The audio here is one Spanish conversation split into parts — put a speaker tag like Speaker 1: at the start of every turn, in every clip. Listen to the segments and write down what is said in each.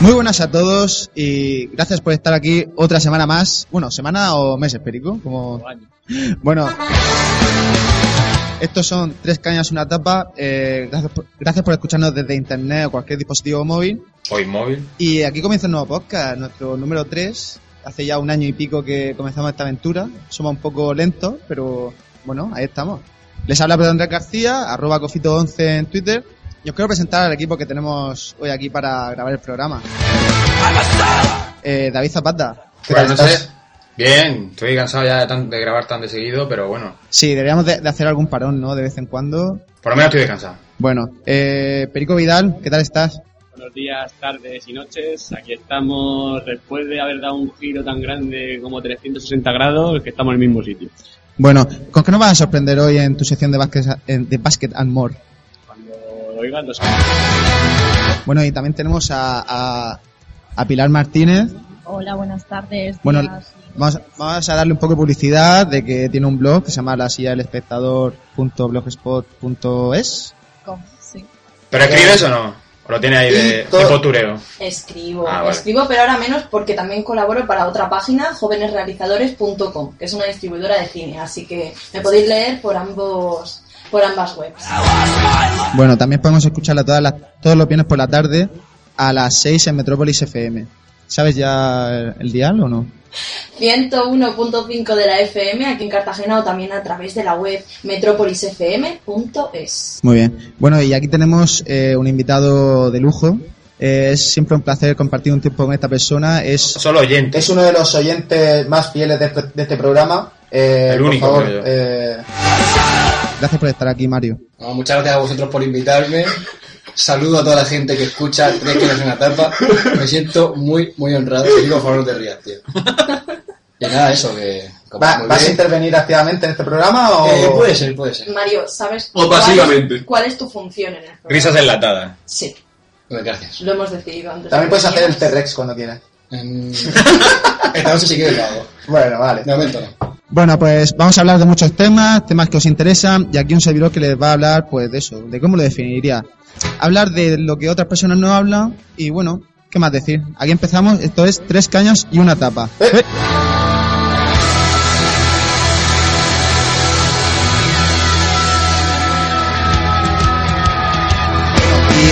Speaker 1: buenas a todos y gracias por estar aquí otra semana más. Bueno, semana o mes, Perico. Como... Bueno, estos son tres cañas, una tapa. Eh, gracias, por, gracias por escucharnos desde internet o cualquier dispositivo móvil.
Speaker 2: Hoy móvil.
Speaker 1: Y aquí comienza un nuevo podcast, nuestro número 3. Hace ya un año y pico que comenzamos esta aventura. Somos un poco lentos, pero bueno, ahí estamos. Les habla Pedro Andrés García, arroba cofito11 en Twitter. Y os quiero presentar al equipo que tenemos hoy aquí para grabar el programa. Eh, David Zapata. ¿qué tal
Speaker 2: Buenas noches.
Speaker 1: estás?
Speaker 2: Bien, estoy cansado ya de, tan- de grabar tan de seguido, pero bueno,
Speaker 1: Sí, deberíamos de, de hacer algún parón, ¿no? De vez en cuando.
Speaker 2: por lo menos estoy descansado.
Speaker 1: Bueno, eh, Perico Vidal, ¿qué tal estás?
Speaker 3: Buenos días, tardes y noches. Aquí estamos después de haber dado un giro tan grande como 360 grados, que estamos en el mismo sitio.
Speaker 1: Bueno, ¿con qué nos vas a sorprender hoy en tu sección de basket, en- de basket and more?
Speaker 3: Cuando oigan los Hola,
Speaker 1: Bueno, y también tenemos a, a- a Pilar Martínez.
Speaker 4: Hola, buenas tardes.
Speaker 1: Bueno,
Speaker 4: días y-
Speaker 1: Vamos, vamos a darle un poco de publicidad de que tiene un blog que se llama la silla del espectador.blogspot.es.
Speaker 4: ¿Cómo? Sí.
Speaker 2: ¿Pero escribes o no? ¿O lo tiene ahí de, de potureo?
Speaker 5: Escribo,
Speaker 2: Ah, vale.
Speaker 5: escribo, pero ahora menos porque también colaboro para otra página, jovenesrealizadores.com, que es una distribuidora de cine, así que me podéis leer por ambos por ambas webs.
Speaker 6: Ah.
Speaker 1: Bueno, también podemos escucharla todas las, todos los viernes por la tarde a las 6 en Metrópolis FM. ¿Sabes ya el, el dial o no?
Speaker 5: 101.5 de la FM aquí en Cartagena o también a través de la web metropolisfm.es.
Speaker 1: Muy bien. Bueno, y aquí tenemos eh, un invitado de lujo. Eh, es siempre un placer compartir un tiempo con esta persona. Es
Speaker 2: Solo oyente.
Speaker 6: Es uno de los oyentes más fieles de, de este programa. Eh,
Speaker 2: El
Speaker 6: por
Speaker 2: único,
Speaker 6: favor,
Speaker 2: creo yo.
Speaker 6: eh,
Speaker 1: Gracias por estar aquí, Mario.
Speaker 7: No, muchas gracias a vosotros por invitarme. Saludo a toda la gente que escucha Tres que no es una tapa. Me siento muy, muy honrado. Te digo, por favor, no te rías, tío. Y nada, eso, que... como
Speaker 6: ¿va-
Speaker 7: muy
Speaker 6: ¿Vas a
Speaker 7: bien.
Speaker 6: intervenir activamente en este programa o...?
Speaker 7: Eh, puede ser, puede ser.
Speaker 5: Mario, ¿sabes
Speaker 8: O
Speaker 5: cuál es-
Speaker 8: pasivamente.
Speaker 5: cuál es tu función en el programa?
Speaker 2: Risas enlatadas.
Speaker 5: Sí,
Speaker 7: Bueno, gracias.
Speaker 5: lo hemos decidido antes.
Speaker 6: También puedes hacer el
Speaker 5: terreno.
Speaker 6: T-Rex cuando quieras.
Speaker 7: Mm, Esta noche sí que lo hago.
Speaker 6: Bueno, vale.
Speaker 7: De momento no.
Speaker 1: Bueno, pues vamos a hablar de muchos temas, temas que os interesan, y aquí un servidor que les va a hablar, pues, de eso, de cómo lo definiría. Hablar de lo que otras personas no hablan, y bueno, ¿qué más decir? Aquí empezamos, esto es tres cañas y una tapa. ¡Eh!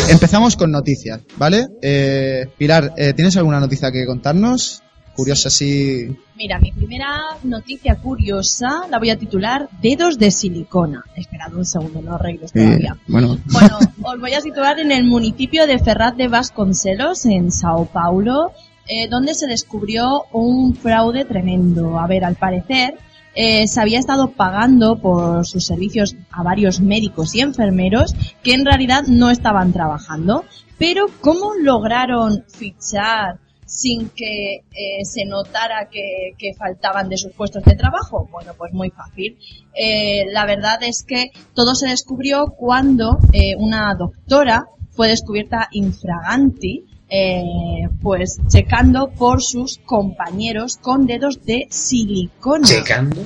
Speaker 1: Y empezamos con noticias, ¿vale? Eh, Pilar, eh, ¿tienes alguna noticia que contarnos? Curiosa, así.
Speaker 4: Mira, mi primera noticia curiosa la voy a titular Dedos de silicona. Esperad un segundo, no arregles todavía.
Speaker 1: bueno,
Speaker 4: Eh, Bueno, os voy a situar en el municipio de Ferraz de Vasconcelos, en Sao Paulo, eh, donde se descubrió un fraude tremendo. A ver, al parecer, eh, se había estado pagando por sus servicios a varios médicos y enfermeros que en realidad no estaban trabajando. Pero, ¿cómo lograron fichar sin que eh, se notara que, que faltaban de sus puestos de trabajo? Bueno, pues muy fácil. Eh, la verdad es que todo se descubrió cuando eh, una doctora fue descubierta infraganti, eh, pues checando por sus compañeros con dedos de silicona.
Speaker 2: Checando.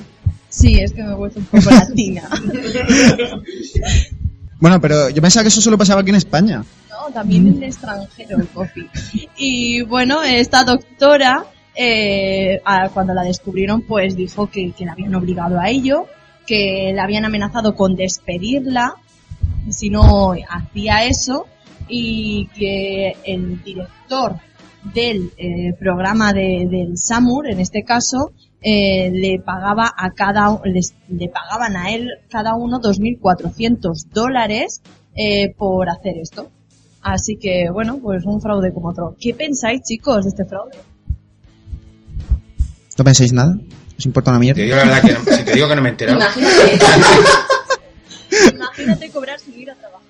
Speaker 4: Sí, es que me he vuelto un poco latina.
Speaker 1: Bueno, pero yo pensaba que eso solo pasaba aquí en España.
Speaker 4: No, también el extranjero, el coffee. Y bueno, esta doctora, eh, a- cuando la descubrieron, pues dijo que, que la habían obligado a ello, que la habían amenazado con despedirla si no hacía eso y que el director del eh, programa de- del SAMUR, en este caso, eh, le pagaba a cada les- le pagaban a él cada uno 2.400 dólares eh, por hacer esto. Así que, bueno, pues un fraude como otro. ¿Qué pensáis, chicos, de este fraude?
Speaker 1: ¿No pensáis nada? ¿Os importa una
Speaker 2: Te
Speaker 1: mierda?
Speaker 2: digo la verdad que no- si te digo que no me he enterado.
Speaker 5: Imagínate,
Speaker 4: Imagínate cobrar sin ir a trabajar.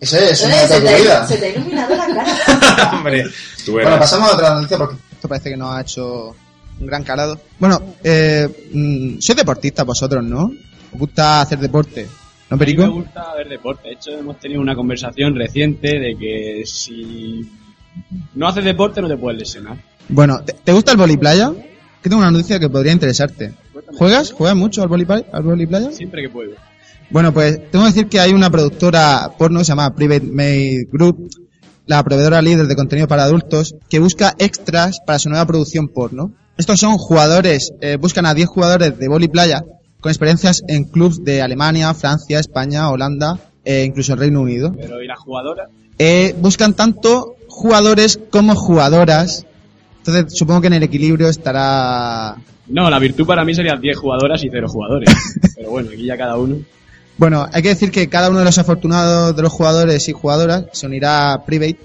Speaker 6: Ese es una
Speaker 5: eh, se,
Speaker 6: nota
Speaker 5: te,
Speaker 6: ocurrida.
Speaker 5: se te ha iluminado la cara.
Speaker 2: Hombre, tú
Speaker 6: Bueno,
Speaker 2: eras.
Speaker 6: pasamos a otra noticia porque...
Speaker 1: Esto parece que no ha hecho un gran calado. Bueno, eh, mm, sois deportistas vosotros, ¿no? ¿Os gusta hacer deporte?
Speaker 3: A
Speaker 1: ¿No,
Speaker 3: mí me
Speaker 1: Perico?
Speaker 3: gusta ver deporte. De hecho, hemos tenido una conversación reciente de que si no haces deporte no te puedes lesionar.
Speaker 1: Bueno, ¿te, te gusta el voliplaya? Que tengo una noticia que podría interesarte. ¿Juegas? ¿Juegas mucho al voliplaya? Al voliplaya?
Speaker 3: Siempre que puedo.
Speaker 1: Bueno, pues tengo que decir que hay una productora porno que se llama Private Maid Group la proveedora líder de contenido para adultos, que busca extras para su nueva producción porno. Estos son jugadores, eh, buscan a 10 jugadores de vóley playa con experiencias en clubs de Alemania, Francia, España, Holanda e incluso el Reino Unido.
Speaker 9: Pero ¿y la jugadora?
Speaker 1: Eh, buscan tanto jugadores como jugadoras. Entonces supongo que en el equilibrio estará...
Speaker 9: No, la virtud para mí sería 10 jugadoras y 0 jugadores. Pero bueno, aquí ya cada uno.
Speaker 1: Bueno, hay que decir que cada uno de los afortunados de los jugadores y jugadoras se unirá a Private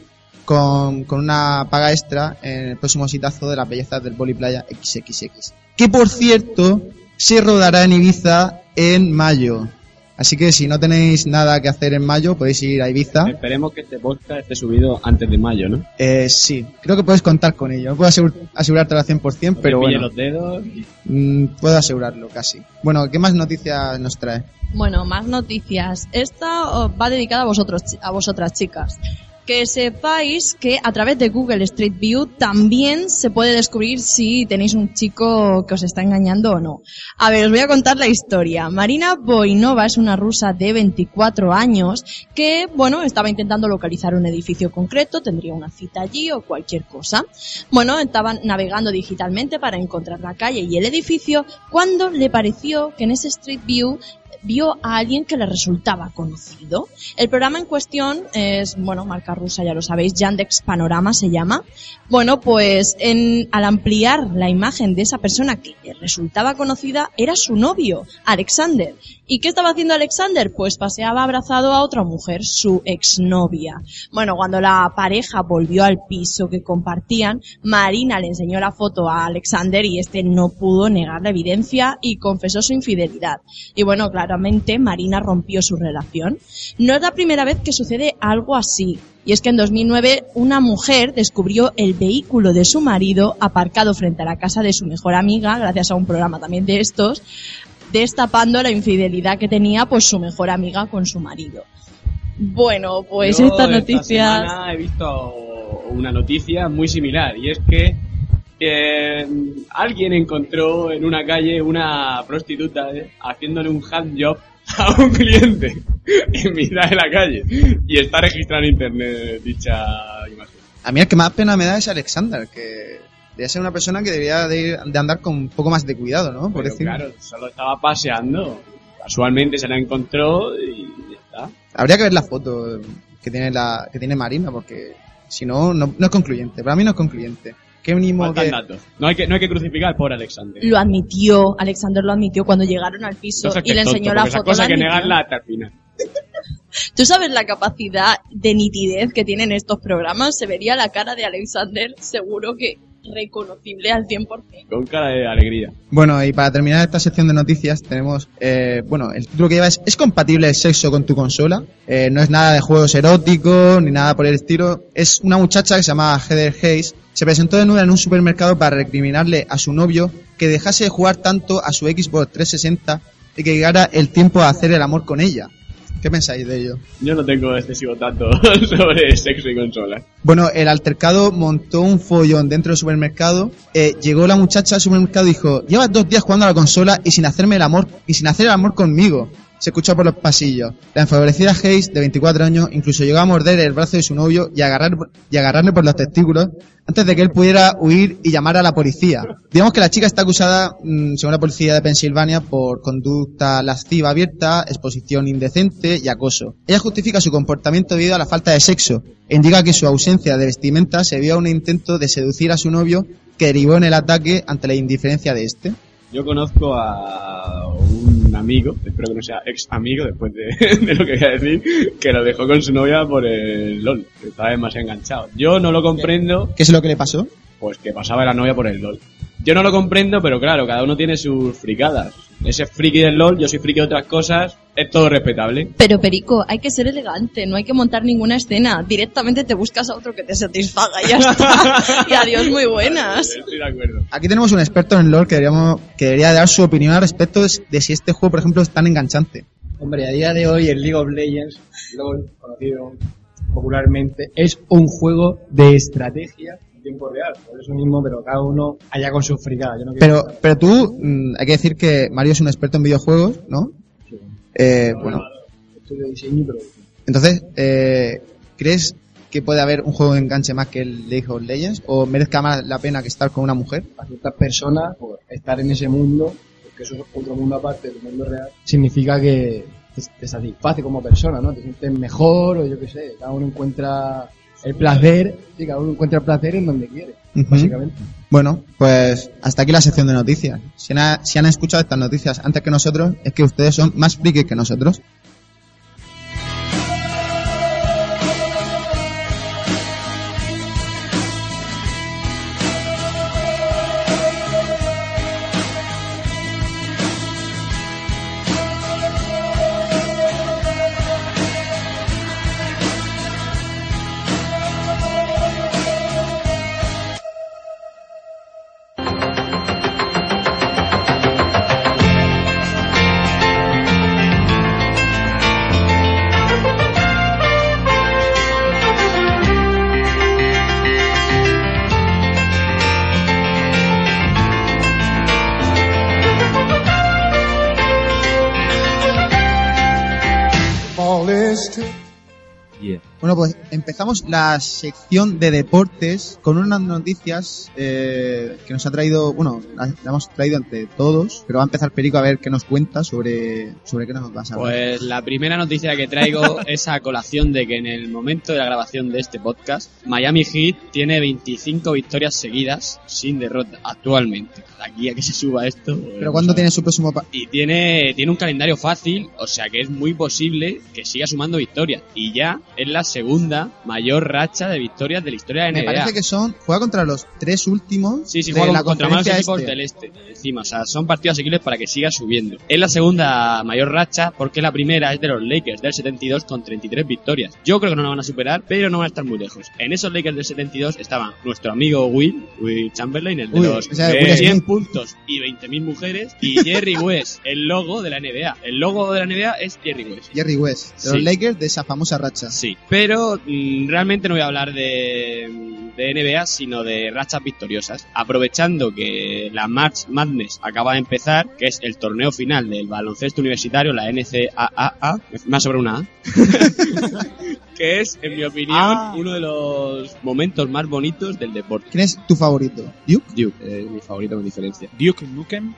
Speaker 1: con, con una paga extra en el próximo sitazo de las bellezas del Boli Playa XXX. Que por cierto, se rodará en Ibiza en mayo. Así que si no tenéis nada que hacer en mayo, podéis ir a Ibiza.
Speaker 9: Esperemos que este podcast esté subido antes de mayo, ¿no?
Speaker 1: Eh, sí, creo que puedes contar con ello. No puedo asegurarte asegurártelo al 100%,
Speaker 9: No
Speaker 1: pero
Speaker 9: te pille
Speaker 1: bueno,
Speaker 9: los dedos.
Speaker 1: mm, puedo asegurarlo casi. Bueno, ¿qué más noticias nos trae?
Speaker 4: Bueno, más noticias. Esta oh, va dedicada a vosotros, chi- a vosotras chicas. Que sepáis que a través de Google Street View también se puede descubrir si tenéis un chico que os está engañando o no. A ver, os voy a contar la historia. Marina Boinova es una rusa de 24 años que, bueno, estaba intentando localizar un edificio concreto, tendría una cita allí o cualquier cosa. Bueno, estaban navegando digitalmente para encontrar la calle y el edificio cuando le pareció que en ese Street View vio a alguien que le resultaba conocido. El programa en cuestión es, bueno, marca rusa, ya lo sabéis, Yandex Panorama se llama. Bueno, pues en, al ampliar la imagen de esa persona que le resultaba conocida, era su novio, Alexander. ¿Y qué estaba haciendo Alexander? Pues paseaba abrazado a otra mujer, su exnovia. Bueno, cuando la pareja volvió al piso que compartían, Marina le enseñó la foto a Alexander y este no pudo negar la evidencia y confesó su infidelidad. Y bueno, claramente Marina rompió su relación. No es la primera vez que sucede algo así. Y es que en 2009 una mujer descubrió el vehículo de su marido aparcado frente a la casa de su mejor amiga, gracias a un programa también de estos, destapando la infidelidad que tenía pues su mejor amiga con su marido. Bueno, pues
Speaker 9: Yo
Speaker 4: estas
Speaker 9: esta
Speaker 4: noticias...
Speaker 9: semana he visto una noticia muy similar y es que eh, alguien encontró en una calle una prostituta eh, haciéndole un handjob a un cliente en mitad de la calle y está registrada en internet dicha imagen.
Speaker 1: A mí el que más pena me da es Alexander, que debería ser una persona que debería de, ir- de andar con un poco más de cuidado, ¿no? Por
Speaker 9: Pero
Speaker 1: decir.
Speaker 9: claro, solo estaba paseando. Casualmente se la encontró y ya está.
Speaker 1: Habría que ver la foto que tiene la que tiene Marina, porque si no, no, no es concluyente. Para mí no es concluyente. Qué mínimo
Speaker 9: Faltan
Speaker 1: que...
Speaker 9: datos. No hay que, no hay que crucificar por Alexander.
Speaker 4: lo admitió, Alexander lo admitió cuando llegaron al piso
Speaker 9: Entonces, que
Speaker 4: y le
Speaker 9: es tonto,
Speaker 4: enseñó
Speaker 9: porque
Speaker 4: la
Speaker 9: esas
Speaker 4: foto.
Speaker 9: cosas
Speaker 4: lo
Speaker 9: que
Speaker 4: admitió.
Speaker 9: negarla hasta el final.
Speaker 4: ¿Tú sabes la capacidad de nitidez que tienen estos programas? Se vería la cara de Alexander seguro que reconocible al 100%.
Speaker 9: Con cara de alegría.
Speaker 1: Bueno, y para terminar esta sección de noticias tenemos, eh, bueno, el título que lleva es ¿Es compatible el sexo con tu consola? Eh, no es nada de juegos eróticos ni nada por el estilo. Es una muchacha que se llama Heather Hayes. Se presentó desnuda en un supermercado para recriminarle a su novio que dejase de jugar tanto a su Xbox 360 y que llegara el tiempo a hacer el amor con ella. ¿Qué pensáis de ello?
Speaker 9: Yo no tengo excesivo tanto sobre sexo y consolas.
Speaker 1: Bueno, el altercado montó un follón dentro del supermercado. eh, llegó la muchacha al supermercado y dijo: Llevas dos días jugando a la consola y sin hacerme el amor y sin hacer el amor conmigo. Se escuchó por los pasillos. La enfavorecida Hayes, de 24 años, incluso llegó a morder el brazo de su novio y, agarrar, y agarrarle por los testículos antes de que él pudiera huir y llamar a la policía. Digamos que la chica está acusada, mm, según la policía de Pensilvania, por conducta lasciva abierta, exposición indecente y acoso. Ella justifica su comportamiento debido a la falta de sexo e indica que su ausencia de vestimenta se vio a un intento de seducir a su novio que derivó en el ataque ante la indiferencia de este.
Speaker 9: Yo conozco a un amigo, espero que no sea ex amigo después de, de lo que voy a decir, que lo dejó con su novia por el LOL, que estaba demasiado enganchado. Yo no lo comprendo,
Speaker 1: ¿Qué es lo que le pasó?
Speaker 9: pues que pasaba de la novia por el LOL. Yo no lo comprendo, pero claro, cada uno tiene sus fricadas. Ese es friki del LOL, yo soy friki de otras cosas, es todo respetable.
Speaker 4: Pero Perico, hay que ser elegante, no hay que montar ninguna escena. Directamente te buscas a otro que te satisfaga y ya está. y adiós, muy buenas.
Speaker 9: Estoy de acuerdo.
Speaker 1: Aquí tenemos un experto en LoL que, deberíamos, que debería dar su opinión al respecto de si este juego, por ejemplo, es tan enganchante.
Speaker 8: Hombre, a día de hoy el League of Legends, LOL, conocido popularmente, es un juego de estrategia en tiempo real. Por eso mismo, pero cada uno allá con su fricada. Yo no quiero-
Speaker 1: Pero, pero tú, mm, hay que decir que Mario es un experto en videojuegos, ¿no? Eh, bueno,
Speaker 8: estudio diseño y producción.
Speaker 1: entonces, eh, ¿crees que puede haber un juego que enganche más que el League of Legends? ¿O merezca más la pena que estar con una mujer?
Speaker 8: a ciertas personas por estar en ese mundo, porque eso es otro mundo aparte del mundo real, significa que te, te satisface como persona, ¿no? Te sientes mejor o yo qué sé, cada uno encuentra el placer, sí, cada uno encuentra el placer en donde quiere,
Speaker 1: Ujú.
Speaker 8: básicamente.
Speaker 1: Bueno, pues hasta aquí la sección de noticias. Si, na- si han escuchado estas noticias antes que nosotros, es que ustedes son más frikis que nosotros. Bueno, pues empezamos la sección de deportes con unas noticias eh, que nos ha traído, bueno, las las hemos traído entre todos, pero va a empezar Perico a ver qué nos cuenta sobre, sobre qué nos va a hablar.
Speaker 9: Pues la primera noticia que traigo es a colación de que en el momento de la grabación de este podcast, Miami Heat tiene 25 victorias seguidas sin derrota actualmente. De Aquí a que se suba esto.
Speaker 1: pero ¿cuándo
Speaker 9: tiene
Speaker 1: tiene su próximo pa-
Speaker 9: y tiene, tiene un calendario fácil, o sea que es muy posible que siga sumando victorias. Y ya es la segunda mayor racha de victorias de la historia de la
Speaker 1: Me
Speaker 9: NBA.
Speaker 1: parece que son, juega contra los tres últimos
Speaker 9: Eh, Sí, sí,
Speaker 1: de
Speaker 9: juega
Speaker 1: la
Speaker 9: contra malos
Speaker 1: conferencia
Speaker 9: equipos
Speaker 1: este.
Speaker 9: del este, encima. O sea, son partidos asequibles para que siga subiendo. Es la segunda mayor racha, porque la primera es de los Lakers del 72 con 33 victorias. Yo creo que no la van a superar, pero no van a estar muy lejos. En esos Lakers del 72 estaban nuestro amigo Will, Will Chamberlain, el de
Speaker 1: Uy,
Speaker 9: los
Speaker 1: o sea,
Speaker 9: eh,
Speaker 1: Will
Speaker 9: 100
Speaker 1: Smith.
Speaker 9: puntos y 20.000 mujeres, y Jerry West, el logo de la NBA. El logo de la NBA es Jerry West.
Speaker 1: Jerry West, de los
Speaker 9: Sí.
Speaker 1: Lakers de esa famosa racha.
Speaker 9: Sí, pero mm, realmente no voy a hablar de, de NBA, sino de rachas victoriosas. Aprovechando que la March Madness acaba de empezar, que es el torneo final del baloncesto universitario, la NCAA, más sobre una A, que es, en mi opinión,
Speaker 1: Ah.
Speaker 9: uno de los momentos más bonitos del deporte.
Speaker 1: ¿Quién es tu favorito? ¿Duke?
Speaker 9: Duke eh, es mi favorito con diferencia.
Speaker 10: Duke Nukem.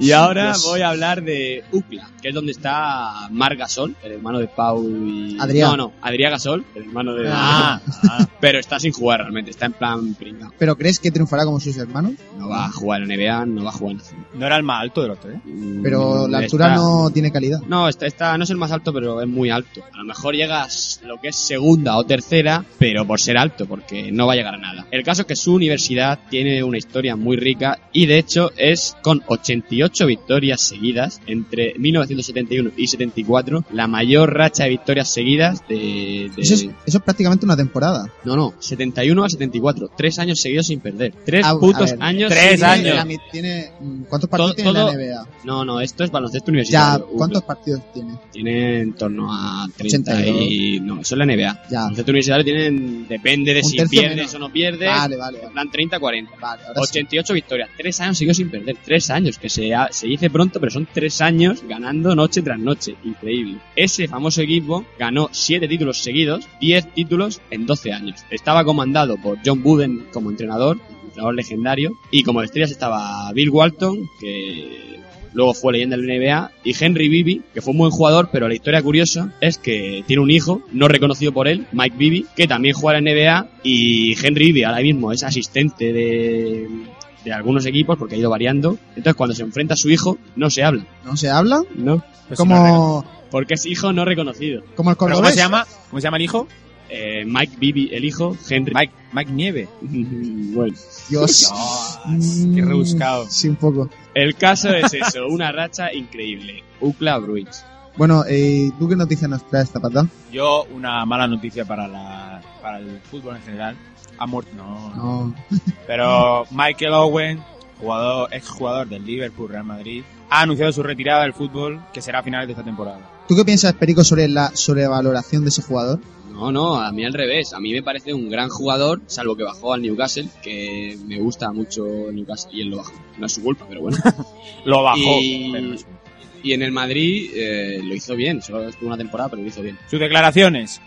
Speaker 9: Y ahora
Speaker 1: Dios.
Speaker 9: voy a hablar de UCLA, que es donde está Marc Gasol, el hermano de Pau y...
Speaker 1: Adrián.
Speaker 9: No, no, Adrián Gasol, el hermano de...
Speaker 1: Ah.
Speaker 9: Pero está sin jugar realmente, está en plan pringao.
Speaker 1: ¿Pero crees que triunfará como sus hermanos?
Speaker 9: No va a jugar en NBA, no va a jugar en Mm,
Speaker 10: No era el más alto de los tres.
Speaker 1: ¿eh? Pero la altura
Speaker 9: Está-
Speaker 1: no tiene calidad.
Speaker 9: No, está, está- no es el más alto, pero es muy alto. A lo mejor llegas lo que es segunda o tercera, pero por ser alto, porque no va a llegar a nada. El caso es que su universidad tiene una historia muy rica y de hecho es con 88 victorias seguidas entre 1971 y 74, la mayor racha de victorias seguidas de... de-
Speaker 1: Eso es, eso es prácticamente una temporada.
Speaker 9: No, no, 71 a 74, tres años seguidos sin perder. Tres
Speaker 1: Ah, a
Speaker 9: putos
Speaker 1: ver,
Speaker 9: años.
Speaker 10: tres
Speaker 9: sin-
Speaker 1: Tiene-
Speaker 10: años.
Speaker 1: la mi- tiene, mm, ¿Cuántos partidos
Speaker 9: Todo-
Speaker 1: tiene la
Speaker 9: todo-
Speaker 1: NBA?
Speaker 9: No, no, esto es baloncesto
Speaker 1: Ya,
Speaker 9: universitario.
Speaker 1: ¿cuántos partidos tiene?
Speaker 9: Tiene en torno a 30 y... No, eso es la NBA.
Speaker 1: Ya.
Speaker 9: Los centros universitarios tienen, depende de
Speaker 1: Un
Speaker 9: si
Speaker 1: tercio
Speaker 9: pierdes
Speaker 1: menos.
Speaker 9: o no pierdes,
Speaker 1: Vale, vale, vale.
Speaker 9: dan 30-40.
Speaker 1: Vale, ahora sí.
Speaker 9: 88 victorias, 3 años siguió sin perder, 3 años, que se, ha- se dice pronto, pero son 3 años ganando noche tras noche, increíble. Ese famoso equipo ganó 7 títulos seguidos, 10 títulos en 12 años. Estaba comandado por John Wooden como entrenador, entrenador legendario, y como estrellas estaba Bill Walton, que luego fue leyenda del NBA, y Henry Bibi, que fue un buen jugador, pero la historia curiosa es que tiene un hijo, no reconocido por él, Mike Bibi, que también juega en la NBA, y Henry Bibi ahora mismo es asistente de, de algunos equipos porque ha ido variando. Entonces, cuando se enfrenta a su hijo, no se habla,
Speaker 1: ¿No se habla?
Speaker 9: ¿no?
Speaker 10: Pues si no era-
Speaker 1: como,
Speaker 9: Porque es hijo no reconocido.
Speaker 1: como el
Speaker 10: ¿Pero ¿Cómo
Speaker 1: cordobés.
Speaker 10: se llama? ¿Cómo se llama el hijo?
Speaker 9: Eh, Mike Bibi, el hijo, Henry.
Speaker 10: Mike, Mike Nieve.
Speaker 9: bueno.
Speaker 1: Dios.
Speaker 10: No, qué rebuscado.
Speaker 1: Mm, Sí, un poco.
Speaker 9: El caso es eso, una racha increíble. Ucla Bruins.
Speaker 1: Bueno, eh, ¿tú qué noticias nos traes, Zapata?
Speaker 10: Yo, una mala noticia para, la, para el fútbol en general. Ha muerto. No, no.
Speaker 1: No.
Speaker 10: Pero Michael Owen, jugador, exjugador del Liverpool Real Madrid, ha anunciado su retirada del fútbol, que será a finales de esta temporada.
Speaker 1: ¿Tú qué piensas, Perico, sobre la sobrevaloración de ese jugador?
Speaker 9: No, no, a mí al revés. A mí me parece un gran jugador, salvo que bajó al Newcastle, que me gusta mucho el Newcastle y él lo bajó. No es su culpa, pero bueno.
Speaker 10: Lo bajó.
Speaker 9: Y-
Speaker 10: pero no es un-
Speaker 9: Y en el Madrid eh, lo hizo bien, solo estuvo una temporada, pero lo hizo bien.
Speaker 10: Sus declaraciones.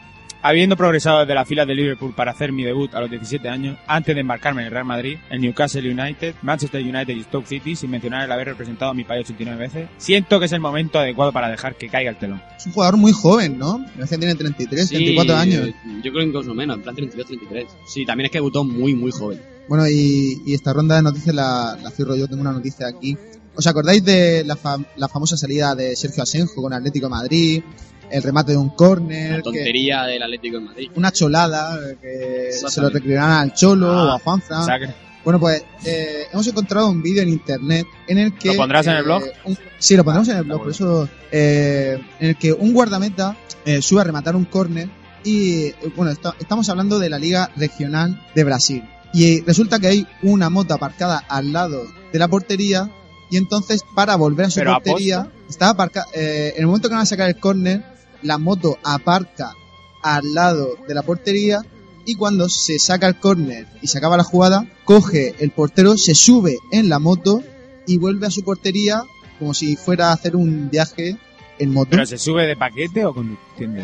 Speaker 10: Habiendo progresado desde las filas de Liverpool para hacer mi debut a los 17 años, antes de embarcarme en el Real Madrid, el Newcastle United, Manchester United y Stoke City, sin mencionar el haber representado a mi país 89 veces, siento que es el momento adecuado para dejar que caiga el telón.
Speaker 1: Es un jugador muy joven, ¿no? Gracias tiene 33,
Speaker 3: Sí,
Speaker 1: 34 años.
Speaker 3: Yo creo incluso menos, en plan 32, 33. Sí, también es que debutó muy, muy joven.
Speaker 1: Bueno, y, y esta ronda de noticias la, la cierro yo, tengo una noticia aquí. ¿Os acordáis de la, fam- la famosa salida de Sergio Asenjo con Atlético de Madrid? El remate de un
Speaker 3: La
Speaker 1: córner, que-
Speaker 3: tontería del Atlético de Madrid.
Speaker 1: una cholada eh, que se lo
Speaker 3: Exactamente.
Speaker 1: reclinaron al Cholo
Speaker 10: Ah,
Speaker 1: o a Juanfran.
Speaker 10: O sea, que-
Speaker 1: Bueno, pues eh, hemos encontrado un vídeo en internet en el que...
Speaker 10: ¿Lo pondrás en el
Speaker 1: eh,
Speaker 10: blog?
Speaker 1: un- sí, lo pondremos en el blog, por
Speaker 10: bueno.
Speaker 1: eso... eh, en el que un guardameta eh, sube a rematar un córner y, eh, bueno, esta- estamos hablando de la Liga Regional de Brasil. Y eh, resulta que hay una moto aparcada al lado de la portería y entonces para volver a su
Speaker 10: Pero
Speaker 1: portería... Estaba aparcada... en el momento que van a sacar el córner, la moto aparca al lado de la portería y cuando se saca el córner y se acaba la jugada, coge el portero, se sube en la moto y vuelve a su portería como si fuera a hacer un viaje en moto
Speaker 10: ¿Pero se sube de paquete o conduciendo?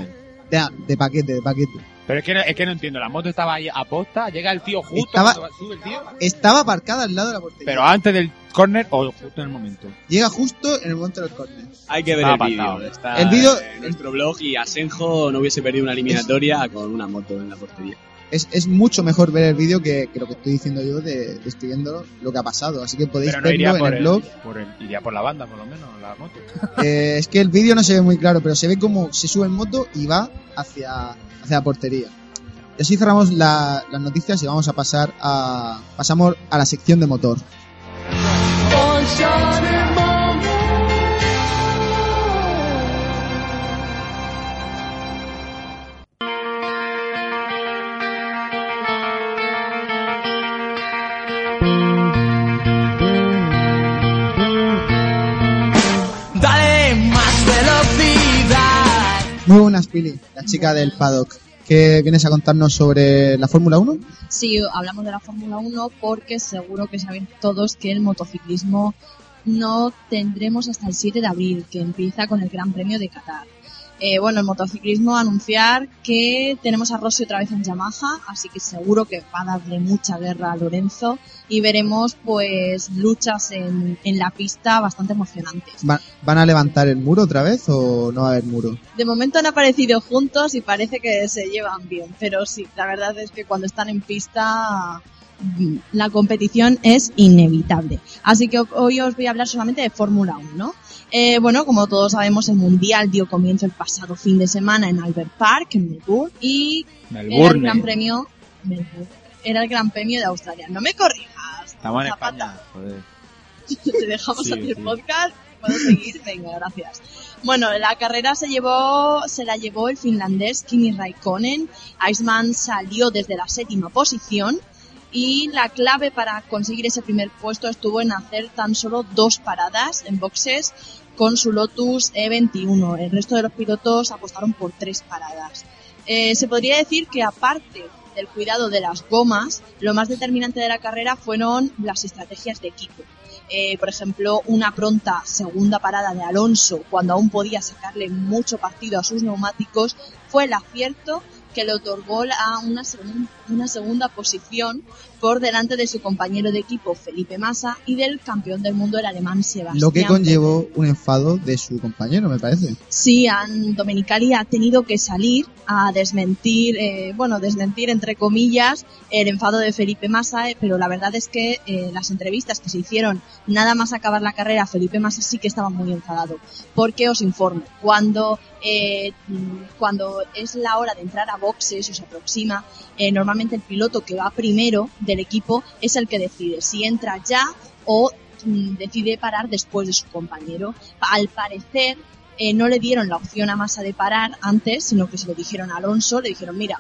Speaker 1: de, de paquete, de paquete.
Speaker 10: Pero es que, no, es que no entiendo, la moto estaba ahí a posta, llega el tío justo,
Speaker 1: Estaba-
Speaker 10: cuando va- sube el tío,
Speaker 1: Estaba aparcada al lado de la portería.
Speaker 10: pero antes del corner o justo en el momento.
Speaker 1: Llega justo en el momento del córner.
Speaker 3: Hay que ver
Speaker 10: Está
Speaker 3: el vídeo.
Speaker 10: apartado.
Speaker 3: Está
Speaker 1: El vídeo-
Speaker 3: en nuestro blog y Asenjo no hubiese perdido una eliminatoria con una moto en la portería.
Speaker 1: Es, es mucho mejor ver el vídeo que, que lo que estoy diciendo yo de describiendo lo que ha pasado. Así que podéis
Speaker 10: Pero no iría
Speaker 1: verlo en
Speaker 10: por
Speaker 1: el
Speaker 10: el,
Speaker 1: blog.
Speaker 10: por el- iría por la banda, por lo menos, la moto.
Speaker 1: Eh, es que el vídeo no se ve muy claro, pero se ve como se sube en moto y va hacia, hacia la portería. Y así cerramos la- las noticias y vamos a pasar a pasamos a la sección de motor. Muy buenas, Pili, la chica del paddock. que vienes a contarnos sobre la Fórmula 1?
Speaker 4: si hablamos de la Fórmula 1 porque seguro que saben todos que el motociclismo no tendremos hasta el 7 de abril, que empieza con el Gran Premio de Qatar. Eh, bueno, el motociclismo anunciar que tenemos a Rossi otra vez en Yamaha, así que seguro que va a darle mucha guerra a Lorenzo y veremos pues luchas en, en la pista bastante emocionantes.
Speaker 1: ¿Va- ¿Van a levantar el muro otra vez o no va a haber muro?
Speaker 4: De momento han aparecido juntos y parece que se llevan bien, pero sí, la verdad es que cuando están en pista mm, la competición es inevitable. Así que ho- hoy os voy a hablar solamente de Fórmula 1. Eh, bueno, como todos sabemos, el Mundial dio comienzo el pasado fin de semana en Albert Park, en Melbourne, y era el Gran
Speaker 10: Melbourne,
Speaker 4: Premio Melbourne. Era el Gran Premio de Australia. No me corrijas.
Speaker 10: estamos en
Speaker 4: Zapata
Speaker 10: España. Joder.
Speaker 4: te dejamos
Speaker 10: Sí,
Speaker 4: hacer
Speaker 10: sí.
Speaker 4: podcast. ¿Puedo seguir? Venga, gracias. Bueno, la carrera se llevó, se la llevó el finlandés Kimi Raikkonen. Iceman salió desde la séptima posición y la clave para conseguir ese primer puesto estuvo en hacer tan solo dos paradas en boxes con su Lotus E21. El resto de los pilotos apostaron por tres paradas. Eh, se podría decir que aparte del cuidado de las gomas, lo más determinante de la carrera fueron las estrategias de equipo. Eh, por ejemplo, una pronta segunda parada de Alonso cuando aún podía sacarle mucho partido a sus neumáticos fue el acierto que le otorgó a una, segun- una segunda posición por delante de su compañero de equipo Felipe Massa y del campeón del mundo el alemán Sebastián.
Speaker 1: Lo que
Speaker 4: Vettel.
Speaker 1: conllevó un enfado de su compañero, me parece.
Speaker 4: Sí, han, Domenicali ha tenido que salir a desmentir, eh, bueno, desmentir entre comillas el enfado de Felipe Massa, eh, pero la verdad es que eh, las entrevistas que se hicieron nada más acabar la carrera, Felipe Massa sí que estaba muy enfadado. Porque os informo, cuando, eh, mm, cuando es la hora de entrar a boxes o se aproxima, eh, normalmente el piloto que va primero del equipo es el que decide si entra ya o mm, decide parar después de su compañero. Al parecer, eh, no le dieron la opción a Massa de parar antes, sino que se lo dijeron a Alonso, le dijeron, mira,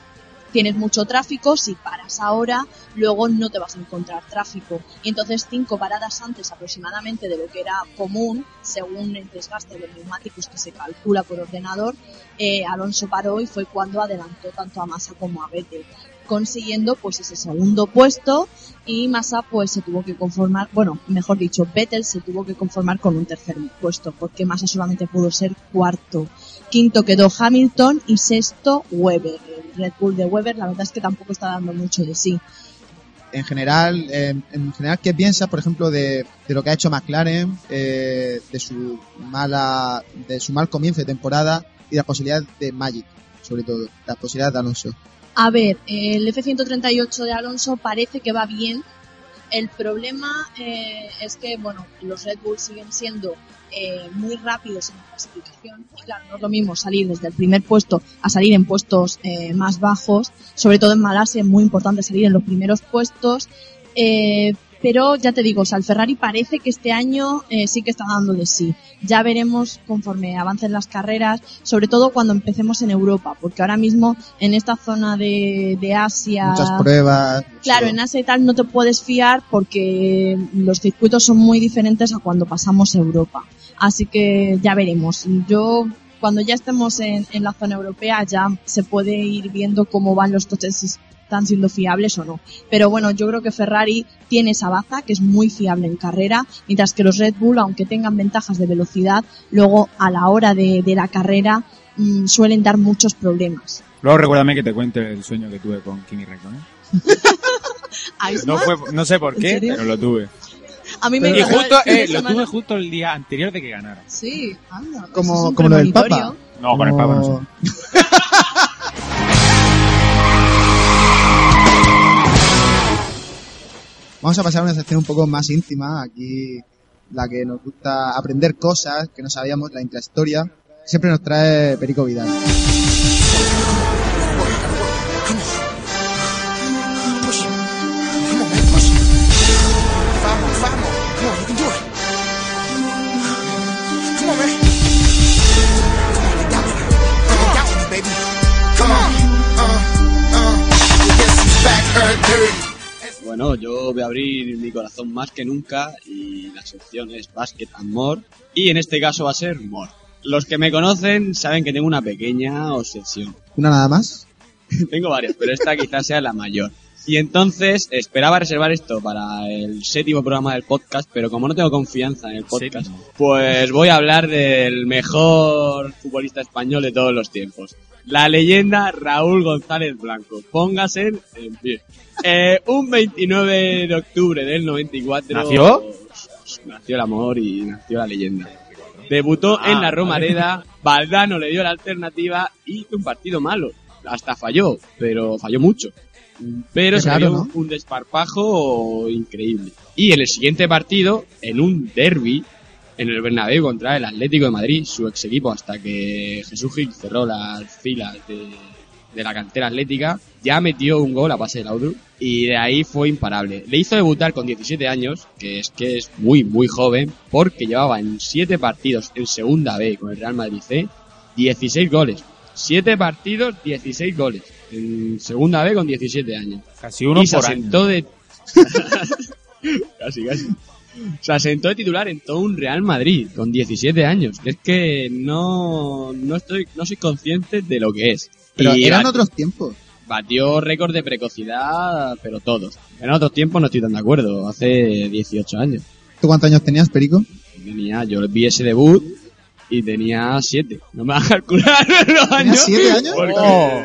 Speaker 4: tienes mucho tráfico, si paras ahora, luego no te vas a encontrar tráfico. Y entonces cinco paradas antes aproximadamente de lo que era común, según el desgaste de los neumáticos que se calcula por ordenador, eh, Alonso paró y fue cuando adelantó tanto a Massa como a Vettel consiguiendo pues ese segundo puesto y Massa pues se tuvo que conformar, bueno, mejor dicho, Vettel se tuvo que conformar con un tercer puesto porque Massa solamente pudo ser cuarto. Quinto quedó Hamilton y sexto Weber, el Red Bull de Weber, la verdad es que tampoco está dando mucho de sí.
Speaker 1: en general, eh, en general, ¿qué piensas, por ejemplo, de, de lo que ha hecho McLaren, eh, de su mala, de su mal comienzo de temporada y de las posibilidades de Magic, sobre todo, las posibilidades de Alonso?
Speaker 4: A ver, el F-138 de Alonso parece que va bien. El problema eh, es que, bueno, los Red Bull siguen siendo eh, muy rápidos en la clasificación. Y claro, no es lo mismo salir desde el primer puesto a salir en puestos eh, más bajos. Sobre todo en Malasia es muy importante salir en los primeros puestos. Eh, pero ya te digo, o sea, el Ferrari parece que este año eh, sí que está dando de sí. Ya veremos conforme avancen las carreras, sobre todo cuando empecemos en Europa, porque ahora mismo en esta zona de, de Asia,
Speaker 1: Muchas pruebas.
Speaker 4: Claro, en Asia y tal no te puedes fiar porque los circuitos son muy diferentes a cuando pasamos a Europa. Así que ya veremos. Yo, cuando ya estemos en, en la zona europea, ya se puede ir viendo cómo van los coches, si están siendo fiables o no. Pero bueno, yo creo que Ferrari tiene esa baza, que es muy fiable en carrera, mientras que los Red Bull, aunque tengan ventajas de velocidad, luego a la hora de, de la carrera mm, suelen dar muchos problemas.
Speaker 10: Luego recuérdame que te cuente el sueño que tuve con Kimi Räikkönen. No,
Speaker 4: Aisma,
Speaker 10: fue, no sé por
Speaker 4: ¿En
Speaker 10: qué,
Speaker 4: serio?
Speaker 10: pero lo tuve.
Speaker 4: a mí me
Speaker 10: Y
Speaker 4: encantó el
Speaker 10: justo,
Speaker 4: fin de
Speaker 10: eh, lo
Speaker 4: semana.
Speaker 10: tuve justo el día anterior de que ganara.
Speaker 4: Sí, anda. eso
Speaker 1: Como-
Speaker 4: es un
Speaker 1: como lo del
Speaker 4: premonitorio.
Speaker 1: Papa.
Speaker 10: No, con el Papa no sé.
Speaker 1: Vamos a pasar a una sección un poco más íntima, aquí la que nos gusta aprender cosas que no sabíamos, la intrahistoria. Siempre nos trae Perico Vidal.
Speaker 9: Bueno, yo voy a abrir mi corazón más que nunca y la sección es Basket and More y en este caso va a ser More. Los que me conocen saben que tengo una pequeña obsesión.
Speaker 1: Una nada más.
Speaker 9: Tengo varias, pero esta quizás sea la mayor. Y entonces esperaba reservar esto para el séptimo programa del podcast, pero como no tengo confianza en el podcast, pues voy a hablar del mejor futbolista español de todos los tiempos. La leyenda Raúl González Blanco. Póngase en pie. Eh, un 29 de octubre del 94.
Speaker 10: ¿Nació?
Speaker 9: Nació el amor y nació la leyenda. Debutó en la Romareda, Valdano le dio la alternativa y hizo un partido malo. Hasta falló, pero falló mucho. Pero
Speaker 1: Qué
Speaker 9: se
Speaker 1: raro,
Speaker 9: dio
Speaker 1: ¿no?
Speaker 9: un desparpajo increíble. Y en el siguiente partido, en un derby, en el Bernabéu contra el Atlético de Madrid, su ex equipo, hasta que Jesús Gil cerró las filas de, de la cantera atlética, ya metió un gol a pase de Laudrup y de ahí fue imparable. Le hizo debutar con 17 años, que es que es muy, muy joven, porque llevaba en 7 partidos en Segunda B con el Real Madrid C 16 goles. 7 partidos, 16 goles. En Segunda B con 17 años
Speaker 10: Casi uno
Speaker 9: y se
Speaker 10: por año.
Speaker 9: asentó de casi casi se asentó de titular en todo un Real Madrid con 17 años es que no no estoy no soy consciente de lo que es
Speaker 1: Pero
Speaker 9: Y
Speaker 1: eran
Speaker 9: bat-
Speaker 1: otros tiempos.
Speaker 9: batió récord de precocidad pero todos en otros tiempos no estoy tan de acuerdo hace 18 años
Speaker 1: ¿Tú cuántos años tenías, Perico?
Speaker 9: tenía yo vi ese debut y tenía 7 no me vas a calcular los años
Speaker 1: siete años?
Speaker 9: porque-
Speaker 10: Oh.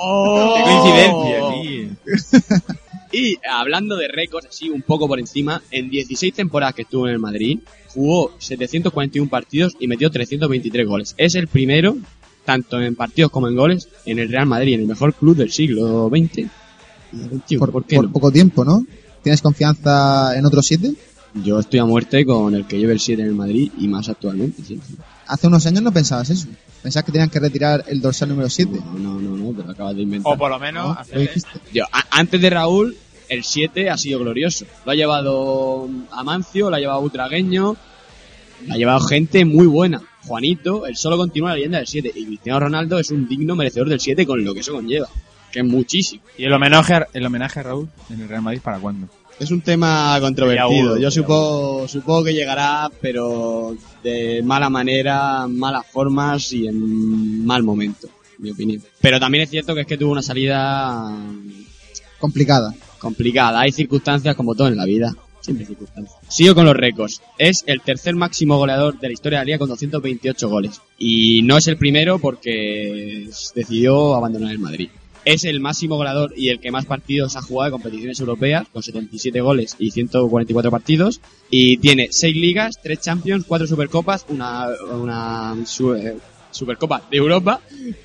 Speaker 9: Oh.
Speaker 10: ¡Qué coincidencia, tío!
Speaker 9: Y hablando de récords, así un poco por encima, en 16 temporadas que estuvo en el Madrid, jugó 741 partidos y metió 323 goles. Es el primero, tanto en partidos como en goles, en el Real Madrid, en el mejor club del siglo XX. Y el XXI,
Speaker 1: por,
Speaker 9: ¿por qué
Speaker 1: por
Speaker 9: no?
Speaker 1: poco tiempo, ¿no? ¿Tienes confianza en otros siete?
Speaker 9: Yo estoy a muerte con el que lleve el 7 en el Madrid y más actualmente. sí.
Speaker 1: Hace unos años no pensabas eso. Pensabas que tenían que retirar el dorsal número 7.
Speaker 9: No, no, no, no, te lo acabas de inventar.
Speaker 10: O por lo menos,
Speaker 1: Lo
Speaker 10: hacerle-
Speaker 1: dijiste.
Speaker 9: Yo, a- antes de Raúl, el 7 ha sido glorioso. Lo ha llevado Amancio, lo ha llevado Utragueño, lo ha llevado gente muy buena. Juanito, él solo continúa la leyenda del 7. Y Cristiano Ronaldo es un digno merecedor del 7 con lo que eso conlleva, que es muchísimo.
Speaker 10: ¿Y el homenaje, a- el homenaje a Raúl en el Real Madrid para cuándo?
Speaker 9: Es un tema
Speaker 10: Sería
Speaker 9: controvertido.
Speaker 10: uno,
Speaker 9: Yo
Speaker 10: sería
Speaker 9: supongo, supongo que llegará, pero de mala manera, malas formas y en mal momento, mi opinión. Pero también es cierto que es que tuvo una salida
Speaker 1: Complicada.
Speaker 9: complicada. Hay circunstancias como todo en la vida. Siempre hay circunstancias. Sigo con los récords. Es el tercer máximo goleador de la historia de la liga con 228 goles. Y no es el primero porque decidió abandonar el Madrid. Es el máximo goleador y el que más partidos ha jugado de competiciones europeas, con 77 goles y 144 partidos. Y tiene 6 ligas, 3 Champions, 4 Supercopas, una, una su- eh, Supercopa de Europa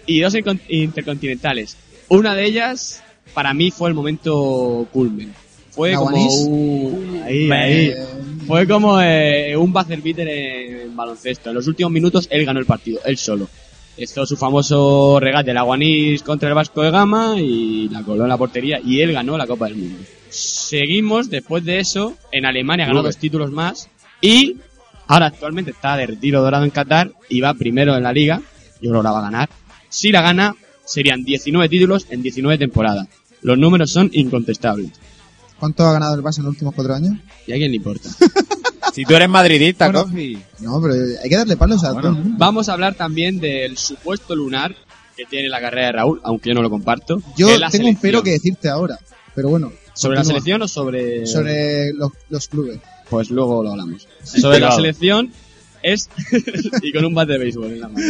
Speaker 9: y dos incon- intercontinentales. Una de ellas, para mí, fue el momento culmen. Fue como
Speaker 8: ¿Nahuanís?
Speaker 9: un- ahí, ahí. Fue como eh, un buzzer beater en baloncesto. En los últimos minutos él ganó el partido, él solo. Hizo su famoso regate, el Aguanís contra el Vasco de Gama y la coló en la portería y él ganó la Copa del Mundo. Seguimos después de eso, en Alemania ganó
Speaker 7: Clubes.
Speaker 9: dos títulos más y ahora actualmente está de retiro dorado en Qatar y va primero en la liga. Yo creo que la va a ganar. Si la gana, serían 19 títulos en 19 temporadas. Los números son incontestables.
Speaker 1: ¿Cuánto ha ganado el Barça en los últimos cuatro años?
Speaker 9: ¿Y a quién le importa?
Speaker 10: Si tú eres madridista,
Speaker 1: Bueno,
Speaker 10: Kofi.
Speaker 1: No, pero hay que darle palos a todo el mundo.
Speaker 9: Vamos a hablar también del supuesto lunar que tiene la carrera de Raúl, aunque yo no lo comparto.
Speaker 1: Yo
Speaker 9: que es la
Speaker 1: tengo un pero
Speaker 9: selección.
Speaker 1: que decirte ahora, pero bueno.
Speaker 9: ¿Sobre la
Speaker 1: continúa.
Speaker 9: selección o sobre...?
Speaker 1: Sobre los, los clubes.
Speaker 9: Pues luego lo hablamos. Sobre la
Speaker 10: Cuidado.
Speaker 9: selección es... y con un bat de béisbol en la mano.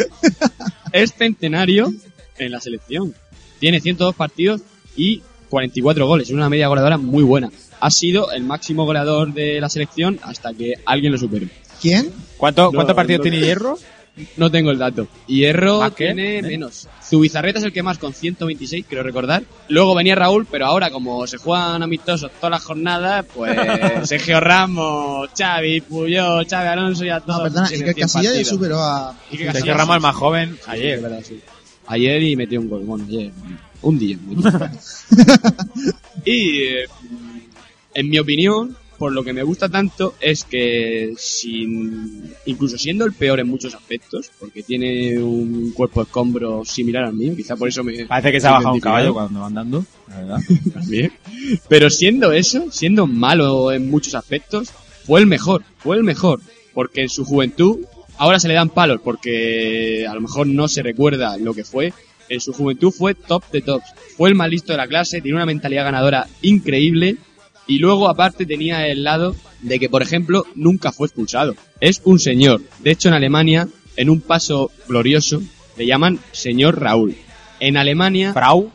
Speaker 9: Es centenario en la selección. Tiene 102 partidos y 44 goles. Una media goleadora muy buena. Ha sido el máximo goleador de la selección hasta que alguien lo supere.
Speaker 1: ¿Quién?
Speaker 10: ¿Cuánto- ¿Cuántos
Speaker 9: No,
Speaker 10: partidos
Speaker 9: no.
Speaker 10: tiene Hierro?
Speaker 9: No tengo el dato. Hierro
Speaker 10: ¿Más que?
Speaker 9: tiene
Speaker 10: ¿Eh?
Speaker 9: menos. Zubizarreta es el que más, con 126, creo recordar. Luego venía Raúl, pero ahora, como se juegan amistosos todas las jornadas, pues Sergio Ramos, Xavi, Puyol, Xavi Alonso y a todos.
Speaker 1: No, Ah, perdona,
Speaker 9: tienen
Speaker 1: Iker
Speaker 9: 100
Speaker 1: Casillas ya
Speaker 9: partidos.
Speaker 1: superó a...
Speaker 9: Iker
Speaker 10: Sergio
Speaker 9: Casillas,
Speaker 10: Ramos, el más
Speaker 9: sí,
Speaker 10: joven,
Speaker 9: sí, es
Speaker 10: ayer.
Speaker 9: verdad, sí. Ayer y metió un gol. Bueno, ayer. Un día. y eh, en mi opinión, por lo que me gusta tanto es que sin incluso siendo el peor en muchos aspectos, porque tiene un cuerpo escombro similar al mío, quizá por eso me
Speaker 10: Parece que se ha bajado un caballo cuando va andando, la verdad.
Speaker 9: también. Pero siendo eso, siendo malo en muchos aspectos, fue el mejor, fue el mejor. Porque en su juventud, ahora se le dan palos, porque a lo mejor no se recuerda lo que fue. En su juventud fue top de tops. Fue el más listo de la clase, tiene una mentalidad ganadora increíble. Y luego, aparte, tenía el lado de que, por ejemplo, nunca fue expulsado. Es un señor. De hecho, en Alemania, en un paso glorioso, le llaman señor Raúl. En Alemania,
Speaker 10: Frau,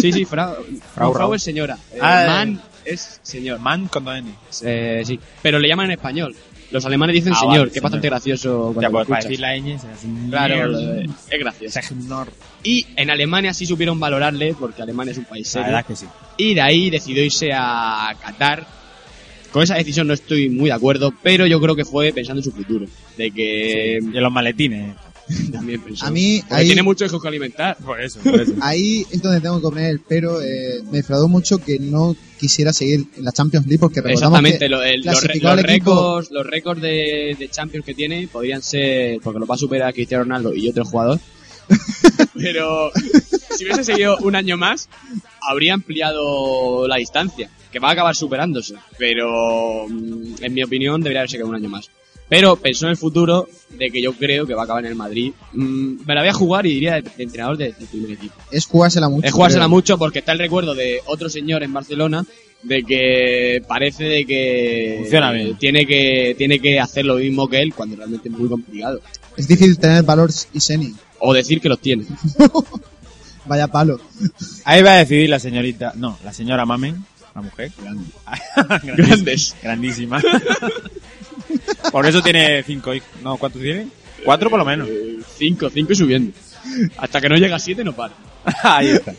Speaker 9: Sí, sí, Frau.
Speaker 10: Frau,
Speaker 9: Frau,
Speaker 10: Frau.
Speaker 9: es señora. Eh,
Speaker 10: Ah,
Speaker 9: man es señor.
Speaker 10: man con dos N.
Speaker 9: Eh, sí. Pero le llaman en español. Los alemanes dicen
Speaker 10: Ah,
Speaker 9: señor,
Speaker 10: vale,
Speaker 9: que es
Speaker 10: señor.
Speaker 9: bastante gracioso cuando
Speaker 10: Ya,
Speaker 9: lo
Speaker 10: pues para
Speaker 9: escuchas.
Speaker 10: decir la ñ es así.
Speaker 9: Claro, lo de- es gracioso.
Speaker 10: Segnor.
Speaker 9: Y en Alemania sí supieron valorarle, porque Alemania es un país
Speaker 10: La
Speaker 9: serio.
Speaker 10: verdad es que sí.
Speaker 9: Y de ahí decidió irse a Qatar. Con esa decisión no estoy muy de acuerdo, pero yo creo que fue pensando en su futuro. De que
Speaker 10: Y los maletines.
Speaker 9: también pensó.
Speaker 1: A mí,
Speaker 9: Porque
Speaker 1: ahí,
Speaker 9: tiene muchos hijos que alimentar.
Speaker 10: Por eso, por eso.
Speaker 1: ahí entonces tengo que poner el pero. eh, me defraudó mucho que no quisiera seguir en la Champions League porque recordamos
Speaker 9: Exactamente,
Speaker 1: que
Speaker 9: lo- el- los, re-
Speaker 1: clasificó
Speaker 9: los
Speaker 1: al equipo-
Speaker 9: récords, los récords de, de Champions que tiene podrían ser, porque lo va a superar Cristiano Ronaldo y otro jugador. Pero si hubiese seguido un año más, habría ampliado la distancia, que va a acabar superándose. Pero mm, en mi opinión debería haberse quedado un año más. Pero pensó en el futuro de que yo creo que va a acabar en el Madrid. Mm, me la voy a jugar y diría de, de entrenador de, de primer equipo.
Speaker 1: es jugársela mucho.
Speaker 9: Es jugársela
Speaker 1: creo.
Speaker 9: mucho porque está el recuerdo de otro señor en Barcelona de que parece de que
Speaker 10: Funciona bien.
Speaker 9: tiene que tiene que hacer lo mismo que él cuando realmente es muy complicado
Speaker 1: Es difícil tener valor y seni.
Speaker 9: o decir que los tiene
Speaker 1: Vaya palo.
Speaker 10: Ahí va a decidir la señorita. No, la señora Mamen, la mujer. Grandísima.
Speaker 9: grandes
Speaker 10: Grandísima. Por eso tiene cinco hijos. No, ¿cuántos tiene? Cuatro por lo menos.
Speaker 9: Eh, cinco cinco y subiendo hasta que no llega a siete no para
Speaker 10: Ahí está.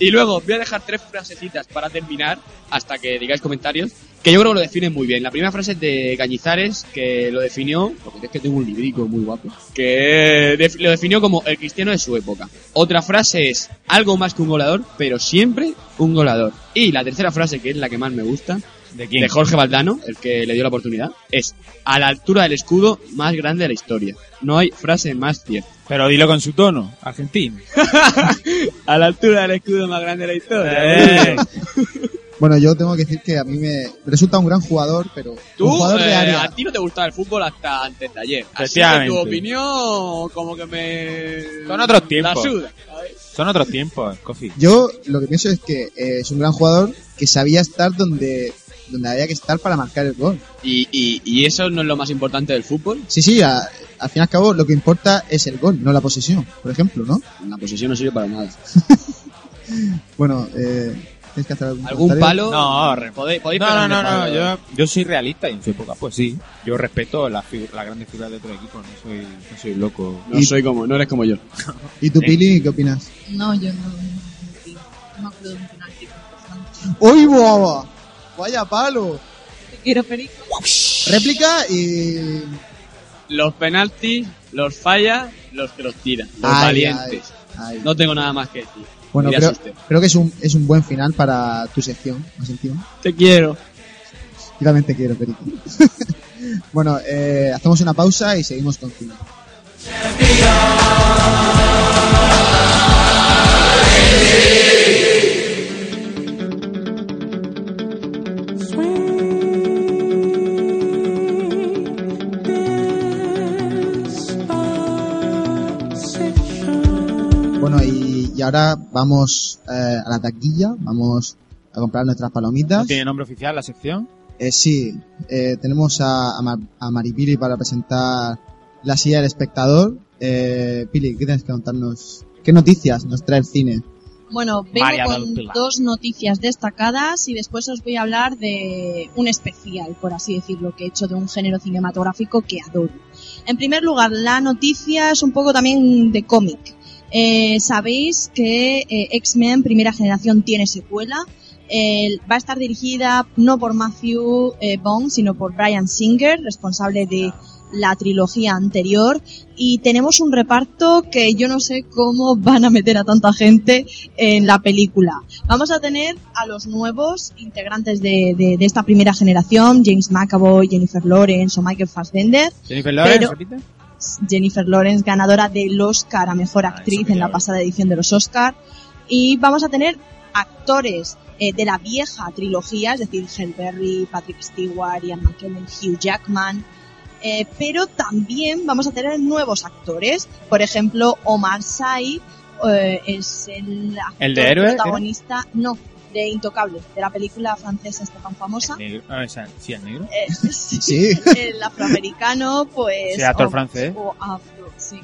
Speaker 9: y luego voy a dejar tres frasecitas para terminar hasta que digáis comentarios que yo creo que lo definen muy bien la primera frase es de Cañizares que lo definió porque es que tengo un librico muy guapo que def- lo definió como el cristiano de su época. Otra frase es algo más que un goleador, pero siempre un goleador. Y la tercera frase, que es la que más me gusta,
Speaker 10: ¿De quién?
Speaker 9: de Jorge Valdano, el que le dio la oportunidad, es a la altura del escudo más grande de la historia. No hay frase más cierta.
Speaker 10: Pero dilo con su tono. Argentino.
Speaker 9: A la altura del escudo más grande de la
Speaker 10: Eh.
Speaker 1: Bueno, yo tengo que decir que a mí me resulta un gran jugador, pero
Speaker 9: Tú,
Speaker 1: un jugador
Speaker 9: eh,
Speaker 1: de área.
Speaker 9: a ti no te gustaba el fútbol hasta antes de ayer. Así que
Speaker 10: Efectivamente.
Speaker 9: tu opinión como que me...
Speaker 10: Son otros
Speaker 9: La
Speaker 10: tiempos.
Speaker 9: suda, ¿sabes?
Speaker 10: Son otros tiempos, Coffee.
Speaker 1: Yo lo que pienso es que eh, es un gran jugador que sabía estar donde donde había que estar para marcar el gol.
Speaker 9: Y, y, y eso no es lo más importante del fútbol.
Speaker 1: Sí, sí, a- al fin y al cabo lo que importa es el gol, no la posesión, por ejemplo, ¿no?
Speaker 9: La posesión no sirve para nada.
Speaker 1: Bueno, eh, tienes que hacer algún,
Speaker 9: ¿Algún
Speaker 1: comentario.
Speaker 9: palo?
Speaker 10: No, re-
Speaker 9: Podéis, podéis
Speaker 10: no, no,
Speaker 9: pegarme
Speaker 10: no, no,
Speaker 9: palo.
Speaker 10: yo, yo soy realista y en su época, pues sí. Yo respeto las figu- las grandes figuras de otro equipo, no soy, no soy loco.
Speaker 9: No soy como, no eres como yo.
Speaker 1: ¿Y tú, Pili, qué opinas?
Speaker 4: No, yo no. No me acuerdo de un penalti importante.
Speaker 1: ¡Uy, guava! ¡Vaya palo!
Speaker 4: Te quiero, Perico.
Speaker 1: Réplica y.
Speaker 3: Los penaltis los falla los que los tiran, los
Speaker 1: Ay,
Speaker 3: valientes.
Speaker 1: ay, ay.
Speaker 9: No tengo nada más que decir.
Speaker 1: Bueno,
Speaker 9: Mira,
Speaker 1: creo,
Speaker 9: Sister.
Speaker 1: creo que es un, es un buen final para tu sección, ¿no sentido?
Speaker 9: Te quiero.
Speaker 1: Yo también te quiero, Perico. bueno, eh, hacemos una pausa y seguimos con Kino. Bueno, y, y ahora vamos eh, a la taquilla, vamos a comprar nuestras palomitas.
Speaker 10: ¿No tiene nombre oficial la sección?
Speaker 1: Eh, sí, eh, tenemos a, a, Mar- a Maripili para presentar la silla del espectador. Eh, Pili, ¿qué tienes que contarnos? ¿Qué noticias nos trae el cine?
Speaker 4: Bueno, vengo
Speaker 10: María del
Speaker 4: con
Speaker 10: Pilar.
Speaker 4: dos noticias destacadas y después os voy a hablar de un especial, por así decirlo, que he hecho de un género cinematográfico que adoro. En primer lugar, la noticia es un poco también de cómic. Eh, Sabéis que eh, X-Men Primera Generación tiene secuela. Eh, va a estar dirigida no por Matthew eh, Vaughn, sino por Brian Singer, responsable de la trilogía anterior. Y tenemos un reparto que yo no sé cómo van a meter a tanta gente en la película. Vamos a tener a los nuevos integrantes de, de- de esta primera generación, James McAvoy, Jennifer Lawrence o Michael Fassbender.
Speaker 10: Jennifer Lawrence,
Speaker 4: Pero-
Speaker 10: repite.
Speaker 4: Jennifer Lawrence, ganadora del Oscar a Mejor
Speaker 10: Ah, eso
Speaker 4: Actriz
Speaker 10: que
Speaker 4: en
Speaker 10: ya
Speaker 4: la
Speaker 10: lo-
Speaker 4: pasada edición de los Oscar. Y vamos a tener actores eh, de la vieja trilogía, es decir, Hal Berry, Patrick Stewart, Ian McKellen, Hugh Jackman. Eh, pero también vamos a tener nuevos actores. Por ejemplo, Omar Sy eh, es el actor
Speaker 10: ¿El de Héroe,
Speaker 4: protagonista, no, de Intocable, de la película francesa esta tan famosa.
Speaker 10: Negro- ah, esa- sí, el negro.
Speaker 4: Eh,
Speaker 1: Sí.
Speaker 4: el afroamericano, pues.
Speaker 10: Sí, actor
Speaker 4: o-
Speaker 10: francés.
Speaker 4: O afro, sí.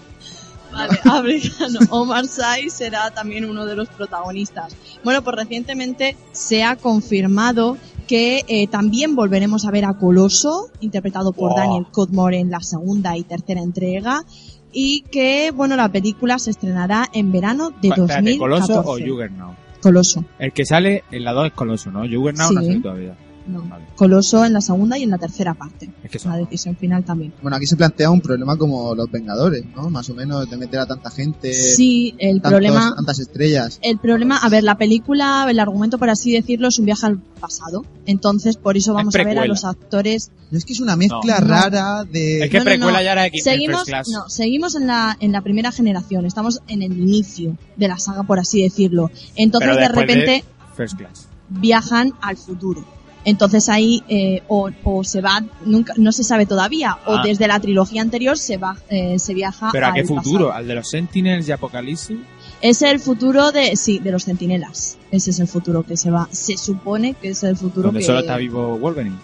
Speaker 4: Vale, africano. Omar Sy será también uno de los protagonistas. Bueno, pues recientemente se ha confirmado que eh, también volveremos a ver a Coloso, interpretado por
Speaker 10: Wow.
Speaker 4: Daniel Codmore en la segunda y tercera entrega. Y que, bueno, la película se estrenará en verano de
Speaker 10: Pa- Espérate,
Speaker 4: 2014.
Speaker 10: ¿Coloso o Juggernaut?
Speaker 4: Coloso,
Speaker 10: El que sale en la 2 es Coloso, ¿no? Juggernaut no
Speaker 4: Sí.
Speaker 10: sale todavía.
Speaker 4: no.
Speaker 10: Vale.
Speaker 4: Coloso en la segunda y en la tercera parte.
Speaker 10: Es que son-
Speaker 4: La decisión final también.
Speaker 1: Bueno, aquí se plantea un problema como los Vengadores, ¿no? Más o menos de meter a tanta gente,
Speaker 10: Eh,
Speaker 4: Sí, el
Speaker 1: tantos-
Speaker 4: problema
Speaker 1: tantas estrellas.
Speaker 4: el problema, a ver, la película, el argumento por así decirlo, es un viaje al pasado. Entonces, por eso vamos a ver a
Speaker 10: precuela.
Speaker 4: los actores.
Speaker 1: Y es que es una mezcla
Speaker 4: No.
Speaker 1: rara de...
Speaker 10: Es que
Speaker 4: no, no,
Speaker 10: precuela
Speaker 4: no.
Speaker 10: ya era de Kim- de
Speaker 4: Seguimos,
Speaker 10: First Class.
Speaker 4: no, seguimos en la, en la primera generación, estamos en el inicio de la saga, por así decirlo. Entonces,
Speaker 10: Pero
Speaker 4: de
Speaker 10: después
Speaker 4: repente,
Speaker 10: First Class.
Speaker 4: Ah, viajan al futuro. Entonces ahí eh, o, o se va, nunca, no se sabe todavía,
Speaker 10: Ah.
Speaker 4: o desde la trilogía anterior se va, eh, se viaja
Speaker 10: ¿Pero a
Speaker 4: al
Speaker 10: qué futuro?
Speaker 4: pasado.
Speaker 10: ¿Al de los Sentinels y Apocalipsis?
Speaker 4: Es el futuro de, sí, de los centinelas. Ese es el futuro que se va. Se supone que es el futuro
Speaker 10: Donde
Speaker 4: que...
Speaker 10: solo está vivo Wolverine.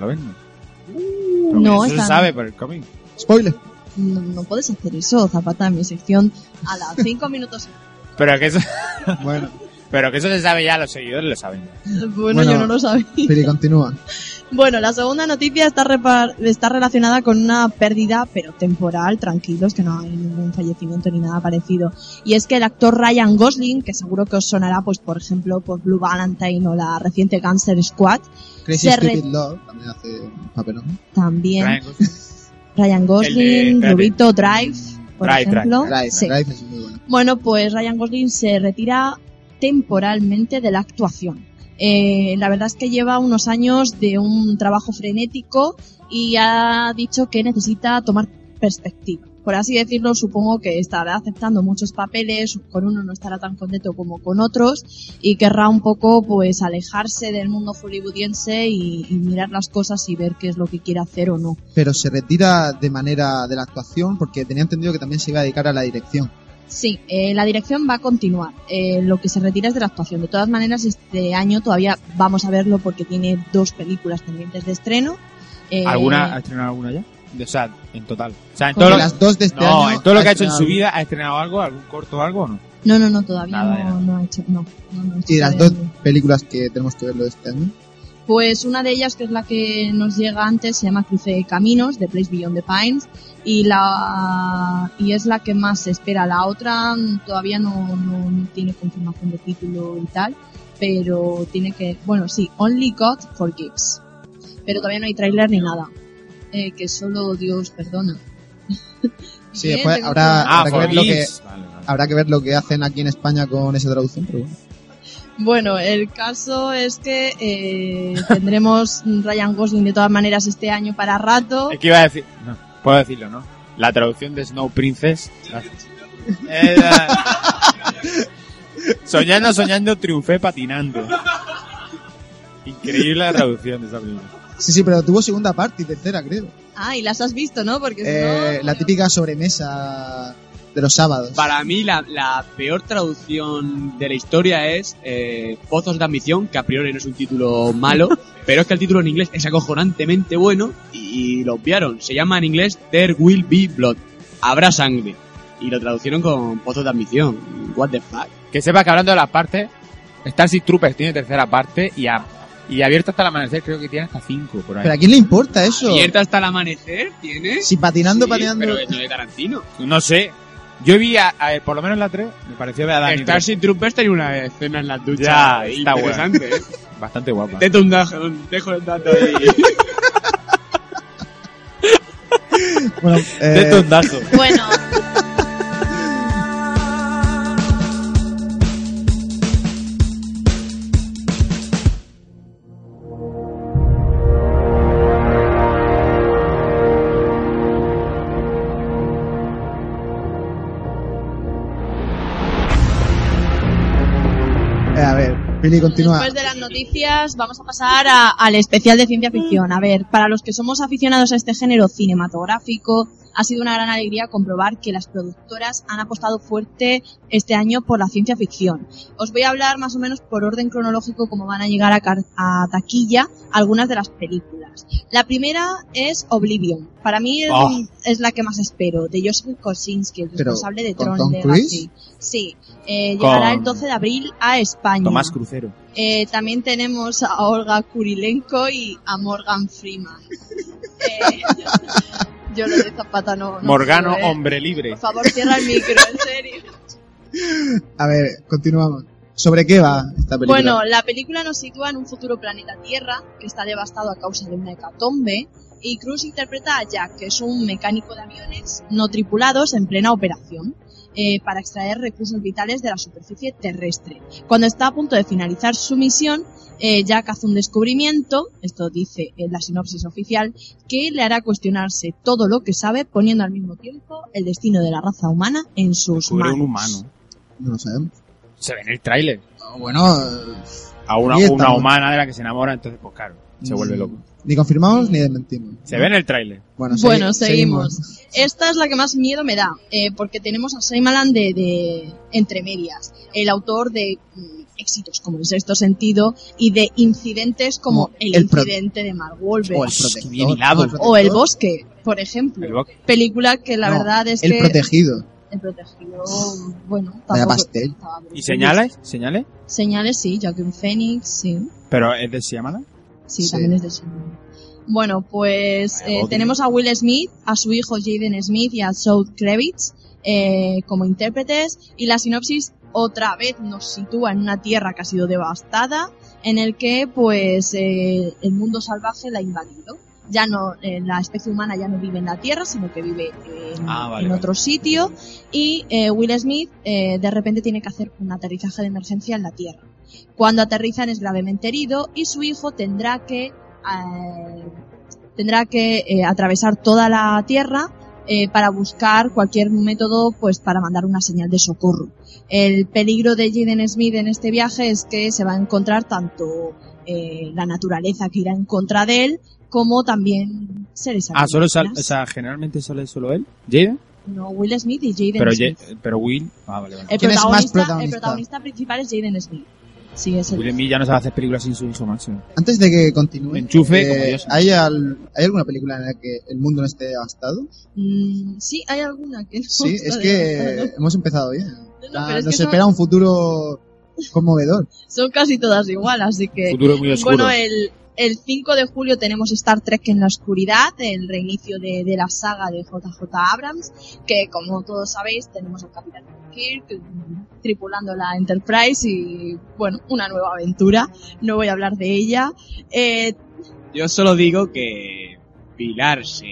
Speaker 10: ¿Lo ven?
Speaker 4: no,
Speaker 10: Eso se
Speaker 4: están-
Speaker 10: sabe por el cómic.
Speaker 1: Spoiler.
Speaker 4: No, no puedes hacer eso, Zapata, en mi sección a las 5 minutos.
Speaker 10: Pero que, eso,
Speaker 1: Bueno,
Speaker 10: pero que eso se sabe ya, los seguidores lo saben. ya.
Speaker 4: Bueno,
Speaker 1: Bueno.
Speaker 4: yo no lo sabía.
Speaker 1: Pili, continúa.
Speaker 4: Bueno, la segunda noticia está, repar- está relacionada con una pérdida, pero temporal, tranquilos, que no hay ningún fallecimiento ni nada parecido. Y es que el actor Ryan Gosling, que seguro que os sonará, pues por ejemplo, por Blue Valentine o la reciente Gangster Squad,
Speaker 1: Crazy
Speaker 4: Se re-
Speaker 1: Stupid Love también hace un papelón.
Speaker 4: también
Speaker 10: Ryan Gosling.
Speaker 4: Ryan
Speaker 10: El
Speaker 4: Gosling,
Speaker 10: de- espérate.
Speaker 4: Rubito, Drive, por
Speaker 10: Drive,
Speaker 4: ejemplo.
Speaker 1: Drive,
Speaker 4: Sí.
Speaker 1: Drive es muy bueno.
Speaker 4: Bueno, pues Ryan Gosling se retira temporalmente de la actuación. Eh, la verdad es que lleva unos años de un trabajo frenético y ha dicho que necesita tomar perspectiva. Por así decirlo, supongo que estará aceptando muchos papeles, con uno no estará tan contento como con otros y querrá un poco pues alejarse del mundo hollywoodiense y- y mirar las cosas y ver qué es lo que quiere hacer o no.
Speaker 1: Pero se retira de manera de la actuación porque tenía entendido que también se iba a dedicar a la dirección.
Speaker 4: Sí, eh, la dirección va a continuar. Eh, lo que se retira es de la actuación. De todas maneras, este año todavía vamos a verlo porque tiene dos películas pendientes de estreno. Eh,
Speaker 10: ¿Alguna, ¿Ha estrenado alguna ya? De- O sea, en total. O sea, en
Speaker 4: Con
Speaker 10: todo,
Speaker 1: En
Speaker 10: lo,
Speaker 1: las dos de este
Speaker 10: no,
Speaker 1: año
Speaker 10: en todo lo que ha hecho en
Speaker 1: estrenado
Speaker 10: su vida, ¿ha estrenado algo? ¿Algún corto o algo o no?
Speaker 4: No, no, no, todavía
Speaker 1: Nada,
Speaker 4: no, no ha hecho. No, no, no ha hecho
Speaker 1: Y las
Speaker 4: todavía
Speaker 1: dos películas que tenemos que ver lo de este año.
Speaker 4: Pues una de ellas, que es la que nos llega antes, se llama Cruce de Caminos, de Place Beyond the Pines, y la y es la que más se espera. La otra mm, todavía no, no- no tiene confirmación de título y tal, pero tiene que... Bueno, sí, Only God Forgives. Pero todavía no hay tráiler ni nada. Eh, que solo Dios perdona.
Speaker 1: Sí,
Speaker 4: Bien,
Speaker 1: después
Speaker 4: me
Speaker 1: habrá,
Speaker 4: gusta.
Speaker 1: habrá que ver lo que,
Speaker 10: Forlís.
Speaker 1: habrá que ver lo que hacen aquí en España con esa traducción, pero bueno.
Speaker 4: Bueno, el caso es que eh, tendremos Ryan Gosling de todas maneras este año para rato.
Speaker 10: Es que iba a decir. No, puedo decirlo, ¿no? La traducción de Snow Princess. Era- soñando, soñando, triunfé patinando. Increíble la traducción de esa película.
Speaker 1: Sí, sí, pero tuvo segunda parte y tercera, creo.
Speaker 4: Ah, y las has visto, ¿no? Porque si
Speaker 1: Eh, la típica sobremesa de los sábados.
Speaker 3: Para mí la, la peor traducción de la historia es eh, Pozos de Ambición, que a priori no es un título malo, pero es que el título en inglés es acojonantemente bueno y, y lo obviaron. Se llama en inglés There Will Be Blood, habrá sangre. Y lo traducieron con Pozos de Ambición. What the fuck.
Speaker 10: Que sepa que hablando de las partes, Starship Troopers tiene tercera parte y, a- y abierta hasta el amanecer creo que tiene hasta cinco por ahí.
Speaker 1: Pero a quién le importa eso?
Speaker 10: Abierta
Speaker 3: hasta el amanecer tiene?
Speaker 1: Si patinando,
Speaker 10: Sí,
Speaker 1: patinando.
Speaker 10: pero
Speaker 3: no de Tarantino.
Speaker 10: No sé. Yo vi, a, a- por lo menos la 3, me pareció ver a Danny
Speaker 9: Starship Troopers tenía una escena en las duchas
Speaker 10: Ya, está
Speaker 9: interesante,
Speaker 10: guay.
Speaker 9: ¿eh?
Speaker 10: Bastante guapa.
Speaker 9: Dete un dajo- un- dejo el dato ahí.
Speaker 1: Bueno, eh,
Speaker 10: Dete un dato.
Speaker 4: Bueno.
Speaker 1: eh, a ver, Billy continúa.
Speaker 4: Después de las noticias vamos a pasar a- al especial de ciencia ficción. A ver, para los que somos aficionados a este género cinematográfico, ha sido una gran alegría comprobar que las productoras han apostado fuerte este año por la ciencia ficción. Os voy a hablar más o menos por orden cronológico cómo van a llegar a, car- a taquilla algunas de las películas. La primera es Oblivion. Para mí es,
Speaker 1: Oh.
Speaker 4: es la que más espero, de Joseph Kosinski, el
Speaker 1: Pero,
Speaker 4: responsable de
Speaker 1: ¿con
Speaker 4: Tron
Speaker 1: Tom
Speaker 4: Legacy. Sí, eh, llegará el
Speaker 10: Con-
Speaker 4: 12 de abril a España.
Speaker 10: Tomás Crucero.
Speaker 4: Eh, también tenemos a Olga Kurilenko y a Morgan Freeman. Eh, yo lo de Zapata no. no
Speaker 10: Morgano,
Speaker 4: puedo, eh.
Speaker 10: hombre libre.
Speaker 4: Por favor, cierra el micro, en serio.
Speaker 1: A ver, continuamos. ¿Sobre qué va esta película?
Speaker 4: Bueno, la película nos sitúa en un futuro planeta Tierra que está devastado a causa de una hecatombe y Cruz interpreta a Jack, que es un mecánico de aviones no tripulados en plena operación eh, para extraer recursos vitales de la superficie terrestre. Cuando está a punto de finalizar su misión, eh, Jack hace un descubrimiento, esto dice en la sinopsis oficial, que le hará cuestionarse todo lo que sabe poniendo al mismo tiempo el destino de la raza humana en sus
Speaker 10: Descubre
Speaker 4: manos.
Speaker 10: un humano.
Speaker 1: No lo sabemos.
Speaker 10: Se ve en el tráiler.
Speaker 1: Bueno,
Speaker 10: A una,
Speaker 1: ahí
Speaker 10: una
Speaker 1: estamos.
Speaker 10: humana de la que se enamora, entonces pues claro, se vuelve loco.
Speaker 1: ni confirmamos ni desmentimos.
Speaker 10: Se ve en el tráiler.
Speaker 1: Bueno, segui-
Speaker 4: Bueno, seguimos. Esta es la que más miedo me da, eh, porque tenemos a Shyamalan de, de entre medias, el autor de mm, éxitos como el sexto sentido y de incidentes como
Speaker 1: Como
Speaker 4: el,
Speaker 1: el pro-
Speaker 4: incidente de Mark
Speaker 10: Oh,
Speaker 4: Wahlberg
Speaker 1: O el
Speaker 10: Qué
Speaker 1: protector.
Speaker 10: bien hilado.
Speaker 1: o el protector.
Speaker 4: o El bosque, por ejemplo.
Speaker 10: El bosque.
Speaker 4: Película que la
Speaker 1: No,
Speaker 4: verdad es
Speaker 1: El
Speaker 4: que
Speaker 1: protegido.
Speaker 4: el protegido, bueno,
Speaker 1: Vaya
Speaker 4: tampoco
Speaker 1: pastel.
Speaker 4: estaba bien.
Speaker 10: ¿Y señales? ¿Señales?
Speaker 4: Señales sí, Joaquin Phoenix, sí.
Speaker 10: ¿Pero es de Shyamalan?
Speaker 4: Sí,
Speaker 1: Sí.
Speaker 4: también es de Shyamalan. Bueno, pues
Speaker 10: Vaya
Speaker 4: eh,
Speaker 10: bote.
Speaker 4: tenemos a Will Smith, a su hijo Jaden Smith y a Saul Kravitz eh, como intérpretes y la sinopsis otra vez nos sitúa en una tierra que ha sido devastada en el que pues eh, el mundo salvaje la ha invadido. Ya no, eh, la especie humana ya no vive en la tierra, sino que vive eh, en,
Speaker 9: Ah, vale,
Speaker 4: en
Speaker 9: vale.
Speaker 4: otro sitio y eh, Will Smith eh, de repente tiene que hacer un aterrizaje de emergencia en la tierra. Cuando aterrizan es gravemente herido y su hijo tendrá que eh, tendrá que eh, atravesar toda la tierra eh, para buscar cualquier método pues para mandar una señal de socorro. El peligro de Jaden Smith en este viaje es que se va a encontrar tanto eh, la naturaleza que irá en contra de él como también seres
Speaker 10: Ah, solo sal, o
Speaker 4: alienígenas.
Speaker 10: sea, generalmente sale solo él. ¿Jaden?
Speaker 4: No, Will Smith y Jaden
Speaker 10: Pero,
Speaker 4: Smith.
Speaker 10: Ye- pero Will. Ah, vale, vale.
Speaker 4: El
Speaker 1: ¿Quién es
Speaker 4: protagonista,
Speaker 1: más
Speaker 4: el
Speaker 1: protagonista?
Speaker 4: protagonista principal es Jaden Smith. Sí, es el-
Speaker 10: Will Smith ya no sabe hacer películas sin su hijo máximo.
Speaker 1: Antes de que continúe,
Speaker 10: Me enchufe
Speaker 1: eh,
Speaker 10: como Dios.
Speaker 1: ¿hay, al- ¿hay alguna película en la que el mundo no esté devastado?
Speaker 4: Mm, sí, hay alguna que no
Speaker 1: Sí,
Speaker 4: está
Speaker 1: es
Speaker 4: devastado.
Speaker 1: que hemos empezado bien.
Speaker 4: no, pero es
Speaker 1: nos
Speaker 4: que son-
Speaker 1: espera un futuro conmovedor.
Speaker 4: Son casi todas igual, así que...
Speaker 1: Futuro muy oscuro.
Speaker 4: Bueno, eh, el, el 5 de julio tenemos Star Trek en la oscuridad, el reinicio de, de la saga de JJ Abrams, que como todos sabéis tenemos al Capitán Kirk mm, tripulando la Enterprise y, bueno, una nueva aventura. No voy a hablar de ella. Eh,
Speaker 3: Yo solo digo que Pilar se...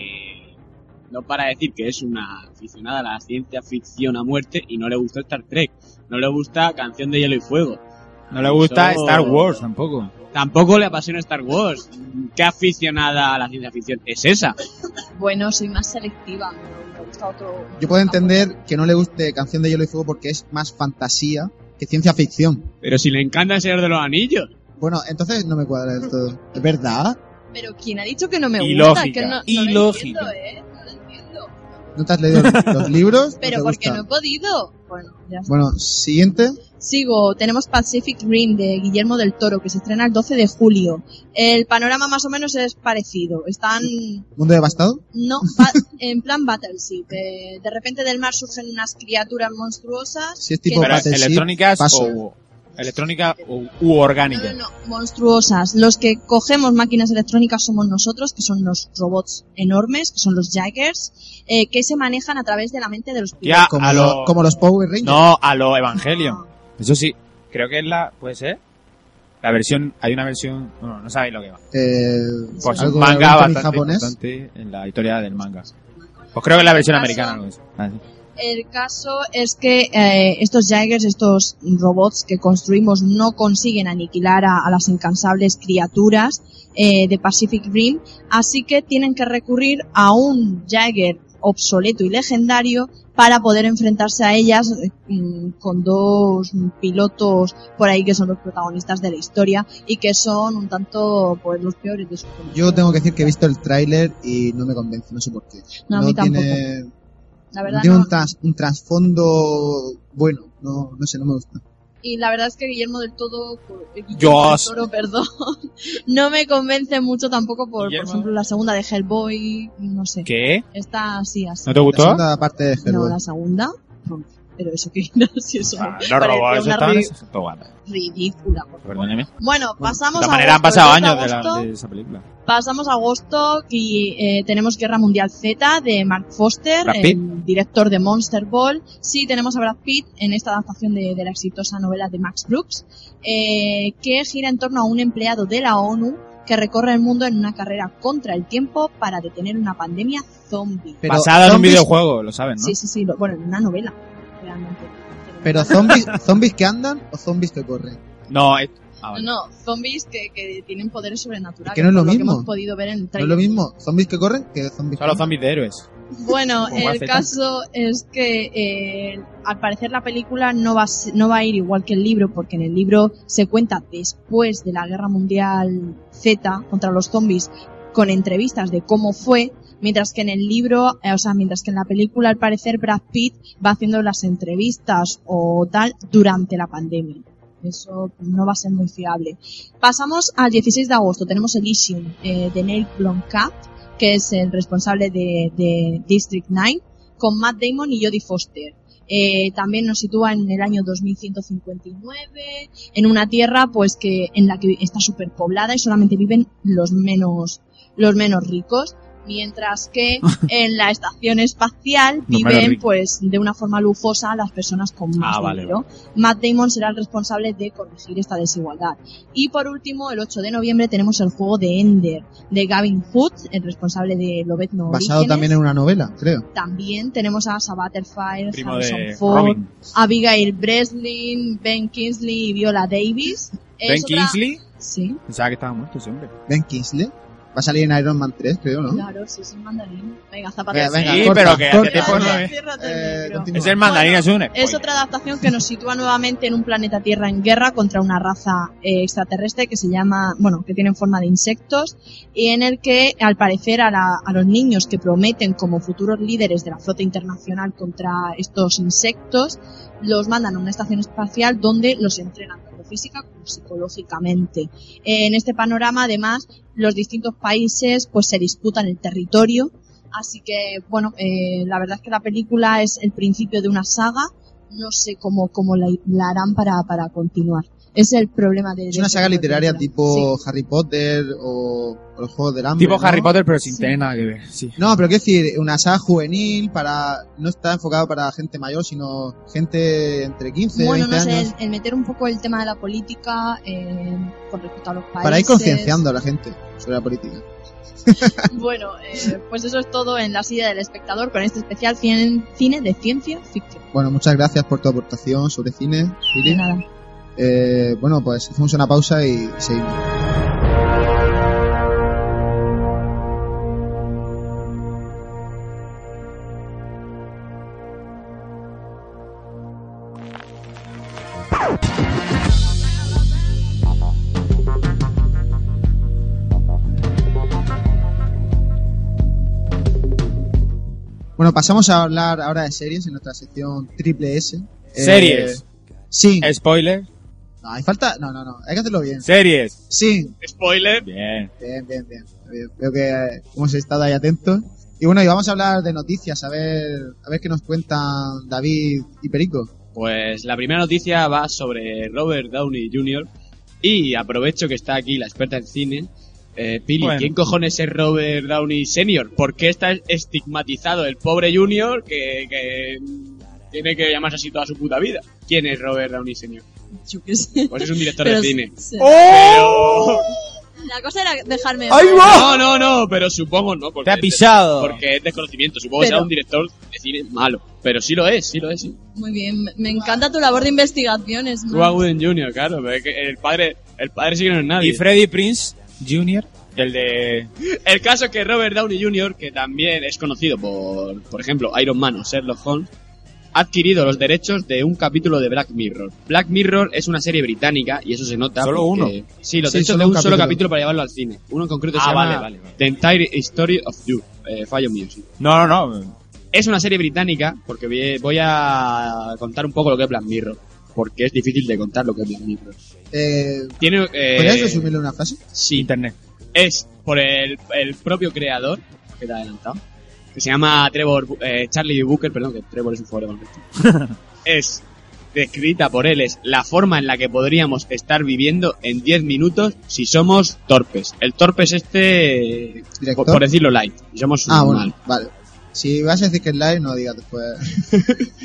Speaker 3: No para de decir que es una aficionada a la ciencia ficción a muerte y no le gusta Star Trek. No le gusta Canción de Hielo y Fuego.
Speaker 10: No le gusta
Speaker 3: Eso-
Speaker 10: Star Wars tampoco.
Speaker 3: Tampoco le apasiona Star Wars. ¿Qué aficionada a la ciencia ficción es esa?
Speaker 4: bueno, soy más selectiva, me, me gusta otro...
Speaker 1: Yo puedo entender que no le guste Canción de Hielo y Fuego porque es más fantasía que ciencia ficción.
Speaker 9: Pero si le encanta el Señor de los Anillos.
Speaker 1: Bueno, entonces no me cuadra del todo. ¿Es verdad?
Speaker 4: Pero ¿quién ha dicho que no me gusta?
Speaker 1: Ilógica,
Speaker 4: Que no, no lo
Speaker 1: ilógica.
Speaker 4: entiendo, ¿eh? No lo entiendo.
Speaker 1: ¿No te has leído los libros? ¿No
Speaker 4: Pero
Speaker 1: te
Speaker 4: porque
Speaker 1: gusta?
Speaker 4: no he podido. Bueno, ya está.
Speaker 1: Bueno, siguiente.
Speaker 4: Sigo, tenemos Pacific Rim de Guillermo del Toro, que se estrena el 12 de julio. El panorama más o menos es parecido. Están,
Speaker 1: Mundo devastado.
Speaker 4: no, ba- en plan Battleship. Eh, de repente del mar surgen unas criaturas monstruosas.
Speaker 1: Si es
Speaker 4: que-
Speaker 1: tipo
Speaker 10: Pero
Speaker 1: Battleship,
Speaker 10: electrónicas
Speaker 1: paso.
Speaker 10: o electrónica u, u orgánica.
Speaker 4: monstruosas. Los que cogemos máquinas electrónicas somos nosotros, que son los robots enormes, que son los Jaggers, eh, que se manejan a través de la mente de los
Speaker 10: Ya,
Speaker 4: pilotos.
Speaker 10: a
Speaker 1: lo-
Speaker 10: lo,
Speaker 1: como los Power Rangers.
Speaker 10: no, a lo Evangelion. Eso sí, creo que es la, puede ser, la versión, hay una versión, bueno, no sabéis lo que va.
Speaker 1: Eh,
Speaker 10: Pues
Speaker 1: algo
Speaker 10: un manga
Speaker 1: anime
Speaker 10: bastante
Speaker 1: japonés.
Speaker 10: importante en la historia del manga. Pues creo que es la versión americana. algo así. Ah, sí.
Speaker 4: El caso es que eh, estos Jaegers, estos robots que construimos, no consiguen aniquilar a, a las incansables criaturas eh, de Pacific Rim, así que tienen que recurrir a un Jaeger obsoleto y legendario para poder enfrentarse a ellas eh, mm, con dos pilotos por ahí que son los protagonistas de la historia y que son un tanto pues los peores de su
Speaker 1: Yo tengo que decir que he visto el tráiler y no me convence, no sé por qué.
Speaker 4: No, a mí
Speaker 1: tiene,
Speaker 4: la
Speaker 1: no
Speaker 4: verdad
Speaker 1: tiene
Speaker 4: no-
Speaker 1: un, tras- un trasfondo bueno, no, no sé, no me gusta.
Speaker 4: Y la verdad es que Guillermo del Todo, Guillermo
Speaker 1: Dios.
Speaker 4: del Toro, perdón, no me convence mucho tampoco por, por
Speaker 10: Guillermo.
Speaker 4: ejemplo, la segunda de Hellboy, no sé.
Speaker 10: ¿Qué?
Speaker 4: Está así, así.
Speaker 10: ¿No te gustó?
Speaker 1: La segunda parte de
Speaker 4: No,
Speaker 1: Hellboy.
Speaker 4: la segunda. Pero eso que no, si eso no.
Speaker 10: Ah, No robó,
Speaker 4: Parecía
Speaker 10: eso
Speaker 4: una
Speaker 10: estaba en
Speaker 4: ri-
Speaker 10: ese tobogán.
Speaker 4: ridícula. por favor.
Speaker 10: Pues Perdóneme.
Speaker 4: Bueno, pasamos
Speaker 10: De
Speaker 4: a
Speaker 10: manera han
Speaker 4: agosto,
Speaker 10: pasado
Speaker 4: el dos
Speaker 10: años de, la-
Speaker 4: agosto.
Speaker 10: de esa película.
Speaker 4: Pasamos a agosto y eh, tenemos Guerra Mundial Z de Mark Foster,
Speaker 10: Brad Pitt.
Speaker 4: el director de Monster Ball. Sí, tenemos a Brad Pitt en esta adaptación de, de la exitosa novela de Max Brooks, eh, que gira en torno a un empleado de la ONU que recorre el mundo en una carrera contra el tiempo para detener una pandemia zombie.
Speaker 1: Pero
Speaker 10: Basada en un
Speaker 1: zombies-
Speaker 10: videojuego, lo saben, ¿no?
Speaker 4: Sí, sí, sí. lo- bueno, en una novela, realmente.
Speaker 1: Pero zombies, zombies que andan o zombies que corren.
Speaker 10: No, es- ah, vale.
Speaker 4: No, zombies que, que tienen poderes sobrenaturales.
Speaker 1: Es que no es lo
Speaker 4: por que
Speaker 1: mismo.
Speaker 4: hemos podido ver en el
Speaker 1: No es
Speaker 4: trailer.
Speaker 1: lo mismo zombies que corren que zombies
Speaker 10: Son los zombies de héroes.
Speaker 4: Bueno,
Speaker 10: Como
Speaker 4: el
Speaker 10: hace
Speaker 4: caso es que eh, al parecer la película no va, a se- no va a ir igual que el libro, porque en el libro se cuenta después de la Guerra Mundial Z contra los zombies con entrevistas de cómo fue, mientras que en el libro, eh, o sea, mientras que en la película al parecer Brad Pitt va haciendo las entrevistas o tal durante la pandemia. Eso no va a ser muy fiable. Pasamos al 16 de agosto. Tenemos Elysium eh, de Neil Blomkamp, que es el responsable de, de District 9, con Matt Damon y Jodie Foster. Eh, también nos sitúa en el año 2159, en una tierra pues que en la que está superpoblada y solamente viven los menos los menos ricos, mientras que en la estación espacial
Speaker 11: Los menos
Speaker 4: viven
Speaker 11: ricos.
Speaker 4: pues de una forma lujosa las personas con más
Speaker 11: Ah, vale,
Speaker 4: dinero. Matt Damon será el responsable de corregir esta desigualdad. Y por último, el 8 de noviembre tenemos el juego de Ender de Gavin Hood, el responsable de Lobezno
Speaker 1: Basado
Speaker 4: Orígenes.
Speaker 1: también en una novela, creo.
Speaker 4: También tenemos a Asa Butterfield,
Speaker 1: Primo de
Speaker 4: Harrison Ford,
Speaker 1: Robin.
Speaker 4: Abigail Breslin, Ben Kingsley y Viola Davis.
Speaker 10: ¿Ben
Speaker 4: Es otra-
Speaker 10: Kingsley?
Speaker 4: Sí.
Speaker 10: Pensaba que estaba muerto siempre.
Speaker 1: Ben Kingsley. Va a salir en Iron Man 3, creo, ¿no?
Speaker 4: Claro, sí, es un mandarín. Venga, zapata.
Speaker 1: Venga, venga,
Speaker 10: sí,
Speaker 1: corta,
Speaker 10: pero que hace
Speaker 1: corta. Eh,
Speaker 10: tiempo no
Speaker 1: Cierra,
Speaker 10: es.
Speaker 4: Ciérrate el micro.
Speaker 10: Es el mandarín, es un
Speaker 4: Es
Speaker 10: spoiler.
Speaker 4: otra adaptación que nos sitúa nuevamente en un planeta Tierra en guerra contra una raza eh, extraterrestre que se llama, bueno, que tiene forma de insectos y en el que al parecer a, la- a los niños que prometen como futuros líderes de la flota internacional contra estos insectos los mandan a una estación espacial donde los entrenan tanto física como psicológicamente. Eh, en este panorama además los distintos países pues se disputan el territorio Así que, bueno, eh, la verdad es que la película es el principio de una saga no sé cómo, cómo la, la harán para, para continuar. Es el problema de...
Speaker 1: Es una saga literaria tipo Harry Potter o, o los Juegos del Hambre.
Speaker 10: Tipo
Speaker 1: ¿no?
Speaker 10: Harry Potter, pero sin tener nada que ver. Sí.
Speaker 1: No, pero quiero decir, una saga juvenil para no está enfocado para gente mayor, sino gente entre 15 y
Speaker 4: Bueno,
Speaker 1: 20
Speaker 4: no sé,
Speaker 1: años.
Speaker 4: el, el meter un poco el tema de la política eh, con respecto a los países.
Speaker 1: Para ir concienciando a la gente sobre la política.
Speaker 4: Bueno, eh, pues eso es todo en la silla del espectador con este especial cien- cine de ciencia ficción.
Speaker 1: Bueno, muchas gracias por tu aportación sobre cine, Billy.
Speaker 4: De nada.
Speaker 1: Eh, bueno, pues hacemos una pausa y seguimos. Bueno, pasamos a hablar ahora de series en nuestra sección triple S. Eh,
Speaker 10: Series.
Speaker 1: Sí.
Speaker 10: Spoiler.
Speaker 1: No, hay falta. No, no, no. Hay que hacerlo bien.
Speaker 10: Series.
Speaker 1: Sí.
Speaker 9: Spoiler.
Speaker 10: Bien.
Speaker 1: Bien, bien, bien. Bien. Veo que eh, hemos estado ahí atentos. Y bueno, y vamos a hablar de noticias, a ver, a ver qué nos cuentan David y Perico.
Speaker 9: Pues la primera noticia va sobre Robert Downey Jr. Y aprovecho que está aquí la experta en cine. Eh, Pili,
Speaker 10: Bueno.
Speaker 9: ¿quién cojones es Robert Downey Sr.? ¿Por qué está estigmatizado el pobre Junior que, que tiene que llamarse así toda su puta vida? ¿Quién es Robert Downey Sr.?
Speaker 4: Yo qué sé.
Speaker 9: Pues es un director
Speaker 4: Pero
Speaker 9: de cine.
Speaker 4: se-
Speaker 10: ¡Oh!
Speaker 9: Pero-
Speaker 4: La cosa era dejarme...
Speaker 9: No, no, no, pero supongo no. Porque
Speaker 10: Te ha pisado.
Speaker 9: Porque es desconocimiento. Supongo que
Speaker 4: Pero-
Speaker 9: será un director de cine malo. Pero sí lo es, sí lo es, sí.
Speaker 4: Muy bien, me- me encanta tu labor de investigaciones. man.
Speaker 9: Cuba Wooden Jr., claro. pero es que el padre, el padre sí que no es nadie.
Speaker 10: Y Freddy Prince Jr., el de.
Speaker 9: El caso es que Robert Downey Jr., que también es conocido por, por ejemplo, Iron Man o Sherlock Holmes, ha adquirido los derechos de un capítulo de Black Mirror. Black Mirror es una serie británica y eso se nota.
Speaker 10: ¿Solo
Speaker 9: porque- Sí, los
Speaker 1: Sí,
Speaker 9: derechos
Speaker 1: solo
Speaker 9: de
Speaker 1: un
Speaker 9: un solo
Speaker 1: capítulo.
Speaker 9: capítulo para llevarlo al cine. Uno en concreto
Speaker 10: Ah,
Speaker 9: se llama
Speaker 10: vale, vale, vale.
Speaker 9: The Entire Story of You, eh, Fallo Music.
Speaker 10: No, no, no.
Speaker 9: Es una serie británica porque vi- voy a contar un poco lo que es Black Mirror. Porque es difícil de contar lo que es Black Mirror.
Speaker 1: Eh,
Speaker 9: Tiene, eh,
Speaker 1: ¿Podrías resumirlo en una frase?
Speaker 9: Sí,
Speaker 10: Internet.
Speaker 9: es por el, el propio creador, que te ha adelantado, que se llama Trevor, Bu- eh, Charlie Booker, perdón, que Trevor es un jugador de baloncesto. es descrita por él, es la forma en la que podríamos estar viviendo en 10 minutos si somos torpes. El torpe es este,
Speaker 1: ¿Director?
Speaker 9: por, por decirlo light, si somos
Speaker 1: Ah,
Speaker 9: normal.
Speaker 1: bueno, vale. Si vas a decir que es live, no digas después.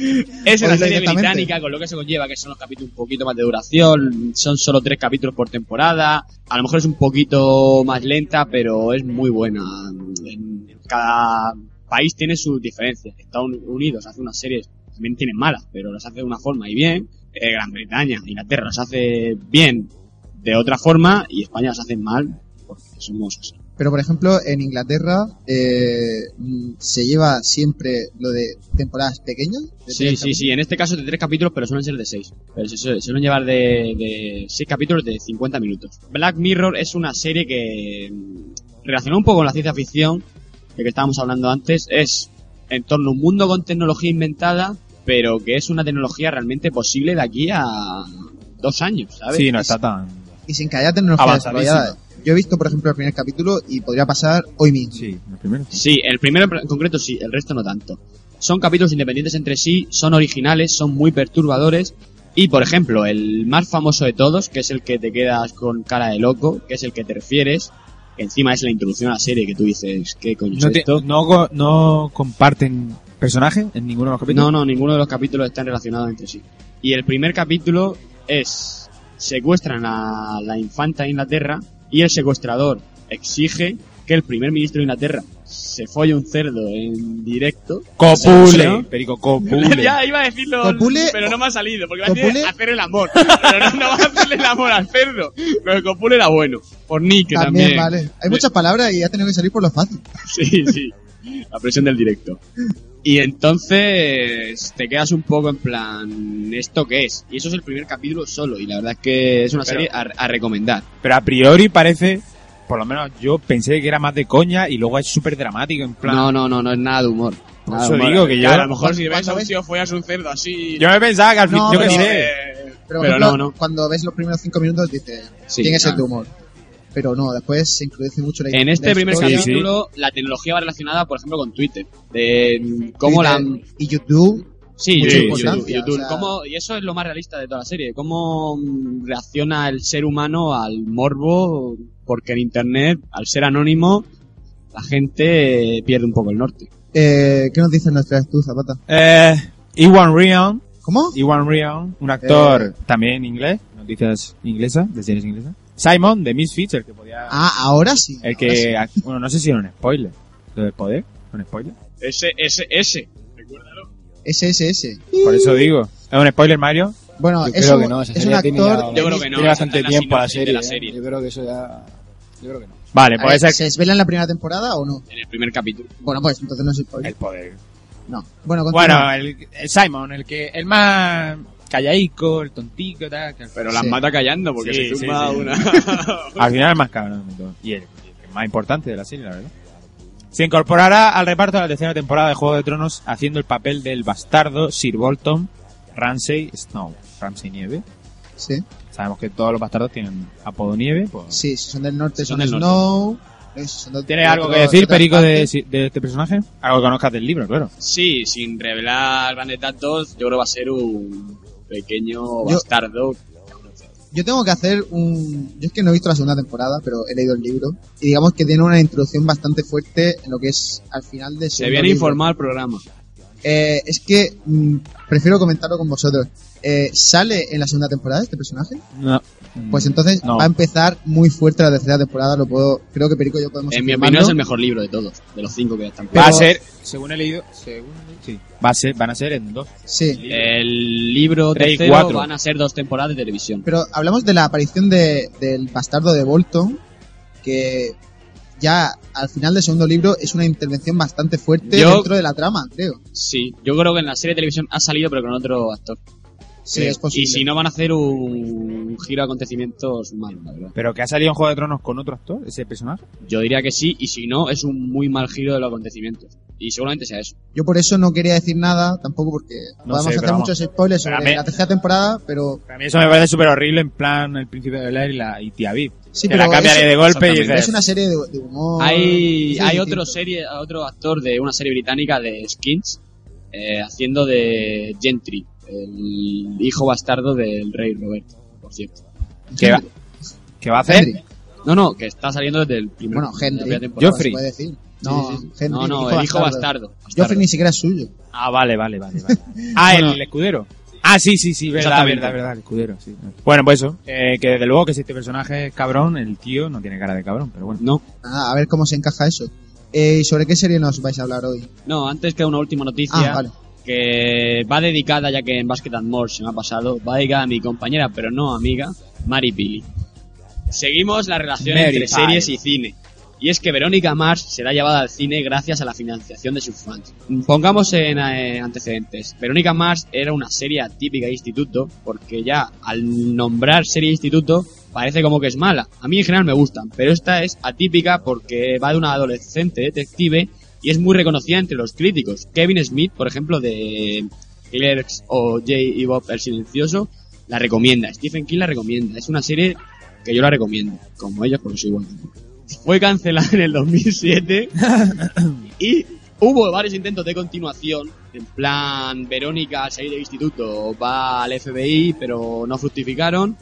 Speaker 9: Es
Speaker 1: O
Speaker 9: una
Speaker 1: dilo
Speaker 9: serie
Speaker 1: directamente.
Speaker 9: británica con lo que se conlleva, que son los capítulos un poquito más de duración, son solo tres capítulos por temporada, a lo mejor es un poquito más lenta, pero es muy buena. En cada país tiene sus diferencias. Estados Unidos hace unas series, también tienen malas, pero las hace de una forma y bien. Eh, Gran Bretaña, Inglaterra las hace bien de otra forma y España las hace mal porque somos así.
Speaker 1: Pero por ejemplo, en Inglaterra eh, mm, se lleva siempre lo de temporadas pequeñas. de
Speaker 9: Sí,
Speaker 1: tres
Speaker 9: sí, sí. En este caso de tres capítulos, pero suelen ser de seis. Pero se, suele- suelen llevar de, de seis capítulos de 50 minutos. Black Mirror es una serie que mm, relacionada un poco con la ciencia ficción, de que estábamos hablando antes, es en torno a un mundo con tecnología inventada, pero que es una tecnología realmente posible de aquí a dos años, ¿sabes?
Speaker 10: Sí, no está tan.
Speaker 1: capítulos. Y sin que haya tecnología
Speaker 10: Avanzadísimo.
Speaker 1: desarrollada. Yo he visto, por ejemplo, el primer capítulo y podría pasar hoy mismo.
Speaker 10: Sí, el primero.
Speaker 9: Sí, el primero en concreto sí, el resto no tanto. Son capítulos independientes entre sí, son originales, son muy perturbadores. Y por ejemplo, el más famoso de todos, que es el que te quedas con cara de loco, que es el que te refieres, que encima es la introducción a la serie que tú dices, ¿qué coño
Speaker 10: No,
Speaker 9: es
Speaker 10: te-
Speaker 9: esto?
Speaker 10: no, co- no comparten personaje en ninguno de los
Speaker 9: No,
Speaker 10: capítulos.
Speaker 9: no, ninguno de los capítulos están relacionados entre sí. Y el primer capítulo es secuestran a la infanta de Inglaterra y el secuestrador exige que el primer ministro de Inglaterra se folle un cerdo en directo
Speaker 10: Copule. Perico, copule.
Speaker 9: Ya iba a decirlo,
Speaker 1: Copule-
Speaker 9: pero no me ha salido, porque me
Speaker 1: Copule-
Speaker 9: a hacer el amor. Pero no, no va a hacerle el amor al cerdo. Pero Copule era bueno. Por Nick que también.
Speaker 1: También, vale. Hay muchas palabras y ha tenido que salir por lo fácil.
Speaker 9: Sí, sí. La presión del directo. Y entonces te quedas un poco en plan, ¿esto qué es? Y eso es el primer capítulo solo, y la verdad es que es una
Speaker 10: Pero-
Speaker 9: serie a, a recomendar.
Speaker 10: Pero a priori parece. Por lo menos yo pensé que era más de coña y luego es súper dramático. En plan.
Speaker 9: No, no, no, no es nada de humor.
Speaker 10: Por
Speaker 9: Nada
Speaker 10: eso
Speaker 9: de humor.
Speaker 10: digo que yo-
Speaker 9: A lo mejor si ves
Speaker 1: ¿Cuánto
Speaker 9: a un
Speaker 1: ves?
Speaker 9: tío follas un cerdo así... eh,
Speaker 10: Yo me pensaba que al fin.
Speaker 1: No,
Speaker 10: yo qué
Speaker 1: pero-
Speaker 10: sé.
Speaker 1: Pero, por
Speaker 9: Pero
Speaker 1: ejemplo,
Speaker 9: no, no.
Speaker 1: cuando ves los primeros cinco minutos dices,
Speaker 9: Sí,
Speaker 1: tiene que ser
Speaker 9: claro.
Speaker 1: tu humor. Pero no, después se incluye mucho la
Speaker 9: En
Speaker 1: la
Speaker 9: este primer
Speaker 1: historia,
Speaker 10: sí.
Speaker 9: capítulo, la tecnología va relacionada, por ejemplo, con Twitter. De mm, cómo la.
Speaker 1: Twitter Y YouTube
Speaker 9: Sí,
Speaker 1: mucha
Speaker 9: YouTube, YouTube,
Speaker 1: importancia,
Speaker 9: YouTube.
Speaker 1: o sea-
Speaker 9: Cómo- y eso es lo más realista de toda la serie, cómo mm, reacciona el ser humano al morbo, porque en Internet, al ser anónimo, la gente eh, pierde un poco el norte.
Speaker 1: Eh, ¿Qué nos dices nuestras tú, Zapata?
Speaker 10: Eh, Iwan Rion.
Speaker 1: ¿Cómo?
Speaker 10: Iwan Rion, un actor también inglés, noticias inglesas, de series inglesas. Simon, de Misfits, el que podía...
Speaker 1: Ah, ahora sí.
Speaker 10: El que... ac- Bueno, no sé si era un spoiler. ¿Lo del poder? ¿Un spoiler?
Speaker 9: Ese, ese, ese.
Speaker 1: SSS.
Speaker 10: Por eso digo. ¿Es un spoiler, Mario?
Speaker 1: Bueno,
Speaker 10: Yo
Speaker 1: es
Speaker 10: creo
Speaker 1: un,
Speaker 10: que no, esa
Speaker 1: es
Speaker 10: serie
Speaker 1: un
Speaker 10: ya tiene
Speaker 1: actor.
Speaker 10: ya- Yo creo que no, Tiene bastante la tiempo la sinopsis de la serie,
Speaker 9: serie.
Speaker 10: ¿eh?
Speaker 8: eh. Yo creo que eso ya. Yo creo que no.
Speaker 10: Vale,
Speaker 1: A ver,
Speaker 10: pues ese...
Speaker 1: ¿Se desvela en la primera temporada o no?
Speaker 9: En el primer capítulo.
Speaker 1: Bueno, pues entonces no es spoiler.
Speaker 10: El poder.
Speaker 1: No. Bueno, continúa.
Speaker 10: Bueno, el, el Simon, el que... El más callaico, el tontico, tal... que al-
Speaker 9: Pero las
Speaker 1: Sí.
Speaker 9: mata callando porque
Speaker 10: Sí,
Speaker 9: se
Speaker 10: sí,
Speaker 9: tumba
Speaker 10: sí.
Speaker 9: una.
Speaker 10: Al final el más cabrón de todo. Y el, el más importante de la serie, la verdad. Se incorporará al reparto de la tercera temporada de Juego de Tronos haciendo el papel del bastardo Sir Bolton Ramsay Snow. Ramsay Nieve.
Speaker 1: Sí,
Speaker 10: Sabemos que todos los bastardos tienen apodo Nieve. pues-
Speaker 1: sí, si son del norte,
Speaker 9: Si
Speaker 1: son,
Speaker 9: son del
Speaker 1: Snow. eh, si son de-
Speaker 10: ¿Tienes
Speaker 1: de
Speaker 10: algo
Speaker 1: otro-
Speaker 10: que decir,
Speaker 1: otra
Speaker 10: Perico, de,
Speaker 1: parte.
Speaker 10: de este personaje? Algo que conozcas del libro, claro.
Speaker 9: Sí, sin revelar grandes datos, yo creo que va a ser un pequeño
Speaker 1: Yo-
Speaker 9: bastardo.
Speaker 1: Yo tengo que hacer un. Yo es que no he visto la segunda temporada, pero he leído el libro. Y digamos que tiene una introducción bastante fuerte en lo que es al final de
Speaker 9: Se viene informado al programa.
Speaker 1: Eh, es que mm, prefiero comentarlo con vosotros. Eh, ¿Sale en la segunda temporada este personaje?
Speaker 10: No.
Speaker 1: Pues entonces
Speaker 10: Mm. No.
Speaker 1: va a empezar muy fuerte la tercera temporada. Lo puedo, creo que Perico y yo podemos.
Speaker 9: En mi
Speaker 1: afirmarlo.
Speaker 9: opinión es el mejor libro de todos, de los cinco que están.
Speaker 10: Va a
Speaker 1: pero-
Speaker 10: ser, según he leído, según he leído, sí. Va a ser, van a ser en dos.
Speaker 1: Sí,
Speaker 9: El libro
Speaker 10: Tres y
Speaker 9: tercero
Speaker 10: cuatro.
Speaker 9: van a ser dos temporadas de televisión.
Speaker 1: pero hablamos de la aparición de- del bastardo de Bolton, que ya al final del segundo libro es una intervención bastante fuerte
Speaker 9: Yo-
Speaker 1: dentro de la trama, creo.
Speaker 9: Sí, yo creo que en la serie de televisión ha salido pero con otro actor.
Speaker 1: Sí,
Speaker 9: Creo.
Speaker 1: es posible.
Speaker 9: Y si no van a hacer un giro a acontecimientos malos, la verdad.
Speaker 10: Pero que ha salido en Juego de Tronos con otro actor, ese personaje.
Speaker 9: Yo diría que sí, y si no, es un muy mal giro de los acontecimientos. Y seguramente sea eso.
Speaker 1: Yo por eso no quería decir nada, tampoco porque
Speaker 10: No
Speaker 1: podemos
Speaker 10: sé, pero
Speaker 1: hacer
Speaker 10: vamos.
Speaker 1: muchos spoilers
Speaker 10: Pero a
Speaker 1: sobre
Speaker 10: mí-
Speaker 1: la tercera temporada, pero
Speaker 10: A mí eso me parece súper horrible, en plan El Príncipe de Bel y, la, y Tía Viv.
Speaker 1: sí,
Speaker 10: que
Speaker 1: pero
Speaker 10: la cambian
Speaker 1: es-
Speaker 10: ahí de golpe y
Speaker 9: exactamente,
Speaker 10: dices...
Speaker 1: es una serie de, de humor.
Speaker 9: hay
Speaker 1: eso es
Speaker 9: hay
Speaker 1: distinto.
Speaker 9: otro, serie, otro actor de una serie británica de Skins eh, haciendo de Gentry, el hijo bastardo del rey Roberto, por cierto.
Speaker 10: que, va, que va a hacer...
Speaker 1: Henry.
Speaker 9: No, no, que está saliendo desde el primer
Speaker 1: Bueno,
Speaker 9: la primera
Speaker 1: Henry.
Speaker 9: temporada.
Speaker 10: Joffrey.
Speaker 1: se puede decir. No,
Speaker 9: Sí, sí, sí.
Speaker 1: Henry,
Speaker 9: no, no, el hijo bastardo. bastardo.
Speaker 1: Joffrey ni siquiera es suyo.
Speaker 10: Ah, vale, vale, vale. vale. Ah, el escudero. Ah, sí, sí, sí, verdad,
Speaker 9: Exactamente.
Speaker 10: verdad, verdad, el escudero, sí. Bueno, pues eso, eh, que desde luego que si este personaje es cabrón, el tío no tiene cara de cabrón, pero bueno.
Speaker 9: No,
Speaker 1: Ah, a ver cómo se encaja eso. Eh, ¿Y sobre qué serie nos vais a hablar hoy?
Speaker 9: no, antes queda una última noticia
Speaker 1: Ah, vale.
Speaker 9: que va dedicada, ya que en Basket and More se me ha pasado, va dedicada a mi compañera, pero no amiga, Mary Pili. Seguimos la relación
Speaker 10: Mary
Speaker 9: entre
Speaker 10: Pie.
Speaker 9: series y cine. Y es que Verónica Mars será llevada al cine gracias a la financiación de sus fans. Pongamos en eh, antecedentes. Verónica Mars era una serie típica de instituto, porque ya al nombrar serie de instituto parece como que es mala. A mí en general me gustan, pero esta es atípica porque va de una adolescente detective y es muy reconocida entre los críticos. Kevin Smith, por ejemplo, de Clerks o Jay y Bob el Silencioso, la recomienda. Stephen King la recomienda. Es una serie que yo la recomiendo, como ellos, porque soy igual. Fue cancelada en el 2007 y hubo varios intentos de continuación. En plan, Verónica al salir del instituto va al FBI, pero no fructificaron.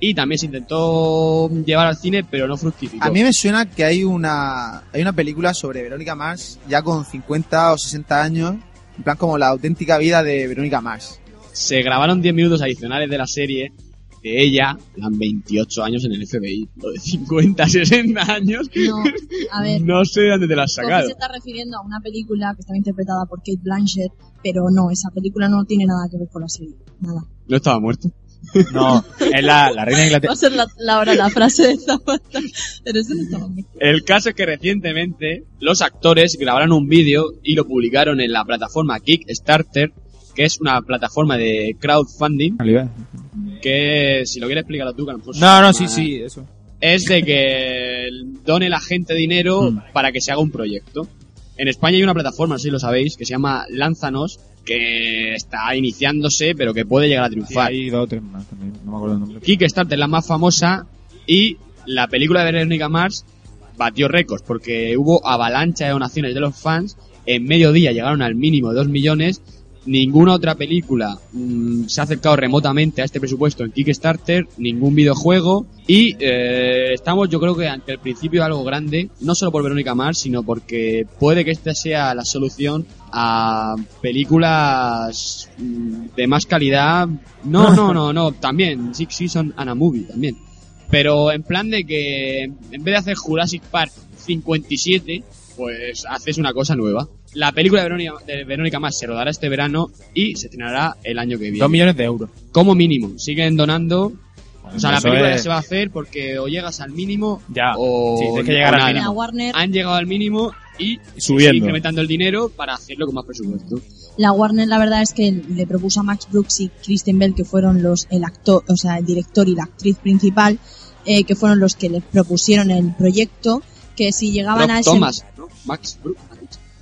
Speaker 9: Y también se intentó llevar al cine, pero no fructificó.
Speaker 1: A mí me suena que hay una hay una película sobre Verónica Mars ya con 50 o 60 años, en plan como la auténtica vida de Verónica Mars.
Speaker 9: se grabaron 10 minutos adicionales de la serie de ella, eran 28 años en el FBI, lo de 50, 60 años,
Speaker 4: No, a ver,
Speaker 9: no sé de dónde te la has
Speaker 4: Sophie
Speaker 9: Mm, sacado.
Speaker 4: se está refiriendo a una película que estaba interpretada por Kate Blanchett, pero no, esa película no tiene nada que ver con la serie. Nada.
Speaker 9: No estaba muerto.
Speaker 10: No, es la, la reina
Speaker 4: Va
Speaker 10: de
Speaker 4: a
Speaker 10: Inglaterra.
Speaker 4: ser la, la- ahora la frase de Zapata. Pero eso no estaba muy
Speaker 9: El caso es que recientemente los actores grabaron un vídeo y lo publicaron en la plataforma Kickstarter, que es una plataforma de crowdfunding, que si lo quieres explicarlo tú, que a lo mejor
Speaker 10: No, no,
Speaker 9: es
Speaker 10: sí,
Speaker 9: más-
Speaker 10: sí, eso.
Speaker 9: es de que done la gente dinero
Speaker 10: Mm.
Speaker 9: para que se haga un proyecto. En España hay una plataforma, no sé si lo sabéis, que se llama Lánzanos, que está iniciándose, pero que puede llegar a
Speaker 10: Sí,
Speaker 9: triunfar.
Speaker 10: hay dos o tres más también, no me acuerdo el nombre.
Speaker 9: Kickstarter es la más famosa y la película de Verónica Mars batió récords porque hubo avalancha de donaciones de los fans. En medio día llegaron al mínimo de 2 millones Ninguna otra película mm, se ha acercado remotamente a este presupuesto en Kickstarter, ningún videojuego y eh, estamos yo creo que ante el principio de algo grande, no solo por Verónica Mars, sino porque puede que esta sea la solución a películas mm, de más calidad. No, no, no, no, también, Six Season and a Movie también. Pero en plan de que en vez de hacer Jurassic Park 57, pues haces una cosa nueva. La película de Verónica, de Verónica Mars se rodará este verano y se estrenará el año que viene.
Speaker 10: Dos millones de euros.
Speaker 9: Como mínimo. Siguen donando. O sea, la
Speaker 10: Eso
Speaker 9: película ya
Speaker 10: es-
Speaker 9: se va a hacer porque o llegas al mínimo
Speaker 10: Ya.
Speaker 9: o.
Speaker 10: Sí, tienes que llegar
Speaker 9: o
Speaker 10: al
Speaker 9: nada.
Speaker 4: La Warner,
Speaker 9: Han llegado al mínimo y
Speaker 10: Subiendo.
Speaker 9: siguen incrementando el dinero para hacerlo con más presupuesto.
Speaker 4: la Warner, la verdad es que le propuso a Max Brooks y Kristen Bell, que fueron los, el actor, o sea, el director y la actriz principal, eh, que fueron los que les propusieron el proyecto, que si llegaban
Speaker 9: Rob
Speaker 4: a ese...
Speaker 9: Thomas, ¿no? Max Brook.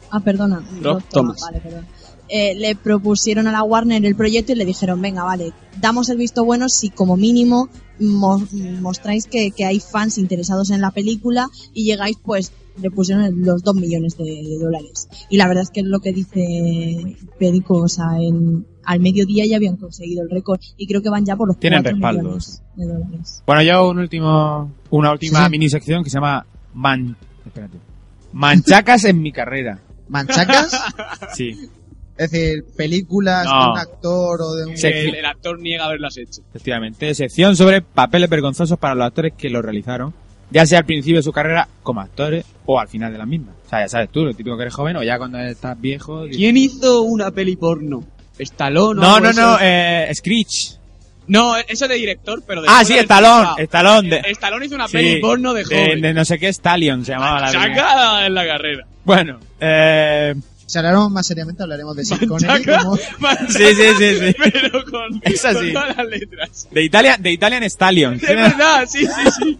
Speaker 4: Ah, perdona.
Speaker 9: Rob Thomas.
Speaker 4: Vale, perdón. Eh, le propusieron a la Warner el proyecto y le dijeron, venga, vale, damos el visto bueno si como mínimo mo- mostráis que, que hay fans interesados en la película y llegáis, pues, le pusieron el- los dos millones de, de dólares. Y la verdad es que es lo que dice Perico, o sea, en, al mediodía ya habían conseguido el récord y creo que van ya por los
Speaker 10: Tienen
Speaker 4: cuatro
Speaker 10: respaldos.
Speaker 4: millones de dólares.
Speaker 10: Bueno, yo un último, una última
Speaker 1: Sí.
Speaker 10: mini sección que se llama Man... Espérate. Manchacas en mi carrera.
Speaker 1: ¿Manchacas?
Speaker 10: Sí,
Speaker 1: Es decir, películas
Speaker 10: No.
Speaker 1: de un actor o de un...
Speaker 10: Sí.
Speaker 9: El, el actor niega haberlas hecho.
Speaker 10: efectivamente. Sección sobre papeles vergonzosos para los actores que lo realizaron. Ya sea al principio de su carrera como actores o al final de la misma. O sea, ya sabes tú, lo típico que eres joven o ya cuando estás viejo. dices-
Speaker 9: ¿Quién hizo una peli porno? ¿Estalón o
Speaker 10: No,
Speaker 9: algo
Speaker 10: no,
Speaker 9: de
Speaker 10: no,
Speaker 9: eso?
Speaker 10: eh, Screech.
Speaker 9: No, eso de director, pero de.
Speaker 10: Ah, sí, Estalón, Estalón. De,
Speaker 9: Estalón hizo una
Speaker 10: sí,
Speaker 9: peli porno de joven.
Speaker 10: de no sé qué Stallion se llamaba la primera.
Speaker 9: Sacada en la carrera.
Speaker 10: Bueno, eh,
Speaker 1: Si hablamos más seriamente hablaremos de Sean Connery como...
Speaker 10: sí, sí, sí, sí.
Speaker 9: Pero con,
Speaker 10: Es
Speaker 9: con
Speaker 10: así.
Speaker 9: todas las letras.
Speaker 10: De Italia, de Italian Stallion.
Speaker 9: Es verdad, sí, sí, sí.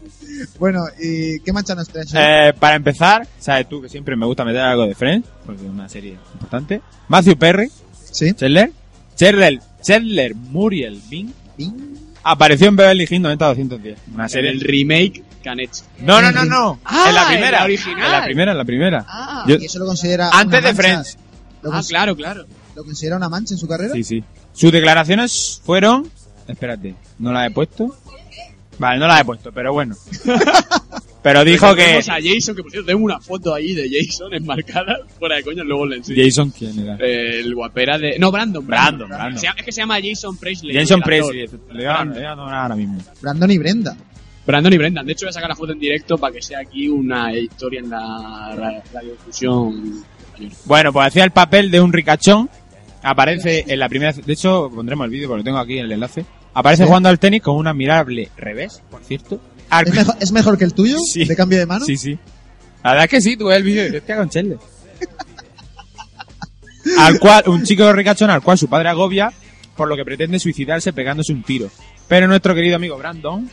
Speaker 1: Bueno, ¿y qué mancha nos traes? hoy?
Speaker 10: Eh, para empezar, sabes tú que siempre me gusta meter algo de Friends, porque es una serie importante. Matthew Perry,
Speaker 1: Sí.
Speaker 10: Chandler, Chandler, Chandler Muriel Bing,
Speaker 1: Bing.
Speaker 10: apareció en Beverly Hills 90210. Una serie.
Speaker 9: El remake que han hecho.
Speaker 10: No, no, no, no.
Speaker 9: Ah,
Speaker 10: en la
Speaker 9: en
Speaker 10: primera.
Speaker 9: la original.
Speaker 10: En la primera, en la primera.
Speaker 1: Ah,
Speaker 10: Yo-
Speaker 1: y eso lo considera...
Speaker 10: Antes
Speaker 1: una
Speaker 10: de
Speaker 1: mancha?
Speaker 10: Friends.
Speaker 1: ¿Lo,
Speaker 9: Ah,
Speaker 1: cons-
Speaker 9: claro, claro.
Speaker 1: ¿Lo considera una mancha en su carrera?
Speaker 10: Sí, sí. Sus declaraciones fueron. Espérate, no las he puesto. Vale, no las he puesto, pero bueno. Pero dijo que.
Speaker 9: Tenemos a Jason, que por cierto, tengo una foto ahí de Jason enmarcada. Fuera de coña, luego le enseño.
Speaker 10: Jason, ¿quién era?
Speaker 9: El guapera de. No, Brandon.
Speaker 10: Brandon, Brandon.
Speaker 9: Se llama- Es que se llama Jason Presley.
Speaker 10: Jason
Speaker 9: el actor.
Speaker 10: Presley. Le "Ah, voy a le voy a donar ahora mismo.
Speaker 1: Brandon y Brenda.
Speaker 9: Brandon y Brendan. De hecho, voy a sacar la foto en directo para que sea aquí una historia en la ra- radiofusión.
Speaker 10: Bueno, pues hacía el papel de un ricachón. Aparece en la primera. De hecho, pondremos el vídeo porque lo tengo aquí en el enlace. Aparece
Speaker 1: Sí.
Speaker 10: jugando al tenis con un admirable revés, por cierto. Al-
Speaker 1: ¿Es mejor, es mejor que el tuyo?
Speaker 10: Sí.
Speaker 1: ¿De cambio de mano?
Speaker 10: Sí, sí. La verdad es que sí, tuve el vídeo de con Chelle. al cual, un chico ricachón al cual su padre agobia, por lo que pretende suicidarse pegándose un tiro. Pero nuestro querido amigo Brandon,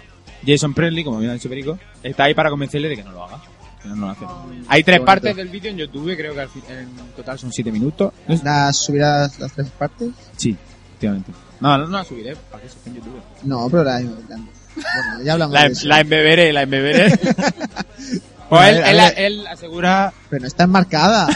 Speaker 10: Jason Presley, como bien ha dicho Perico, está ahí para convencerle de que no lo haga. Que no lo hace. Hay tres
Speaker 1: bonito.
Speaker 10: partes del vídeo en YouTube, creo que al fin- en total son siete minutos. No sé-
Speaker 1: ¿Las subirás las tres partes?
Speaker 10: Sí, efectivamente. No, no, no la subiré, para que se esté en YouTube.
Speaker 1: No, pero la Bueno, ya hablamos
Speaker 10: La,
Speaker 1: de eso.
Speaker 10: la embeberé, la embeberé. pues él,
Speaker 1: A ver,
Speaker 10: él,
Speaker 1: a ver.
Speaker 10: él asegura
Speaker 1: Pero no está enmarcada.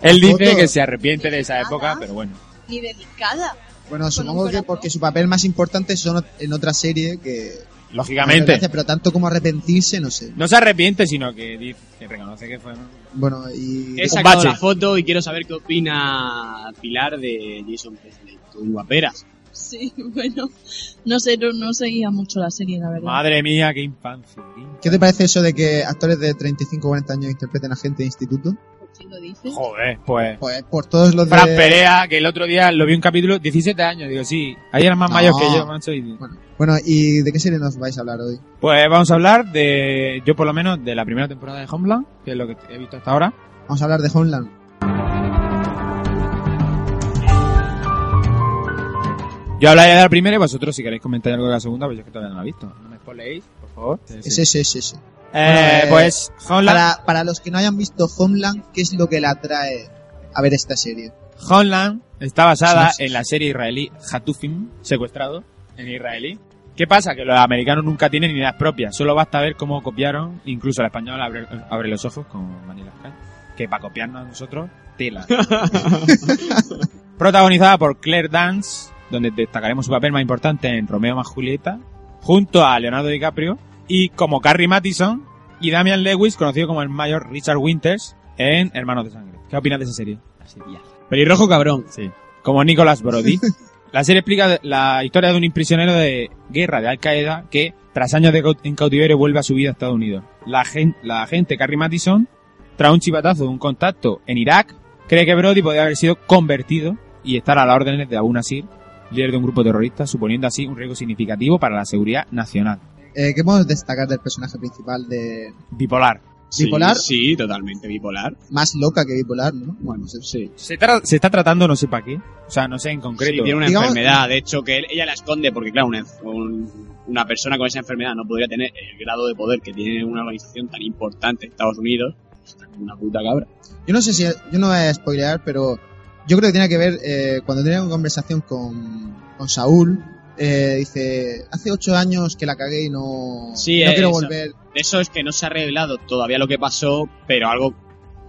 Speaker 10: Él dice
Speaker 1: Foto.
Speaker 10: que se arrepiente de esa época, pero bueno.
Speaker 4: Ni dedicada.
Speaker 1: Bueno, supongo que
Speaker 4: corazón.
Speaker 1: porque su papel más importante son ot- en otra serie que...
Speaker 10: Lógicamente.
Speaker 1: Pero tanto como arrepentirse, no sé.
Speaker 10: No se arrepiente, sino que, dice, que reconoce que fue...
Speaker 1: Bueno, y...
Speaker 9: He
Speaker 10: Un
Speaker 9: sacado
Speaker 10: bache.
Speaker 9: la foto y quiero saber qué opina Pilar de Jason Presley. Tu guapera.
Speaker 4: Sí, bueno, no sé, no, no seguía mucho la serie, la verdad.
Speaker 10: Madre mía, qué infancia. qué infancia.
Speaker 1: ¿Qué te parece eso de que actores de 35 o 40 años interpreten a gente de instituto?
Speaker 4: ¿Por quién lo dice?
Speaker 10: Joder, pues...
Speaker 1: Pues por todos los de...
Speaker 10: Fran Perea, que el otro día lo vi un capítulo, 17 años, digo, sí, ahí era más
Speaker 1: No.
Speaker 10: mayor que yo, macho. y-
Speaker 1: Bueno, ¿y de qué serie nos vais a hablar hoy?
Speaker 10: Pues vamos a hablar de, yo por lo menos, de la primera temporada de Homeland, que es lo que he visto hasta ahora.
Speaker 1: Vamos a hablar de Homeland.
Speaker 10: Yo hablaré de la primera y vosotros, si queréis comentar algo de la segunda, pues yo es que todavía no la he visto. No me spoiléis, por favor.
Speaker 1: Sí, sí, sí, sí.
Speaker 10: Eh,
Speaker 1: Bueno, eh,
Speaker 10: pues Homeland...
Speaker 1: Para, para los que no hayan visto Homeland, ¿qué es lo que la atrae a ver esta serie?
Speaker 10: Homeland está basada
Speaker 1: Sí, sí, sí.
Speaker 10: en la serie israelí Hatufim, secuestrado en israelí. ¿Qué pasa? Que los americanos nunca tienen ideas propias, solo basta ver cómo copiaron, incluso el español abre, abre los ojos con Manila Sky, que para copiarnos a nosotros, tela. protagonizada por Claire Dance, donde destacaremos su papel más importante en Romeo más Julieta, junto a Leonardo DiCaprio, y como Carrie Mathison y Damian Lewis, conocido como el mayor Richard Winters, en Hermanos de Sangre. ¿Qué opinas de esa serie? Pelirrojo cabrón. Sí. Como Nicolas Brody. la serie explica la historia de un prisionero de guerra de Al Qaeda que, tras años de caut- en cautiverio, vuelve a su vida a Estados Unidos. La, gen- la agente Carrie Mathison, tras un chivatazo de un contacto en Irak, cree que Brody podría haber sido convertido y estar a las órdenes de Abu Nasir, líder de un grupo terrorista, suponiendo así un riesgo significativo para la seguridad nacional.
Speaker 1: Eh, ¿Qué podemos destacar del personaje principal de
Speaker 10: Bipolar.
Speaker 1: Bipolar?
Speaker 9: Sí, sí, totalmente bipolar.
Speaker 1: más loca que bipolar, no? Bueno,
Speaker 9: sí.
Speaker 10: Se, tra- se está tratando no sé para qué. O sea, no sé en concreto.
Speaker 9: tiene una
Speaker 1: Digamos-
Speaker 9: enfermedad, de hecho, que él- ella la esconde porque, claro, una, un- una persona con esa enfermedad no podría tener el grado de poder que tiene una organización tan importante en Estados Unidos. Está como una puta cabra.
Speaker 1: Yo no sé si, yo no voy a spoilear, pero yo creo que tiene que ver eh, cuando tenía una conversación con, con Saúl. eh, dice, hace ocho años que la cagué y no,
Speaker 9: Sí,
Speaker 1: no
Speaker 9: eh,
Speaker 1: quiero
Speaker 9: eso.
Speaker 1: volver.
Speaker 9: De eso es que no se ha revelado todavía lo que pasó, pero algo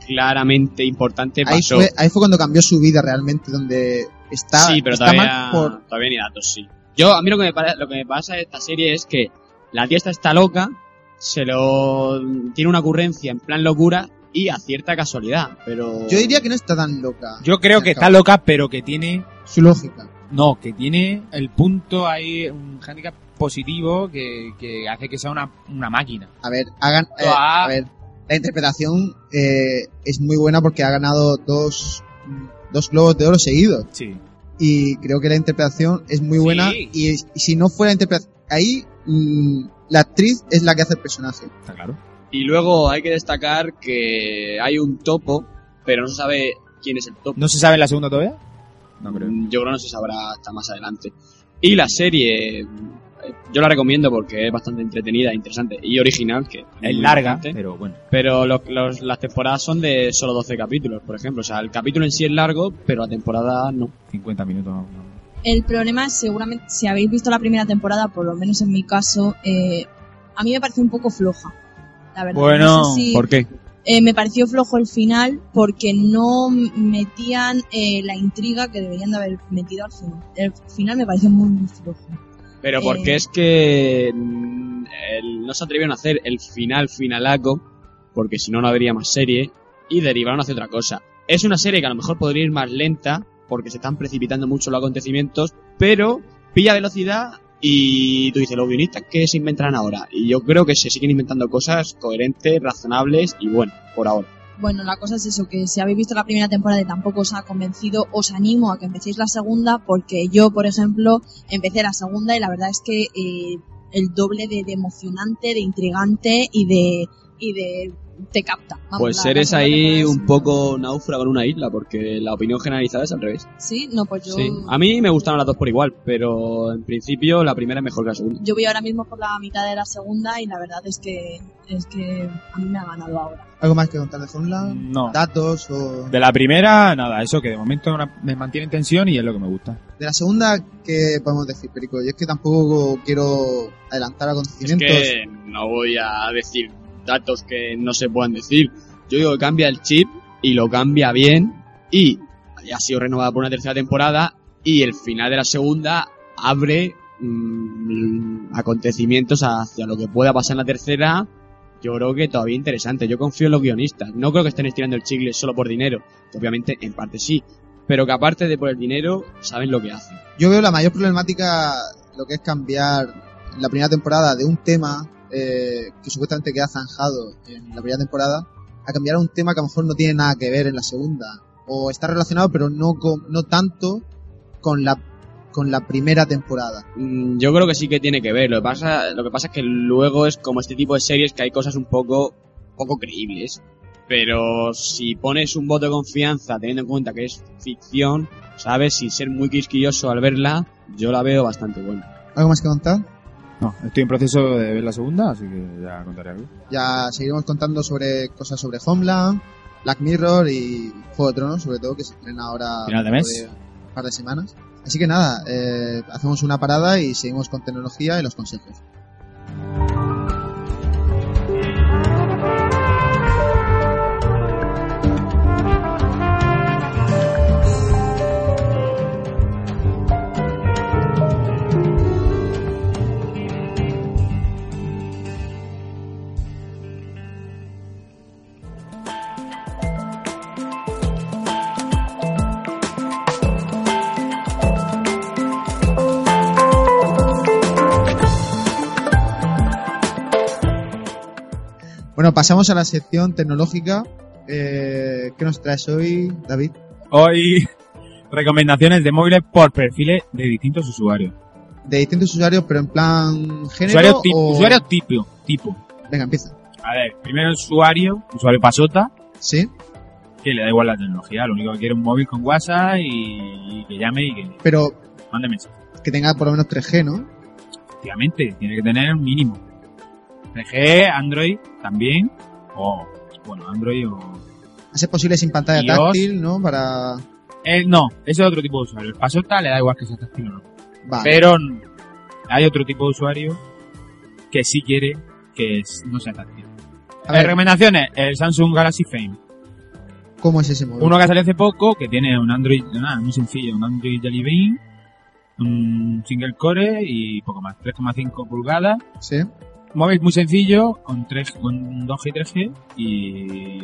Speaker 9: claramente importante
Speaker 1: Ahí
Speaker 9: pasó.
Speaker 1: fue, ahí fue cuando cambió su vida realmente, donde está,
Speaker 9: sí, pero
Speaker 1: está
Speaker 9: todavía,
Speaker 1: mal por...
Speaker 9: todavía ni datos, sí. Yo, a mí lo que, me para- lo que me pasa de esta serie es que la tía esta está loca, se lo tiene una ocurrencia en plan locura y a cierta casualidad, pero...
Speaker 1: Yo diría que no está tan loca.
Speaker 10: Yo creo que está loca, pero que tiene.
Speaker 1: Su lógica.
Speaker 10: No, que tiene el punto ahí, un handicap positivo que, que hace que sea una, una máquina.
Speaker 1: A ver, hagan, eh,
Speaker 10: Ah.
Speaker 1: a ver, la interpretación eh, es muy buena porque ha ganado dos, dos globos de oro seguidos.
Speaker 10: Sí.
Speaker 1: y creo que la interpretación es muy buena y, es- y si no fuera interpretación ahí mm, la actriz es la que hace el personaje
Speaker 10: Está claro.
Speaker 9: Y luego hay que destacar que hay un topo, pero no se sabe quién es el topo.
Speaker 10: ¿No se sabe en la segunda todavía? No creo.
Speaker 9: Mm, Yo creo que no se sabrá hasta más adelante. Y la serie, eh, yo la recomiendo porque es bastante entretenida, e interesante y original. Que
Speaker 10: Es
Speaker 9: muy
Speaker 10: larga,
Speaker 9: importante.
Speaker 10: pero bueno.
Speaker 9: Pero los- los- las temporadas son de solo 12 capítulos, por ejemplo. O sea, el capítulo en sí es largo, pero la temporada no.
Speaker 10: 50 minutos. no, no.
Speaker 4: El problema es seguramente, si habéis visto la primera temporada, por lo menos en mi caso, eh, a mí me pareció un poco floja. La verdad.
Speaker 10: Bueno,
Speaker 4: No sé si-
Speaker 10: ¿por qué?
Speaker 4: eh, me pareció flojo el final porque no metían eh, la intriga que deberían de haber metido al final. El final me pareció muy, muy flojo.
Speaker 9: Pero
Speaker 4: Eh.
Speaker 9: porque es que mm, el- no se atrevieron a hacer el final finalaco, porque si no, no habría más serie, y derivaron hacia otra cosa. Es una serie que a lo mejor podría ir más lenta, porque se están precipitando mucho los acontecimientos, pero pilla velocidad y tú dices, los guionistas, ¿qué se inventarán ahora? Y yo creo que se siguen inventando cosas coherentes, razonables y bueno, por ahora.
Speaker 4: Bueno, la cosa es eso, que si habéis visto la primera temporada y tampoco os ha convencido, os animo a que empecéis la segunda, porque yo, por ejemplo, empecé la segunda y la verdad es que eh, el doble de, de emocionante, de intrigante y de... Y de te capta. Vamos,
Speaker 9: Pues
Speaker 4: la- la
Speaker 9: eres
Speaker 4: segunda
Speaker 9: ahí
Speaker 4: temporada es-
Speaker 9: un poco náufrago en una isla, porque la opinión generalizada es al revés.
Speaker 4: Sí, no, pues yo...
Speaker 9: Sí. A mí me gustaron las dos por igual, pero en principio la primera es mejor que la segunda.
Speaker 4: Yo voy ahora mismo por la mitad de la segunda y la verdad es que es que a mí me ha ganado ahora.
Speaker 1: algo más que contar de Homeland
Speaker 10: No.
Speaker 1: datos o
Speaker 10: De la primera, nada, eso que de momento una- me mantiene en tensión y es lo que me gusta.
Speaker 1: de la segunda que podemos decir Perico yo es que tampoco quiero adelantar acontecimientos
Speaker 9: que no voy a decir datos que no se puedan decir. Yo digo que cambia el chip y lo cambia bien y ha sido renovada por una tercera temporada y el final de la segunda abre mm, acontecimientos hacia lo que pueda pasar en la tercera. Yo creo que todavía interesante. Yo confío en los guionistas. No creo que estén estirando el chicle solo por dinero. que Obviamente, en parte sí. Pero que aparte de por el dinero, saben lo que hacen.
Speaker 1: yo veo la mayor problemática lo que es cambiar la primera temporada de un tema eh, que supuestamente queda zanjado en la primera temporada a cambiar a un tema que a lo mejor no tiene nada que ver en la segunda o está relacionado pero no con- no tanto con la con la primera temporada
Speaker 9: Mm, Yo creo que sí que tiene que ver. Lo que pasa, lo que pasa es que luego es como este tipo de series que hay cosas un poco, poco creíbles. Pero si pones un voto de confianza teniendo en cuenta que es ficción, sabes, sin ser muy quisquilloso al verla, yo la veo bastante buena.
Speaker 1: algo más que contar
Speaker 10: No, estoy en proceso de ver la segunda, así que ya contaré algo.
Speaker 1: ya seguiremos contando sobre cosas sobre Homeland Black Mirror y Juego de Tronos sobre todo que se estrena ahora
Speaker 10: Final de mes.
Speaker 1: dentro un par de semanas así que nada eh, hacemos una parada y seguimos con tecnología y los consejos Bueno, pasamos a la sección tecnológica. Eh, ¿Qué nos traes hoy, David?
Speaker 10: Hoy, recomendaciones de móviles por perfiles de distintos usuarios.
Speaker 1: De distintos usuarios, pero en plan género
Speaker 10: Usuarios ti-
Speaker 1: o...
Speaker 10: usuarios tipo, tipo.
Speaker 1: Venga, empieza.
Speaker 10: A ver, primero usuario, usuario pasota,
Speaker 1: Sí,
Speaker 10: que le da igual la tecnología, lo único que quiere es un móvil con WhatsApp y, y que llame y que
Speaker 1: pero
Speaker 10: mande mensajes.
Speaker 1: que tenga por lo menos 3G, ¿no?
Speaker 10: Efectivamente, tiene que tener un mínimo. 3G, Android también, o, bueno, Android o
Speaker 1: A ser posible sin pantalla
Speaker 10: Dios.
Speaker 1: táctil, ¿no? Para...
Speaker 10: Eh, no, ese es otro tipo de usuario. El pasota le da igual que sea táctil o no.
Speaker 1: Vale.
Speaker 10: Pero n- hay otro tipo de usuario que sí quiere que s- no sea táctil.
Speaker 1: A
Speaker 10: Eh,
Speaker 1: ver,
Speaker 10: recomendaciones, el Samsung Galaxy Fame.
Speaker 1: ¿cómo es ese móvil?
Speaker 10: Uno que sale hace poco, que tiene un Android, nada, muy sencillo, un Android Jelly Bean, un single core y poco más, 3,5 pulgadas.
Speaker 1: Sí.
Speaker 10: Móvil muy sencillo, con, 3, con 2G y 3G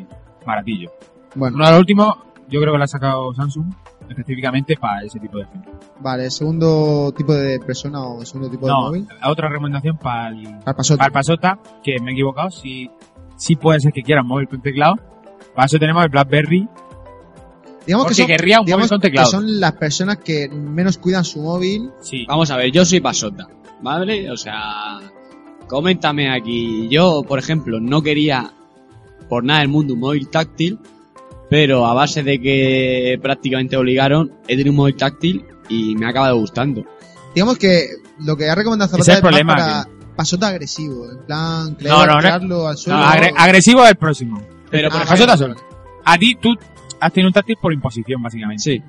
Speaker 10: y baratillo.
Speaker 1: Bueno,
Speaker 10: Uno de los últimos, yo creo que lo ha sacado Samsung específicamente para ese tipo de gente.
Speaker 1: vale. ¿Segundo tipo de persona o segundo tipo de
Speaker 10: No,
Speaker 1: móvil?
Speaker 10: a otra recomendación para el,
Speaker 1: Al paso.
Speaker 10: para el Pasota, que me he equivocado, si si puede ser que quieran móvil con teclado. Para eso tenemos el BlackBerry,
Speaker 1: Digamos
Speaker 10: porque
Speaker 1: que son,
Speaker 10: querría un móvil
Speaker 1: digamos
Speaker 10: con
Speaker 1: que
Speaker 10: teclado.
Speaker 1: son Ah. las personas que menos cuidan su móvil.
Speaker 10: Sí,
Speaker 9: Vamos a ver, yo soy pasota, ¿vale? O sea, coméntame aquí. Yo, por ejemplo, no quería por nada del mundo un móvil táctil, pero a base de que prácticamente obligaron, he tenido un móvil táctil y me ha acabado gustando.
Speaker 1: Digamos que lo que ha recomendado
Speaker 10: Ese
Speaker 1: Zapata
Speaker 10: es el
Speaker 1: más
Speaker 10: problema,
Speaker 1: para pasota agresivo. En plan, que le
Speaker 10: No,
Speaker 1: haga
Speaker 10: no, no.
Speaker 1: tirarlo al
Speaker 10: No,
Speaker 1: suelo.
Speaker 10: agre- Eh, agresivo es el próximo.
Speaker 9: Pero por
Speaker 1: Ah,
Speaker 10: El
Speaker 9: ejemplo,
Speaker 10: Pasota solo. A ti tú has tenido un táctil por imposición, básicamente.
Speaker 9: sí,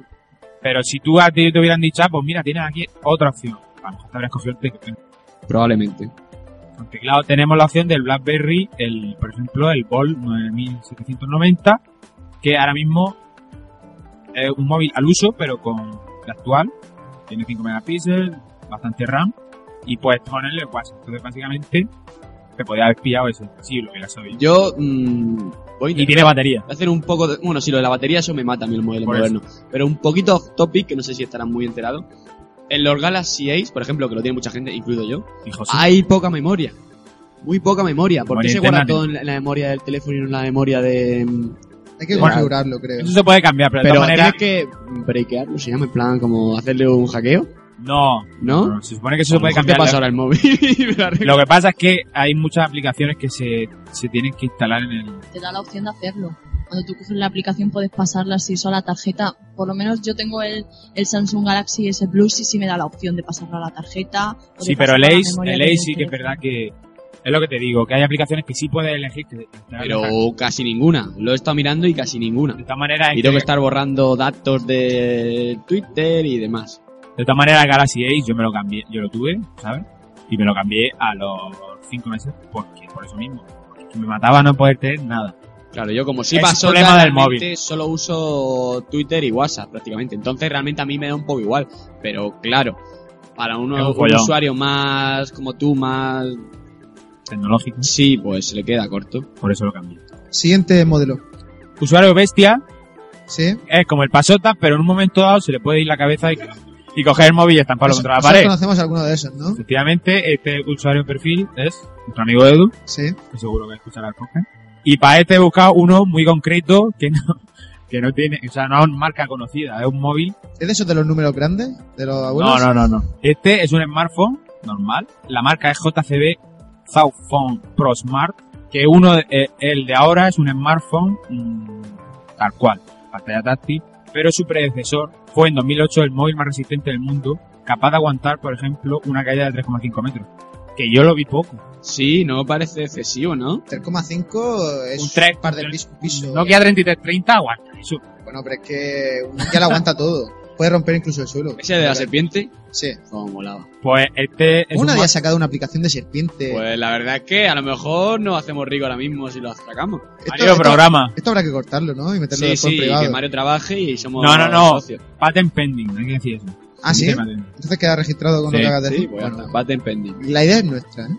Speaker 10: Pero si tú a ti te hubieran dicho, ah, pues mira, tienes aquí otra opción. A lo mejor te habrías cogido el teclado.
Speaker 9: probablemente.
Speaker 10: Con teclado tenemos la opción del BlackBerry, el, por ejemplo, el Ball 9790, que ahora mismo es un móvil al uso, pero con el actual. Tiene 5 megapíxeles, bastante RAM, y puedes ponerle el WhatsApp. Entonces, básicamente, te podías haber pillado ese. Sí, lo hubieras sabido.
Speaker 9: Yo mm, voy a
Speaker 10: Y tiene batería.
Speaker 9: Voy a hacer un poco de... Bueno, si lo de la batería, eso me mata a mí el modelo
Speaker 10: Por
Speaker 9: moderno. Pero un poquito off topic, que no sé si estarán muy enterados. En los Galaxy Ace, por ejemplo, que lo tiene mucha gente, incluido yo,
Speaker 10: Hijo, Oh, sí.
Speaker 9: hay poca memoria. Muy poca memoria. ¿Por qué
Speaker 10: Memoria
Speaker 9: se guarda
Speaker 10: interna,
Speaker 9: todo en la, en la memoria del teléfono y no en la memoria de...
Speaker 1: Hay que
Speaker 9: Bueno.
Speaker 1: configurarlo, creo.
Speaker 10: Eso se puede cambiar, pero de
Speaker 9: Pero
Speaker 10: todas maneras,
Speaker 9: tienes que breakearlo, se llama, en plan, como hacerle un hackeo,
Speaker 10: no,
Speaker 9: ¿no?
Speaker 10: no, Se supone que eso se puede
Speaker 9: ¿Qué
Speaker 10: cambiar.
Speaker 9: pasa ahora el móvil? Me la arreglo.
Speaker 10: Lo que pasa es que hay muchas aplicaciones que se, se tienen que instalar en el.
Speaker 11: te da la opción de hacerlo. Cuando tú coges la aplicación puedes pasarla así sola a la tarjeta. Por lo menos yo tengo el, el Samsung Galaxy S Plus y sí me da la opción de pasarlo a la tarjeta. o de
Speaker 10: Sí, pero el
Speaker 11: pasarlo a la
Speaker 10: Ace,
Speaker 11: memoria
Speaker 10: el
Speaker 11: de
Speaker 10: Ace
Speaker 11: mi
Speaker 10: sí que es
Speaker 11: teléfono.
Speaker 10: verdad que. Es lo que te digo, que hay aplicaciones que sí puedes elegir. Que,
Speaker 9: Pero casi ninguna. Lo he estado mirando y casi ninguna.
Speaker 10: de todas maneras,
Speaker 9: Y tengo que estar borrando datos de Twitter y demás.
Speaker 10: de todas maneras, el Galaxy Ace yo me lo cambié, yo lo tuve, ¿sabes? Y me lo cambié a los 5 meses porque, por eso mismo. Porque es que me mataba no poder tener nada.
Speaker 9: Claro, yo como sí
Speaker 10: Es
Speaker 9: paso
Speaker 10: problema del
Speaker 9: realmente solo uso Twitter y WhatsApp prácticamente. Entonces realmente a mí me da un poco igual. Pero claro, para uno-
Speaker 10: Es un
Speaker 9: un
Speaker 10: follón.
Speaker 9: usuario más como tú, más...
Speaker 10: Tecnológico,
Speaker 9: Sí, pues se le queda corto.
Speaker 10: por eso lo cambié.
Speaker 1: Siguiente modelo.
Speaker 10: Usuario bestia,
Speaker 1: Sí.
Speaker 10: es como el pasota, pero en un momento dado se le puede ir la cabeza y, y coger el móvil y estamparlo
Speaker 1: Nos-
Speaker 10: contra la
Speaker 1: nosotros
Speaker 10: pared.
Speaker 1: conocemos alguno de esos, ¿no?
Speaker 10: Efectivamente, este usuario de perfil es nuestro amigo Edu,
Speaker 1: Sí.
Speaker 10: que seguro que escuchará el podcast. Y para este he buscado uno muy concreto que no, que no tiene, o sea, no es una marca conocida, es un móvil.
Speaker 1: ¿Es de esos de los números grandes? ¿De los abuelos?
Speaker 10: No, no, no, no. Este es un smartphone normal. La marca es JCB Zaufone Pro Smart, que uno, de- eh, el de ahora es un smartphone mm, tal cual, pantalla táctil, pero su predecesor fue en 2008 el móvil más resistente del mundo, capaz de aguantar, por ejemplo, una caída de 3,5 metros. Que yo lo vi poco.
Speaker 9: Sí, no parece excesivo, ¿no?
Speaker 1: 3,5 es
Speaker 10: Un tres-
Speaker 1: par de piso. piso.
Speaker 10: Nokia 3330 aguanta eso.
Speaker 1: Bueno, pero es que un Nokia lo aguanta todo. Puede romper incluso el suelo.
Speaker 9: Ese de la serpiente,
Speaker 1: Sí.
Speaker 9: como molaba.
Speaker 10: Pues este es
Speaker 1: Una
Speaker 10: un
Speaker 1: había
Speaker 10: ma-
Speaker 1: sacado una aplicación de serpiente.
Speaker 9: Pues la verdad es que a lo mejor no hacemos rico ahora mismo si lo sacamos.
Speaker 1: Esto-
Speaker 10: Mario
Speaker 1: esto-
Speaker 10: programa.
Speaker 1: Esto habrá que cortarlo, ¿no? Y meterlo
Speaker 9: Sí,
Speaker 1: después en
Speaker 9: sí, que
Speaker 1: privado.
Speaker 9: Mario trabaje y somos
Speaker 10: No, no, no.
Speaker 9: socios.
Speaker 10: Patent pending, hay que decir eso.
Speaker 1: Ah, sí.
Speaker 10: Dice patent.
Speaker 1: Entonces queda registrado con lo
Speaker 10: Sí,
Speaker 1: que hagas de
Speaker 9: Sí,
Speaker 1: decir.
Speaker 9: pues ya
Speaker 1: Bueno,
Speaker 9: está, patent pending.
Speaker 1: la idea es nuestra, ¿eh?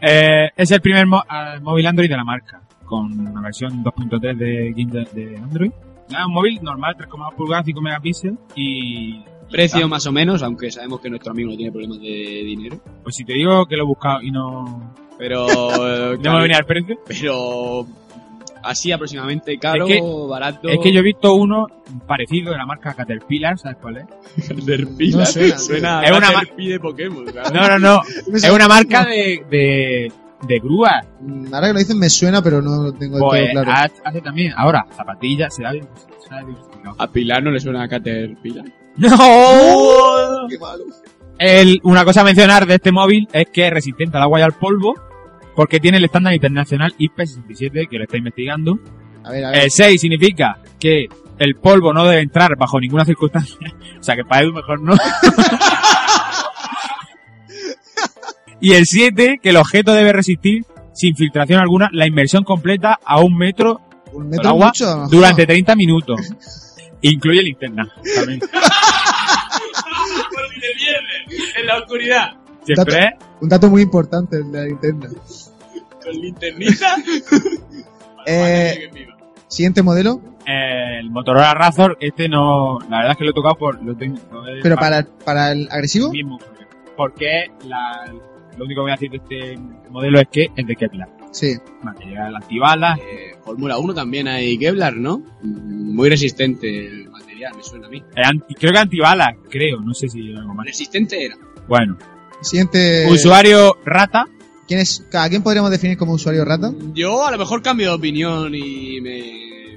Speaker 10: Eh, es el primer mo- ah, móvil Android de la marca, con una versión 2.3 de, Kindle- de Android. Ah, un móvil normal, 3,2 pulgadas, 5 megapíxeles y...
Speaker 9: Precio
Speaker 10: Ah,
Speaker 9: más o menos, aunque sabemos que nuestro amigo no tiene problemas de dinero.
Speaker 10: Pues si te digo que lo he buscado y no...
Speaker 9: Pero.
Speaker 10: No me venía al precio.
Speaker 9: Pero. Así aproximadamente, caro,
Speaker 10: Es que-
Speaker 9: barato.
Speaker 10: Es que yo he visto uno parecido de la marca Caterpillar, ¿sabes cuál es?
Speaker 9: Caterpillar.
Speaker 10: No
Speaker 9: suena,
Speaker 10: suena,
Speaker 9: suena
Speaker 10: Es
Speaker 9: a
Speaker 10: una ma-
Speaker 9: Caterpie de Pokémon. ¿sabes?
Speaker 10: No, no, no. Es una marca de, de, de grúa.
Speaker 1: Mm, Ahora que lo dicen me suena, pero no lo tengo del
Speaker 10: Pues,
Speaker 1: todo claro.
Speaker 10: ha- hace también, ahora, zapatillas, se da bien.
Speaker 9: A Pilar no le suena a Caterpillar.
Speaker 10: ¡No! El- una cosa a mencionar de este móvil es que es resistente al agua y al polvo, porque tiene el estándar internacional IP67 que lo está investigando.
Speaker 1: A ver, a ver.
Speaker 10: El 6 significa que el polvo no debe entrar bajo ninguna circunstancia. O sea que para Edu mejor no. y el 7, que el objeto debe resistir sin filtración alguna la inmersión completa a un metro,
Speaker 1: Un
Speaker 10: de
Speaker 1: metro
Speaker 10: agua
Speaker 1: Pues mucho, a lo mejor.
Speaker 10: durante 30 minutos. Incluye linterna. También.
Speaker 3: Porque te pierdes en la oscuridad.
Speaker 10: Siempre es
Speaker 1: Un dato muy importante el de la linterna.
Speaker 3: Con linternita.
Speaker 1: Eh, siguiente modelo,
Speaker 10: Eh, el Motorola Razor, este no, la verdad es que lo he tocado por, lo tengo, lo he-
Speaker 1: pero para, para el agresivo,
Speaker 10: mismo, porque la- lo único que voy a decir de este modelo es que es de Kevlar,
Speaker 1: sí.
Speaker 10: material antibalas,
Speaker 9: Eh, Fórmula 1 también hay Kevlar, ¿no? Mm, Muy resistente el material, me suena a mí.
Speaker 10: eh, anti- creo que antibalas, creo, no sé si algo más.
Speaker 9: Resistente era.
Speaker 10: Bueno,
Speaker 1: Siguiente.
Speaker 10: usuario rata,
Speaker 1: ¿Quién es, ¿A quién podríamos definir como usuario rata?
Speaker 9: Yo a lo mejor cambio de opinión y me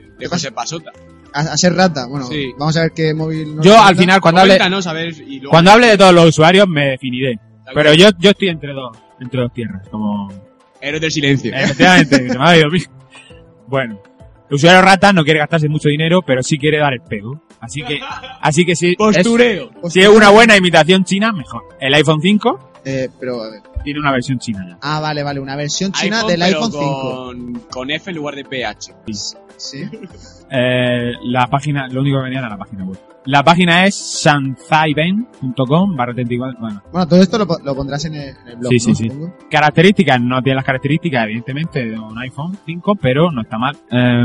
Speaker 1: Pues
Speaker 9: dejo ese pasota.
Speaker 1: A, a ser rata, bueno,
Speaker 9: Sí.
Speaker 1: vamos a ver qué móvil. nos
Speaker 10: yo
Speaker 1: falta.
Speaker 10: al final cuando hable,
Speaker 9: Coméntanos, a ver, y luego...
Speaker 10: cuando hable de todos los usuarios me definiré, pero yo, yo estoy entre dos, entre dos tierras, como, eh,
Speaker 9: Héroes del silencio.
Speaker 1: Eh,
Speaker 10: efectivamente, que se me ha ido bien. Bueno, el usuario rata no quiere gastarse mucho dinero, pero sí quiere dar el pego, así que, así que sí, es-
Speaker 9: Postureo.
Speaker 10: si es una buena imitación china, mejor. El iPhone 5
Speaker 1: Eh, pero a ver.
Speaker 10: tiene una versión china ya.
Speaker 1: Ah, vale, vale, una versión china
Speaker 9: iPhone,
Speaker 1: del
Speaker 9: pero
Speaker 1: iPhone 5.
Speaker 9: con, con F en lugar de PH.
Speaker 1: Sí.
Speaker 10: Eh, la página, lo único que venía era la página web. La página es sanzaiben.com barra 34. Bueno,
Speaker 1: Bueno, todo esto lo, po- lo pondrás en el, en el blog.
Speaker 10: Sí, sí,
Speaker 1: ¿no?
Speaker 10: sí.
Speaker 1: Supongo.
Speaker 10: características, no tiene las características, evidentemente, de un iPhone 5, pero no está mal. Eh,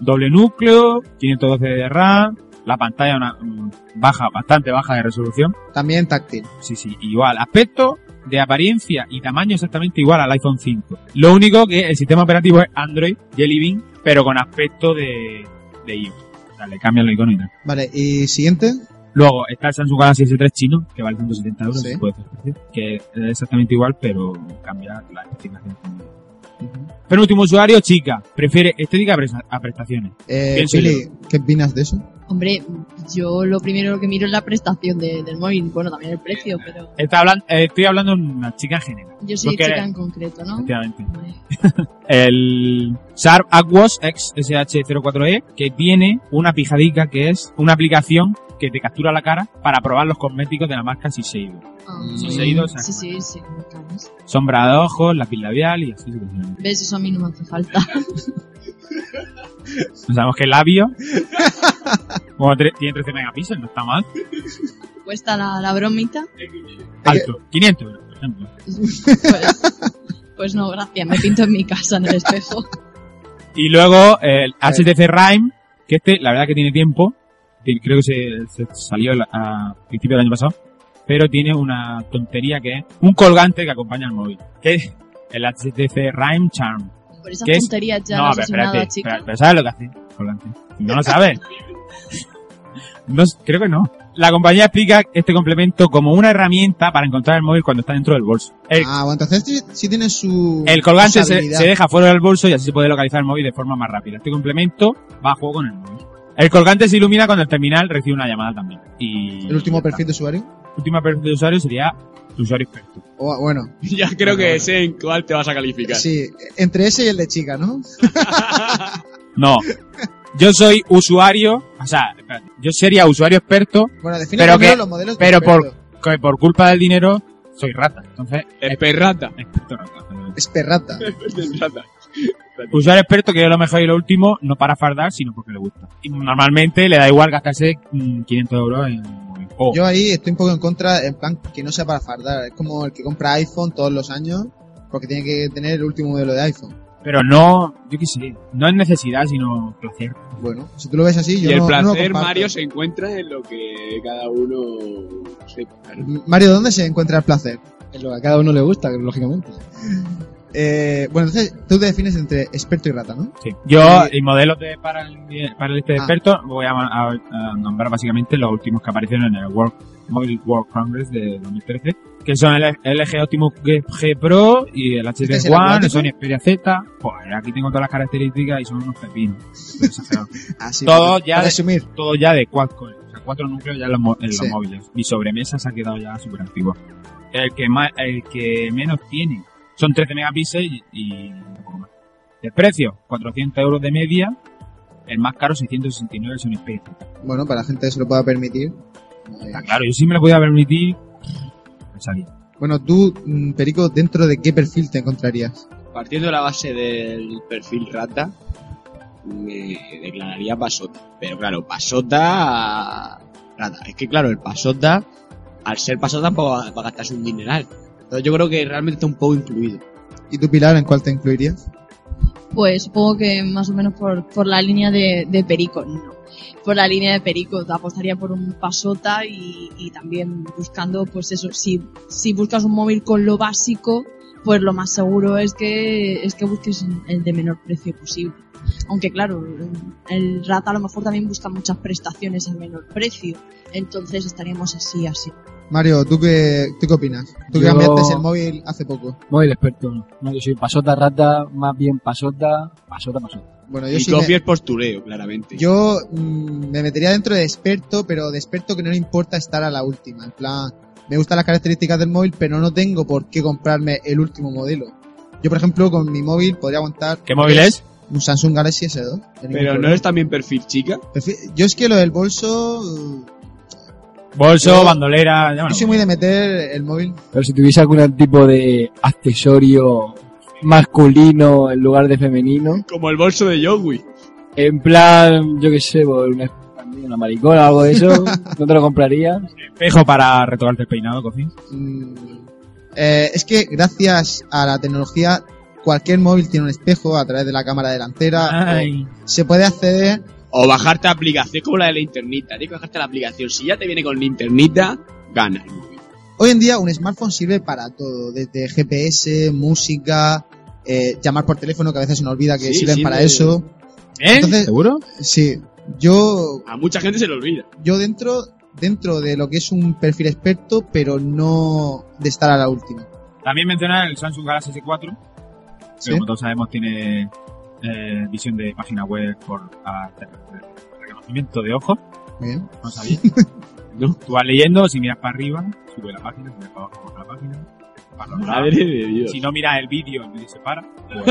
Speaker 10: doble núcleo, 512 de RAM, la pantalla una, mm, baja, bastante baja de resolución.
Speaker 1: También táctil.
Speaker 10: Sí, sí, igual. Aspecto de apariencia y tamaño exactamente igual al iPhone 5. Lo único que el sistema operativo es Android Jelly Bean, pero con aspecto de, de iOS. O sea, le cambian los iconos y tal.
Speaker 1: Vale, y siguiente.
Speaker 10: Luego está el Samsung Galaxy S3 chino, que vale 170 euros,
Speaker 1: Sí.
Speaker 10: se puede hacer, que es exactamente igual, pero cambia la especificación. Penúltimo usuario, chica, prefiere estética a presa- a prestaciones.
Speaker 1: Eh,
Speaker 10: ¿Quién soy
Speaker 1: Pili, ¿qué opinas de eso?
Speaker 11: Hombre, yo lo primero que miro es la prestación de- del móvil. Bueno, también el precio, pero
Speaker 10: Está hablan- eh, estoy hablando de una chica en general,
Speaker 11: yo soy
Speaker 10: Porque-
Speaker 11: chica en concreto,
Speaker 4: Ah.
Speaker 11: ¿no?
Speaker 10: efectivamente.
Speaker 11: Hombre,
Speaker 10: El Sharp Aquos XSH04E, E, que tiene una pijadica que es una aplicación que te captura la cara para probar los cosméticos de la marca Shiseido.
Speaker 11: ah,
Speaker 10: Sí, se ha ido, o sea,
Speaker 11: sí, sí, sí, claro.
Speaker 10: Sombra de ojos, lápiz labial y así sucesivamente.
Speaker 11: ¿Ves? Eso a mí no me hace falta.
Speaker 10: Sabemos que labio. Como tre- tiene 13 megapíxeles, no está mal.
Speaker 11: Cuesta la, la bromita.
Speaker 10: Alto. 500 euros, por ejemplo.
Speaker 11: Pues, pues no, gracias. Me pinto en mi casa en el espejo.
Speaker 10: Y luego eh, el HTC Rhyme, que este, la verdad que tiene tiempo. Ti- Creo que se, se salió el- a principio del año pasado. Pero tiene una tontería que es un colgante que acompaña al móvil. Que es el HTC Rhyme Charm.
Speaker 11: Por esas
Speaker 10: ¿Qué es?
Speaker 11: tonterías ya
Speaker 10: no,
Speaker 11: no,
Speaker 10: a
Speaker 11: has
Speaker 10: ver,
Speaker 11: asesinado
Speaker 10: espérate.
Speaker 11: a chica.
Speaker 10: espera- Pero ¿sabes lo que hace? el Colgante. No lo sabes. No, s- creo que no. La compañía explica este complemento como una herramienta para encontrar el móvil cuando está dentro del bolso. El
Speaker 1: Ah, bueno, entonces sí, sí tiene su.
Speaker 10: El colgante
Speaker 1: su
Speaker 10: se,
Speaker 1: habilidad.
Speaker 10: se deja fuera del bolso y así se puede localizar el móvil de forma más rápida. Este complemento va a juego con el móvil. El colgante se ilumina cuando el terminal recibe una llamada también. Y
Speaker 1: El último
Speaker 10: ya está.
Speaker 1: perfil de usuario.
Speaker 10: El último perfil de usuario sería tu usuario experto.
Speaker 1: O, bueno,
Speaker 9: Ya creo que sé en cuál te vas a calificar.
Speaker 1: sí, entre ese y el de chica, ¿no?
Speaker 10: No. Yo soy usuario, o sea, espérate, yo sería usuario experto,
Speaker 1: Bueno, define
Speaker 10: Pero
Speaker 1: primero
Speaker 10: que-
Speaker 1: los modelos. de
Speaker 10: pero por,
Speaker 1: experto.
Speaker 10: que por culpa del dinero soy rata. Entonces,
Speaker 9: Esperrata.
Speaker 10: experto rata. obviamente.
Speaker 1: Esperrata.
Speaker 9: Esperrata.
Speaker 10: Usuario experto que es lo mejor y lo último, no para fardar, sino porque le gusta. Y normalmente le da igual gastarse mm, 500 euros en un móvil. O-
Speaker 9: Oh.
Speaker 1: Yo ahí estoy un poco en contra, en plan que no sea para fardar. Es como el que compra iPhone todos los años porque tiene que tener el último modelo de iPhone.
Speaker 10: Pero no, yo qué sé, no es necesidad, sino placer.
Speaker 1: Bueno, si tú lo ves así, yo
Speaker 9: Y el
Speaker 1: no, no lo
Speaker 9: placer,
Speaker 1: comparto.
Speaker 9: Mario, se encuentra en lo que cada uno sepa. ¿no?
Speaker 1: Mario, ¿dónde se encuentra el placer?
Speaker 8: Es lo que a cada uno le gusta, lógicamente.
Speaker 1: Eh, bueno, entonces tú te defines entre experto y rata, ¿no?
Speaker 10: Sí. Yo, el modelo de para el, para el este de experto, voy a, a- a nombrar básicamente los últimos que aparecieron en el World, Mobile World Congress de 2013, que son el, el LG Optimus G Pro y el HD
Speaker 1: es el
Speaker 10: One, el
Speaker 1: acuático?
Speaker 10: Sony Xperia Z. Pues aquí tengo todas las características y son unos pepinos. Exagerado.
Speaker 1: Así,
Speaker 10: todo,
Speaker 1: Ah, para-
Speaker 10: ya
Speaker 1: para
Speaker 10: de,
Speaker 1: resumir.
Speaker 10: todo ya de quad core, o sea, cuatro núcleos ya en los, mo- en los
Speaker 1: Sí.
Speaker 10: móviles. Mi sobremesa se ha quedado ya súper activa. El que, más, el que menos tiene son 13 megapíxeles y, y un poco más. El precio, 400 euros de media. El más caro, 669 son Xperia.
Speaker 1: Bueno, para la gente que se lo pueda permitir.
Speaker 10: Está claro, yo sí me lo podía permitir. Me salía.
Speaker 1: Bueno, tú, mm, Perico, ¿dentro de qué perfil te encontrarías?
Speaker 9: Partiendo de la base del perfil rata, me declararía pasota. Pero claro, pasota. Rata. Es que claro, el pasota, al ser pasota, tampoco va va a gastarse un dineral. Entonces yo creo que realmente está un poco incluido.
Speaker 1: ¿Y tú, Pilar, en cuál te incluirías?
Speaker 11: Pues supongo que más o menos por, por la línea de, de Perico, no. Por la línea de Perico, te apostaría por un pasota y, y también buscando, pues eso, si, si buscas un móvil con lo básico, pues lo más seguro es que, es que busques el de menor precio posible. Aunque claro, el rata a lo mejor también busca muchas prestaciones al menor precio. Entonces estaríamos así, así.
Speaker 1: Mario, ¿tú qué, tú qué opinas? Tú que
Speaker 8: Yo-
Speaker 1: cambiaste el móvil hace poco.
Speaker 8: Móvil experto. No, yo soy pasota rata, más bien pasota, pasota, pasota.
Speaker 1: Bueno, yo
Speaker 9: Y
Speaker 1: sí
Speaker 9: Coffee
Speaker 1: me-
Speaker 9: es postureo, claramente.
Speaker 1: Yo mm, me metería dentro de experto, pero de experto que no le importa estar a la última. En plan, me gustan las características del móvil, pero no tengo por qué comprarme el último modelo. Yo, por ejemplo, con mi móvil podría aguantar.
Speaker 10: ¿Qué móvil es?
Speaker 1: Un Samsung Galaxy S2. no hay ningún
Speaker 9: Pero no
Speaker 1: problema.
Speaker 9: eres también perfil chica.
Speaker 1: Prefi- Yo es que lo del bolso. mm,
Speaker 10: Bolso,
Speaker 1: Yo-
Speaker 10: bandolera, llámalo.
Speaker 1: yo soy muy de meter el móvil.
Speaker 8: Pero si tuviese algún tipo de accesorio masculino en lugar de femenino,
Speaker 9: Como el bolso de Yogui.
Speaker 8: en plan, yo qué sé, pues, una, una maricona o algo de eso, no te lo compraría.
Speaker 10: Espejo para retocarte el peinado, Coffee.
Speaker 1: Mm, eh, es que gracias a la tecnología, cualquier móvil tiene un espejo a través de la cámara delantera.
Speaker 10: Ay.
Speaker 1: o se puede acceder
Speaker 9: O bajarte aplicación, como la de la internita. Tienes que bajarte la aplicación. Si ya te viene con la internita, gana.
Speaker 1: Hoy en día un smartphone sirve para todo, desde GPS, música, eh, llamar por teléfono, que a veces se nos olvida que
Speaker 9: Sí,
Speaker 1: sirven
Speaker 9: sirve.
Speaker 1: para eso.
Speaker 10: ¿Eh?
Speaker 1: Entonces-
Speaker 10: ¿Seguro?
Speaker 1: Sí, yo,
Speaker 9: A mucha gente se le olvida.
Speaker 1: yo dentro, dentro de lo que es un perfil experto, pero no de estar a la última.
Speaker 10: También mencionar el Samsung Galaxy S4, que
Speaker 1: ¿sí?
Speaker 10: como todos sabemos tiene eh, visión de página web por ah, reconocimiento de ojos.
Speaker 1: Muy bien.
Speaker 10: No sabía. Tú vas leyendo, si miras para arriba, sube la página, si miras para abajo, baja la página. Para los lados.
Speaker 9: Madre de Dios.
Speaker 10: Si no miras el vídeo, el vídeo se para. Bueno.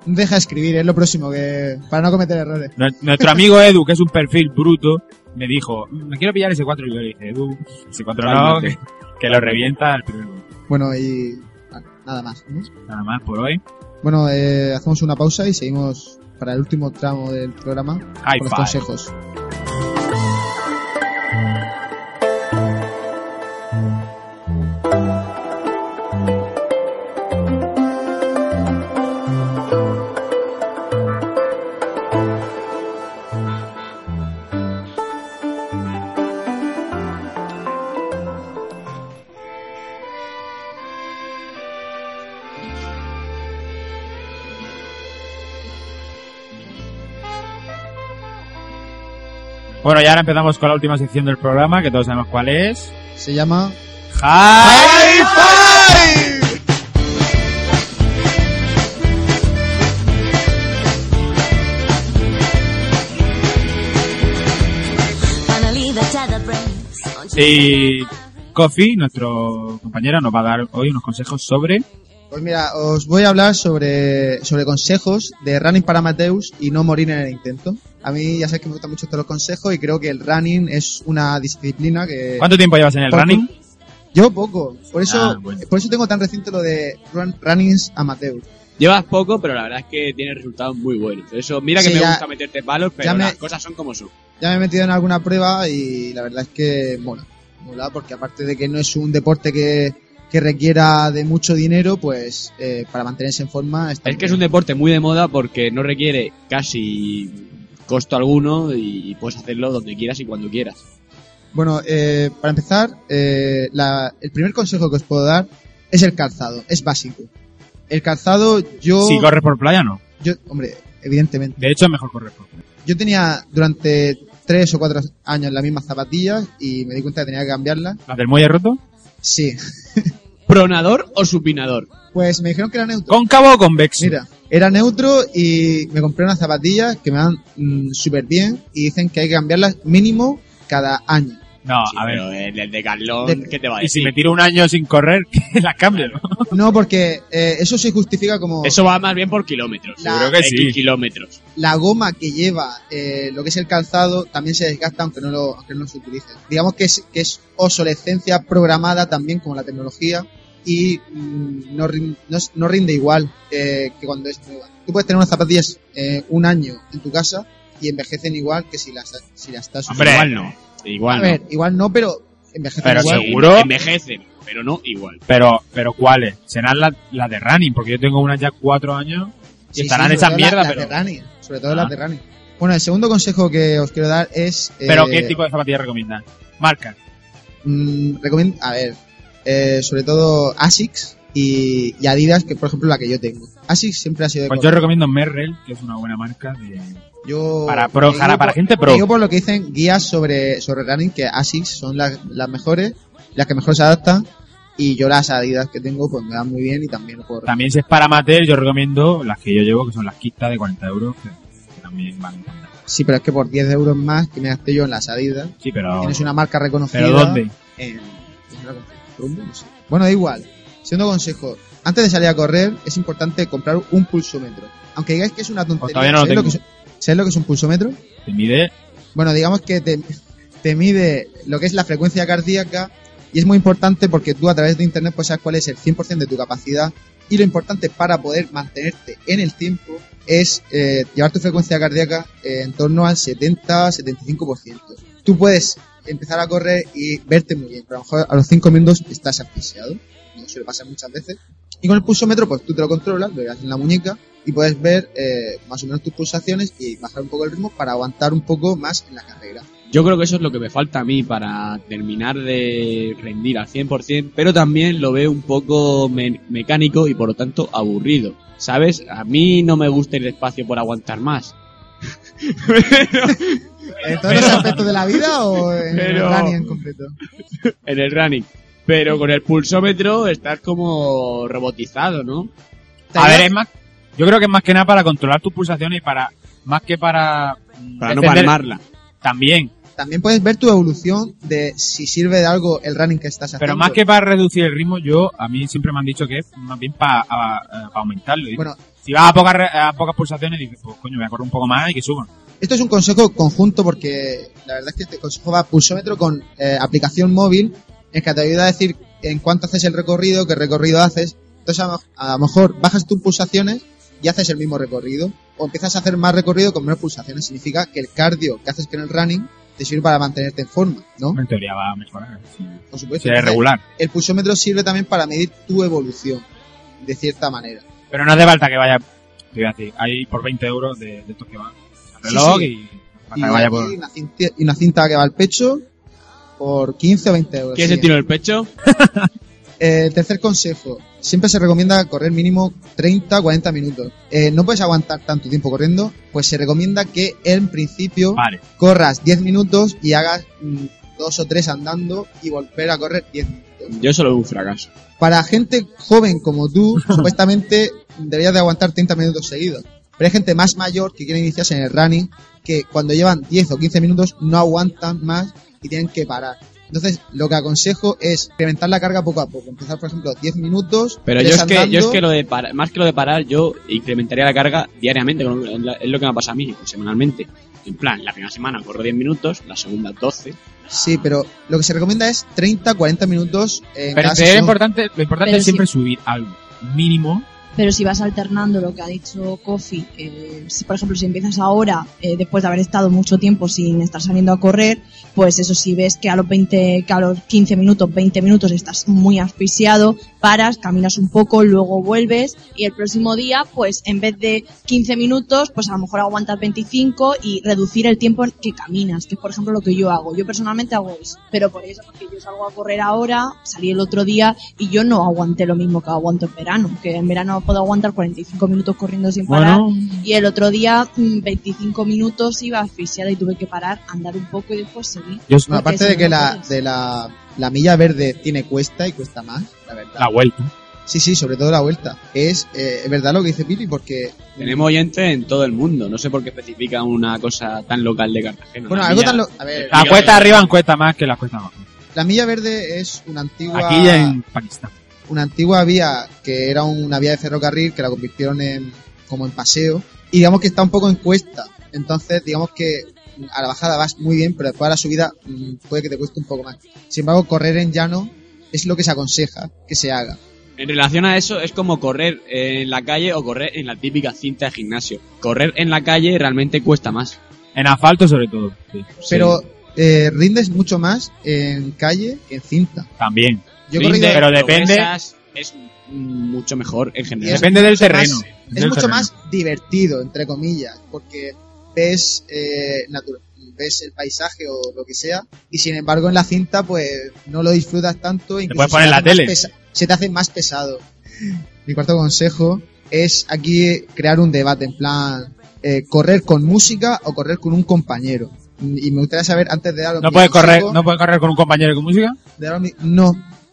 Speaker 1: Deja escribir, es lo próximo, que para no cometer errores.
Speaker 10: Nue- Nuestro amigo Edu, que es un perfil bruto, me dijo, "Mm, me quiero pillar ese 4 y yo le dije, Edu, ese 4 no,
Speaker 9: Cálmate.
Speaker 10: que, que lo revienta al primer golpe".
Speaker 1: Bueno, y ah, nada más. ¿no?
Speaker 10: Nada más por hoy.
Speaker 1: Bueno, eh, hacemos una pausa y seguimos para el último tramo del programa
Speaker 10: High
Speaker 1: con los
Speaker 10: five.
Speaker 1: consejos.
Speaker 10: Bueno, y ahora empezamos con la última sección del programa, que todos sabemos cuál es.
Speaker 1: Se llama
Speaker 10: High Y Kofi, nuestro compañero, nos va a dar hoy unos consejos sobre...
Speaker 1: Pues mira, os voy a hablar sobre, sobre consejos de running para Mateus y no morir en el intento. A mí ya sabes que me gustan mucho todos los consejos y creo que el running es una disciplina que...
Speaker 10: ¿Cuánto tiempo llevas en el
Speaker 1: Poco.
Speaker 10: running?
Speaker 1: Yo poco, por eso,
Speaker 10: Ah, bueno.
Speaker 1: por eso tengo tan reciente lo de run- runnings amateur.
Speaker 9: Llevas poco, pero la verdad es que tienes resultados muy buenos. Eso, mira que
Speaker 1: Sí,
Speaker 9: me
Speaker 1: ya-
Speaker 9: gusta meterte palos, pero
Speaker 1: ya me-
Speaker 9: las cosas son como son.
Speaker 1: Ya me he metido en alguna prueba y la verdad es que mola. Mola porque aparte de que no es un deporte que, que requiera de mucho dinero, pues eh, para mantenerse en forma... Está
Speaker 9: Es
Speaker 1: muy
Speaker 9: que es un
Speaker 1: bien.
Speaker 9: deporte muy de moda porque no requiere casi costo alguno y puedes hacerlo donde quieras y cuando quieras.
Speaker 1: Bueno, eh, para empezar, eh, la- el primer consejo que os puedo dar es el calzado, es básico.
Speaker 8: El calzado, yo.
Speaker 10: Si corres por playa, no.
Speaker 8: Yo, hombre, evidentemente.
Speaker 10: De hecho, es mejor correr por playa.
Speaker 8: Yo tenía durante tres o cuatro años las mismas zapatillas y me di cuenta que tenía que cambiarlas.
Speaker 10: ¿Las del muelle roto?
Speaker 8: Sí.
Speaker 9: ¿Pronador o supinador?
Speaker 8: Pues me dijeron que era neutro.
Speaker 10: ¿Cóncavo o convexo?
Speaker 8: Mira, era neutro y me compré unas zapatillas que me dan súper bien y dicen que hay que cambiarlas mínimo cada año.
Speaker 10: No,
Speaker 9: Sí,
Speaker 10: a ver.
Speaker 9: pero el, el de Carlón,
Speaker 8: Del-
Speaker 9: ¿qué te va a
Speaker 10: Y si
Speaker 9: decir?
Speaker 10: me tiro un año sin correr, que las cambio, ¿no?
Speaker 8: No, porque eh, eso se justifica como
Speaker 9: Eso va más bien por kilómetros.
Speaker 8: La- Seguro
Speaker 10: que sí.
Speaker 9: X kilómetros.
Speaker 8: la goma que lleva eh, lo que es el calzado también se desgasta aunque no lo aunque no se utilice. Digamos que es, que es obsolescencia programada también como la tecnología y mm, no, rin- no es- no rinde igual eh, que cuando es nueva. Tú puedes tener unas zapatillas eh, un año en tu casa y envejecen igual que si las, si las estás
Speaker 10: Hombre,
Speaker 9: Igual no. Igual
Speaker 8: A ver, igual no, pero envejecen
Speaker 10: Pero
Speaker 8: igual.
Speaker 10: seguro.
Speaker 9: Envejecen, pero no igual.
Speaker 10: Pero, pero ¿cuáles? Serán las las de running, porque yo tengo unas ya cuatro años y
Speaker 8: Sí,
Speaker 10: estarán
Speaker 8: sí, sobre
Speaker 10: esas
Speaker 8: todo
Speaker 10: mierdas,
Speaker 8: las,
Speaker 10: pero.
Speaker 8: las de Rani, sobre todo
Speaker 10: Ah.
Speaker 8: las de Rani. Bueno, el segundo consejo que os quiero dar es... eh,
Speaker 10: Pero ¿qué tipo de zapatillas recomiendas? Marca.
Speaker 8: mm, recomiendo, a ver, eh, sobre todo Asics y, y Adidas, que por ejemplo la que yo tengo. Asics siempre ha sido de
Speaker 10: Pues yo
Speaker 8: correr.
Speaker 10: recomiendo Merrell, que es una buena marca de...
Speaker 8: Yo-
Speaker 10: para pro,
Speaker 8: te
Speaker 10: para-
Speaker 8: digo
Speaker 10: para
Speaker 8: por-
Speaker 10: gente
Speaker 8: te
Speaker 10: pro.
Speaker 8: Digo por lo que dicen guías sobre, sobre running, que Asics son las, las mejores, las que mejor se adaptan, y yo las Adidas que tengo pues me dan muy bien y también por...
Speaker 10: También si es para amateur, yo recomiendo las que yo llevo, que son las quintas de 40 euros, que, que también van encantar.
Speaker 8: Sí, pero es que por 10 euros más que me gasté yo en las Adidas,
Speaker 10: Sí, pero...
Speaker 8: tienes una marca reconocida...
Speaker 10: ¿Pero dónde?
Speaker 8: en- en la- rumbo, no sé. Bueno, da igual. Segundo consejo, antes de salir a correr es importante comprar un pulsómetro. Aunque digáis que es una tontería.
Speaker 10: Pues todavía no lo
Speaker 8: ¿sabéis
Speaker 10: tengo.
Speaker 8: que es, ¿sabéis lo que es un pulsómetro?
Speaker 10: Te mide...
Speaker 8: Bueno, digamos que te, te mide lo que es la frecuencia cardíaca y es muy importante porque tú a través de internet pues sabes cuál es el 100% de tu capacidad y lo importante para poder mantenerte en el tiempo es eh, llevar tu frecuencia cardíaca eh, en torno al 70-75%. Tú puedes empezar a correr y verte muy bien, pero a lo mejor a los 5 minutos estás asfixiado, y eso le pasa muchas veces. Y con el pulsómetro pues tú te lo controlas, lo llevas en la muñeca y puedes ver eh, más o menos tus pulsaciones y bajar un poco el ritmo para aguantar un poco más en la carrera.
Speaker 9: Yo creo que eso es lo que me falta a mí para terminar de rendir al 100%, pero también lo veo un poco me- mecánico y por lo tanto aburrido. ¿Sabes? A mí no me gusta ir despacio por aguantar más.
Speaker 8: ¿En todos los aspectos de la vida o en
Speaker 9: Pero-
Speaker 8: el running en concreto?
Speaker 9: en el running. Pero con el pulsómetro estás como robotizado, ¿no?
Speaker 10: A ver, es más... Yo creo que es más que nada para controlar tus pulsaciones y para... Más que para... mm,
Speaker 9: Para no
Speaker 10: defender-
Speaker 9: palmarla.
Speaker 10: También.
Speaker 8: También puedes ver tu evolución de si sirve de algo el running que estás haciendo.
Speaker 10: Pero más que para reducir el ritmo, yo... A mí siempre me han dicho que es más bien para aumentarlo. Dices,
Speaker 8: Bueno,
Speaker 10: si vas a pocas, re- a pocas pulsaciones, dices, pues coño, voy a correr un poco más y que suban.
Speaker 8: esto es un consejo conjunto porque la verdad es que este consejo va pulsómetro con eh, aplicación móvil en que te ayuda a decir en cuánto haces el recorrido, qué recorrido haces. Entonces a, lo- a lo mejor bajas tus pulsaciones y haces el mismo recorrido o empiezas a hacer más recorrido con menos pulsaciones. Significa que el cardio que haces que en el running te sirve para mantenerte en forma, ¿no?
Speaker 10: En teoría va a mejorar. Si,
Speaker 8: Por supuesto.
Speaker 10: si eres
Speaker 8: Entonces,
Speaker 10: regular.
Speaker 8: el pulsómetro sirve también para medir tu evolución, de cierta manera.
Speaker 10: Pero no hace falta que vaya, te iba a decir, hay por 20 euros de, de estos que van al
Speaker 8: Sí,
Speaker 10: reloj
Speaker 8: sí.
Speaker 10: y
Speaker 8: Y,
Speaker 10: para que vaya
Speaker 8: aquí
Speaker 10: por...
Speaker 8: una cinti- y una cinta que va al pecho por 15 o 20 euros.
Speaker 9: ¿Quieres
Speaker 8: sí.
Speaker 9: el tiro del pecho?
Speaker 8: Eh, tercer consejo, siempre se recomienda correr mínimo 30 40 minutos. Eh, no puedes aguantar tanto tiempo corriendo, pues se recomienda que en principio
Speaker 10: Vale.
Speaker 8: corras 10 minutos y hagas mm, dos o tres andando y volver a correr 10 minutos.
Speaker 9: Yo solo veo un fracaso.
Speaker 8: Para gente joven como tú, supuestamente deberías de aguantar 30 minutos seguidos. Pero hay gente más mayor que quiere iniciarse en el running que cuando llevan 10 o 15 minutos no aguantan más y tienen que parar. Entonces, lo que aconsejo es incrementar la carga poco a poco. Empezar, por ejemplo, 10 minutos.
Speaker 9: Pero
Speaker 8: tres
Speaker 9: yo es, que, yo es
Speaker 8: andando.
Speaker 9: que lo de parar, más que lo de parar, yo incrementaría la carga diariamente, con- es la- es lo que me pasa a mí, semanalmente. En plan, la primera semana corro 10 minutos, la segunda 12.
Speaker 8: Sí, pero lo que se recomienda es 30 40 minutos en
Speaker 10: Pero
Speaker 8: cada
Speaker 10: es
Speaker 8: sesión.
Speaker 10: importante, lo importante
Speaker 4: Pero
Speaker 10: es
Speaker 4: sí.
Speaker 10: siempre subir algo mínimo.
Speaker 4: Pero si vas alternando lo que ha dicho Kofi, que si, por ejemplo si empiezas ahora, eh, después de haber estado mucho tiempo sin estar saliendo a correr, pues eso si ves que a los 20, que a los 15 minutos, 20 minutos estás muy asfixiado, paras, caminas un poco, luego vuelves y el próximo día, pues en vez de 15 minutos, pues a lo mejor aguantas 25 y reducir el tiempo en que caminas, que es por ejemplo lo que yo hago. Yo personalmente hago eso, pero por eso, porque yo salgo a correr ahora, salí el otro día y yo no aguanté lo mismo que aguanto en verano, que en verano puedo aguantar 45 minutos corriendo sin
Speaker 10: Bueno.
Speaker 4: parar. Y el otro día, mm, 25 minutos iba asfixiada y tuve que parar, andar un poco y después seguir.
Speaker 8: Yo-
Speaker 4: Porque
Speaker 8: aparte
Speaker 4: si no,
Speaker 8: de
Speaker 4: pues,
Speaker 8: que
Speaker 4: no
Speaker 8: la,
Speaker 4: puedes.
Speaker 8: de la, la milla verde tiene cuesta y cuesta más, la verdad.
Speaker 9: La vuelta.
Speaker 8: Sí, sí, sobre todo la vuelta. Es eh, es verdad lo que dice Pili, porque
Speaker 9: Tenemos oyentes en todo el mundo. No sé por qué especifica una cosa tan local de Cartagena.
Speaker 8: Bueno,
Speaker 9: Una
Speaker 8: algo
Speaker 9: milla-
Speaker 8: tan lo- a ver.
Speaker 9: Explícame.
Speaker 10: La cuesta arriba cuesta más que la cuesta abajo.
Speaker 8: la milla verde es una antigua
Speaker 10: Aquí en Pakistán.
Speaker 8: una antigua vía que era una vía de ferrocarril que la convirtieron en, como en paseo y digamos que está un poco en cuesta. Entonces, digamos que a la bajada vas muy bien, pero después a la subida mm, puede que te cueste un poco más. Sin embargo, correr en llano es lo que se aconseja que se haga.
Speaker 9: En relación a eso, es como correr eh, en la calle o correr en la típica cinta de gimnasio. Correr en la calle realmente cuesta más.
Speaker 10: En asfalto sobre todo.
Speaker 8: Pero eh, rindes mucho más en calle que en cinta.
Speaker 10: También.
Speaker 8: Yo he corrido-
Speaker 10: pero depende.
Speaker 9: Progresas, Es mm, mucho mejor en
Speaker 8: Y
Speaker 9: general.
Speaker 8: es mucho más- es mucho más divertido, entre comillas, porque ves, eh, natu- ves el paisaje o lo que sea, y sin embargo en la cinta pues no lo disfrutas tanto. incluso
Speaker 10: puedes
Speaker 8: se
Speaker 10: poner
Speaker 8: te
Speaker 10: la
Speaker 8: hace más
Speaker 10: tele.
Speaker 8: pesa- Se te hace más pesado. Mi cuarto consejo es aquí crear un debate, en plan, eh, correr con música o correr con un compañero. Y me gustaría saber, antes de dar
Speaker 10: No puedes correr, no puedes correr con un compañero con música.
Speaker 8: de ahora mi- No,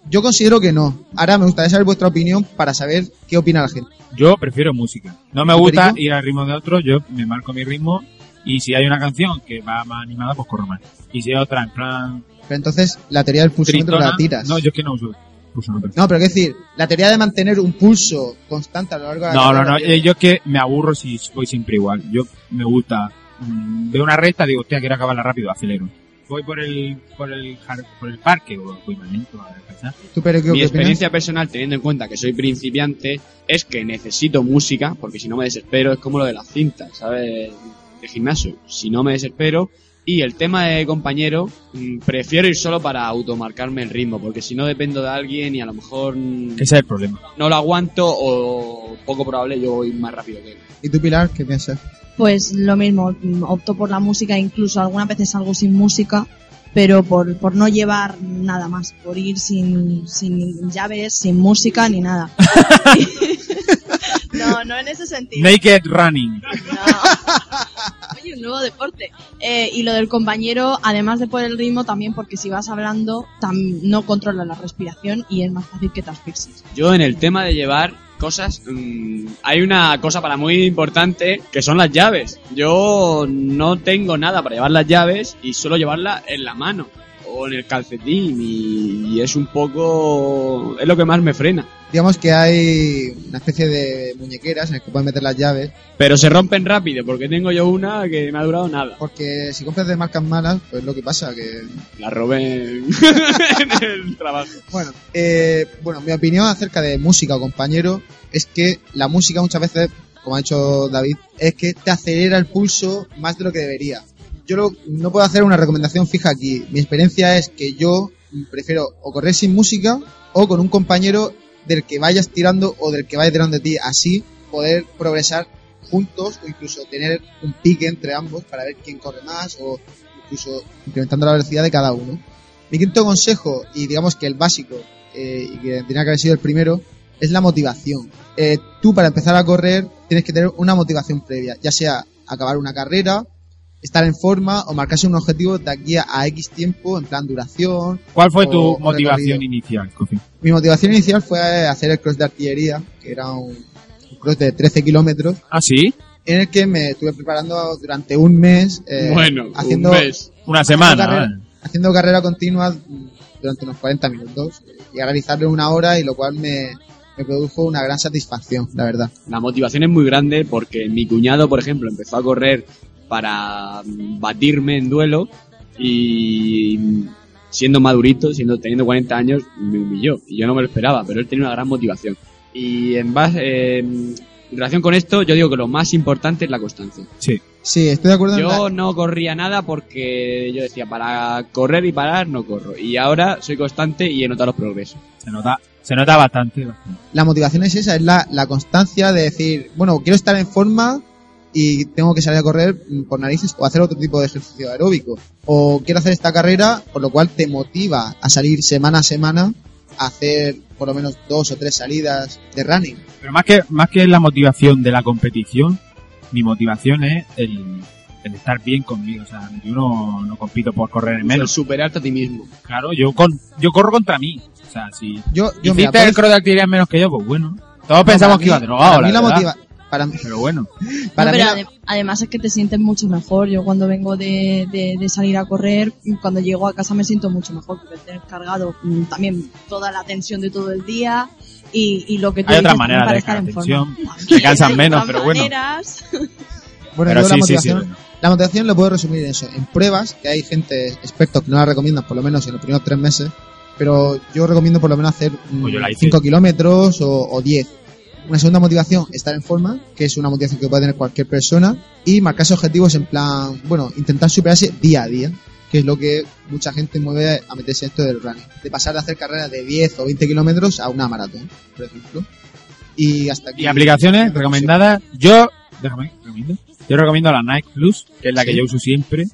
Speaker 8: yo considero que no. Ahora me gustaría saber vuestra opinión para saber qué opina la gente.
Speaker 10: Yo prefiero música. No me
Speaker 8: ¿Tú,
Speaker 10: gusta
Speaker 8: Perico?
Speaker 10: ir al ritmo de otro, yo me marco mi ritmo y si hay una canción que va más animada, pues corro más. Y si hay otra en plan
Speaker 8: Pero entonces la teoría del pulsómetro
Speaker 10: tristona,
Speaker 8: la tiras.
Speaker 10: no, yo es que no uso pulsómetro.
Speaker 8: No, pero es decir, la teoría de mantener un pulso constante a lo largo de la
Speaker 10: No, no,
Speaker 8: carrera
Speaker 10: no,
Speaker 8: tiene-
Speaker 10: eh, yo es que me aburro si voy siempre igual. Yo me gusta mm, veo una recta, digo, hostia, quiero acabarla rápido, acelero. Voy por el por el jar- por el parque o voy más lento a descansar.
Speaker 8: ¿Tú, pero qué
Speaker 9: Mi
Speaker 8: opinas?
Speaker 9: experiencia personal, teniendo en cuenta que soy principiante, es que necesito música, porque si no me desespero, es como lo de las cintas, ¿sabes? De gimnasio. Si no me desespero. Y el tema de compañero, mm, prefiero ir solo para automarcarme el ritmo, porque si no dependo de alguien y a lo mejor mm,
Speaker 10: Ese es el problema.
Speaker 9: no lo aguanto o poco probable yo voy más rápido que él.
Speaker 8: ¿Y tú, Pilar, qué piensas?
Speaker 4: Pues lo mismo, mm, opto por la música, incluso algunas veces salgo sin música, pero por, por no llevar nada más, por ir sin, sin llaves, sin música ni nada. no, no en ese sentido.
Speaker 10: Naked running.
Speaker 4: Oye, un nuevo deporte. Eh, y lo del compañero, además de por el ritmo, también porque si vas hablando, tam- no controlas la respiración y es más fácil que te asfixies.
Speaker 9: Yo en el tema de llevar cosas, mm, hay una cosa para muy importante que son las llaves. Yo no tengo nada para llevar las llaves y suelo llevarlas en la mano o en el calcetín y, y es un poco... es lo que más me frena.
Speaker 8: Digamos que hay una especie de muñequeras en las que puedes meter las llaves,
Speaker 9: Pero se rompen rápido porque tengo yo una que me ha durado nada.
Speaker 8: porque si compras de marcas malas, pues lo que pasa que...
Speaker 9: La robé en- en el trabajo.
Speaker 8: Bueno, eh, bueno, mi opinión acerca de música o compañero es que la música muchas veces, como ha dicho David, es que te acelera el pulso más de lo que debería. Yo lo- no puedo hacer una recomendación fija aquí. Mi experiencia es que yo prefiero o correr sin música o con un compañero del que vayas tirando o del que vaya tirando de ti. Así poder progresar juntos o incluso tener un pique entre ambos para ver quién corre más o incluso incrementando la velocidad de cada uno. Mi quinto consejo, y digamos que el básico, eh, y que tenía que haber sido el primero, es la motivación. Eh, tú para empezar a correr tienes que tener una motivación previa, ya sea acabar una carrera, estar en forma o marcarse un objetivo de aquí a, a X tiempo, en plan duración.
Speaker 10: ¿Cuál fue
Speaker 8: o-
Speaker 10: tu
Speaker 8: o recorrido.
Speaker 10: motivación inicial, Kofi?
Speaker 8: Mi motivación inicial fue hacer el cross de artillería, que era un, un cross de 13 kilómetros,
Speaker 10: Ah, sí.
Speaker 8: en el que me estuve preparando durante un mes, eh,
Speaker 9: bueno,
Speaker 8: haciendo,
Speaker 9: un mes.
Speaker 10: Una
Speaker 8: carrera.
Speaker 10: semana.
Speaker 8: haciendo carrera continua mm, durante unos 40 minutos eh, y a realizarlo en una hora y lo cual me, me produjo una gran satisfacción, la verdad.
Speaker 9: La motivación es muy grande porque mi cuñado, por ejemplo, empezó a correr para mm, batirme en duelo y mm, siendo madurito, siendo teniendo 40 años, me humilló y yo no me lo esperaba, pero él tenía una gran motivación. Y en base eh, en relación con esto, yo digo que lo más importante es la constancia.
Speaker 10: Sí.
Speaker 8: Sí, estoy de acuerdo. en
Speaker 9: Yo
Speaker 8: la-
Speaker 9: no corría nada porque yo decía para correr y parar no corro y ahora soy constante y he notado los progresos.
Speaker 10: Se nota, se nota bastante. bastante.
Speaker 8: La motivación es esa, es la, la constancia de decir, bueno, quiero estar en forma y tengo que salir a correr mm, por narices o hacer otro tipo de ejercicio aeróbico. O quiero hacer esta carrera, por lo cual te motiva a salir semana a semana a hacer por lo menos dos o tres salidas de running.
Speaker 10: Pero más que, más que la motivación de la competición, mi motivación es el, el estar bien conmigo. O sea, yo no, no compito por correr en menos.
Speaker 12: superarte a ti mismo.
Speaker 10: Claro, yo con, yo corro contra mí. O sea, si
Speaker 8: Yo, yo
Speaker 10: hiciste
Speaker 8: mira, por-
Speaker 10: el cross de actividades menos que yo, pues bueno. Todos
Speaker 8: No,
Speaker 10: pensamos
Speaker 8: para
Speaker 10: que iba
Speaker 8: mí-
Speaker 10: drogado,
Speaker 8: para
Speaker 10: la
Speaker 8: mí la
Speaker 10: verdad.
Speaker 8: motiva- para mí-
Speaker 10: Pero bueno.
Speaker 4: No, pero
Speaker 8: Para mí la-
Speaker 4: ade- además es que te sientes mucho mejor. Yo cuando vengo de, de- de salir a correr, cuando llego a casa me siento mucho mejor porque te cargado mm, también toda la tensión de todo el día y, y lo que tú
Speaker 10: Hay otras
Speaker 4: dices,
Speaker 10: maneras
Speaker 4: para
Speaker 10: de
Speaker 4: estar
Speaker 10: dejar
Speaker 4: en
Speaker 10: atención.
Speaker 4: forma.
Speaker 10: Te cansan menos,
Speaker 4: Otras
Speaker 10: pero bueno.
Speaker 4: maneras.
Speaker 8: Bueno,
Speaker 10: Pero
Speaker 8: yo la
Speaker 10: sí, sí,
Speaker 8: motivación,
Speaker 10: sí, bueno.
Speaker 8: la motivación lo puedo resumir en eso, en pruebas, que hay gente, expertos que no la recomiendan por lo menos en los primeros tres meses, pero yo recomiendo por lo menos hacer
Speaker 10: Pues yo la hice.
Speaker 8: 5 kilómetros o, o 10. Una segunda motivación, estar en forma, que es una motivación que puede tener cualquier persona, y marcarse objetivos en plan, bueno, intentar superarse día a día, que es lo que mucha gente mueve a meterse en esto del running, de pasar de hacer carreras de 10 o 20 kilómetros a una maratón, por ejemplo. Y hasta aquí.
Speaker 10: Y aplicaciones recomendadas. Yo, déjame, recomiendo. Yo recomiendo la Nike Plus, que es la que
Speaker 8: Sí.
Speaker 10: yo uso siempre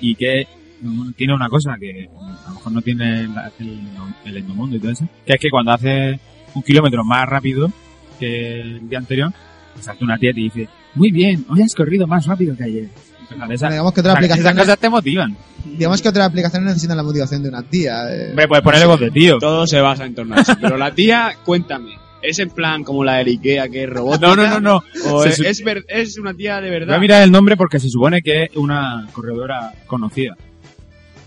Speaker 10: y que mm, tiene una cosa que mm, a lo mejor no tiene la- el, el endomondo y todo eso, que es que cuando haces un kilómetro más rápido que el día anterior, te salta una tía y te dice, muy bien, hoy has corrido más rápido que ayer. Cosas de esas.
Speaker 8: Digamos que otra
Speaker 10: O sea, esas
Speaker 8: aplicación-
Speaker 10: cosas te motivan.
Speaker 8: Digamos que otras aplicaciones necesitan la motivación de una tía. eh.
Speaker 10: Hombre, puedes ponerle voz de tío.
Speaker 9: Todo se basa en torno a eso. Pero la tía, cuéntame, ¿es en plan como la de Ikea que es robot?
Speaker 10: No, no, no, no.
Speaker 9: ¿O
Speaker 10: Se
Speaker 9: es,
Speaker 10: su-
Speaker 9: es ver- es una tía de
Speaker 10: Voy a
Speaker 9: verdad?
Speaker 10: mirar el nombre porque se supone que es una corredora conocida.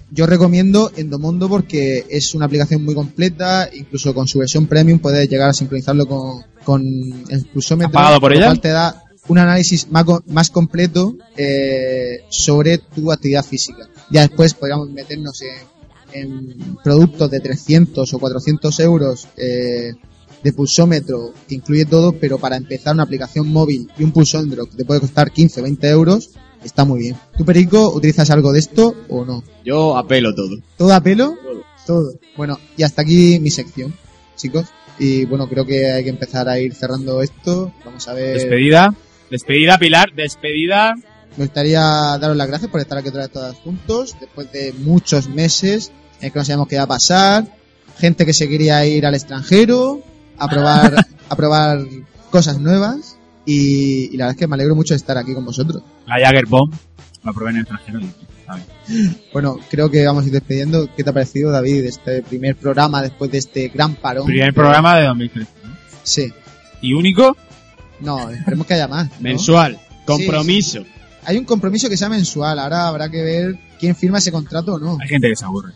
Speaker 8: Yo recomiendo Endomondo porque es una aplicación muy completa, incluso con su versión premium puedes llegar a sincronizarlo con, con el pulsómetro,
Speaker 10: ¿Has pagado por
Speaker 8: lo
Speaker 10: ella?
Speaker 8: cual te da un análisis más, co- más completo eh, sobre tu actividad física. Ya después podríamos meternos en, en productos de 300 o 400 euros eh, de pulsómetro que incluye todo, pero para empezar una aplicación móvil y un pulsómetro que te puede costar 15 o 20 euros, está muy bien. ¿Tú, Perico, utilizas algo de esto o no?
Speaker 12: Yo apelo todo.
Speaker 8: ¿Todo a pelo? Todo. Bueno, y hasta aquí mi sección, chicos. Y bueno, creo que hay que empezar a ir cerrando esto. Vamos a ver.
Speaker 10: Despedida. Despedida, Pilar. Despedida.
Speaker 8: Me gustaría daros las gracias por estar aquí otra vez todas juntos, después de muchos meses en que no sabíamos qué iba a pasar, gente que se quería ir al extranjero, a probar, a probar cosas nuevas, y, y la verdad es que me alegro mucho de estar aquí con vosotros.
Speaker 10: La Jagger Bomb. La probé en el extranjero. y- ¿sabes?
Speaker 8: Bueno, creo que vamos a ir despidiendo. ¿Qué te ha parecido, David, este primer programa después de este gran parón?
Speaker 10: Primer programa de 2013.
Speaker 8: Sí.
Speaker 10: ¿Y único?
Speaker 8: No, esperemos que haya más. ¿no?
Speaker 12: Mensual. Compromiso.
Speaker 8: Hay un compromiso que sea mensual, ahora habrá que ver quién firma ese contrato o no.
Speaker 10: Hay gente que se aburre.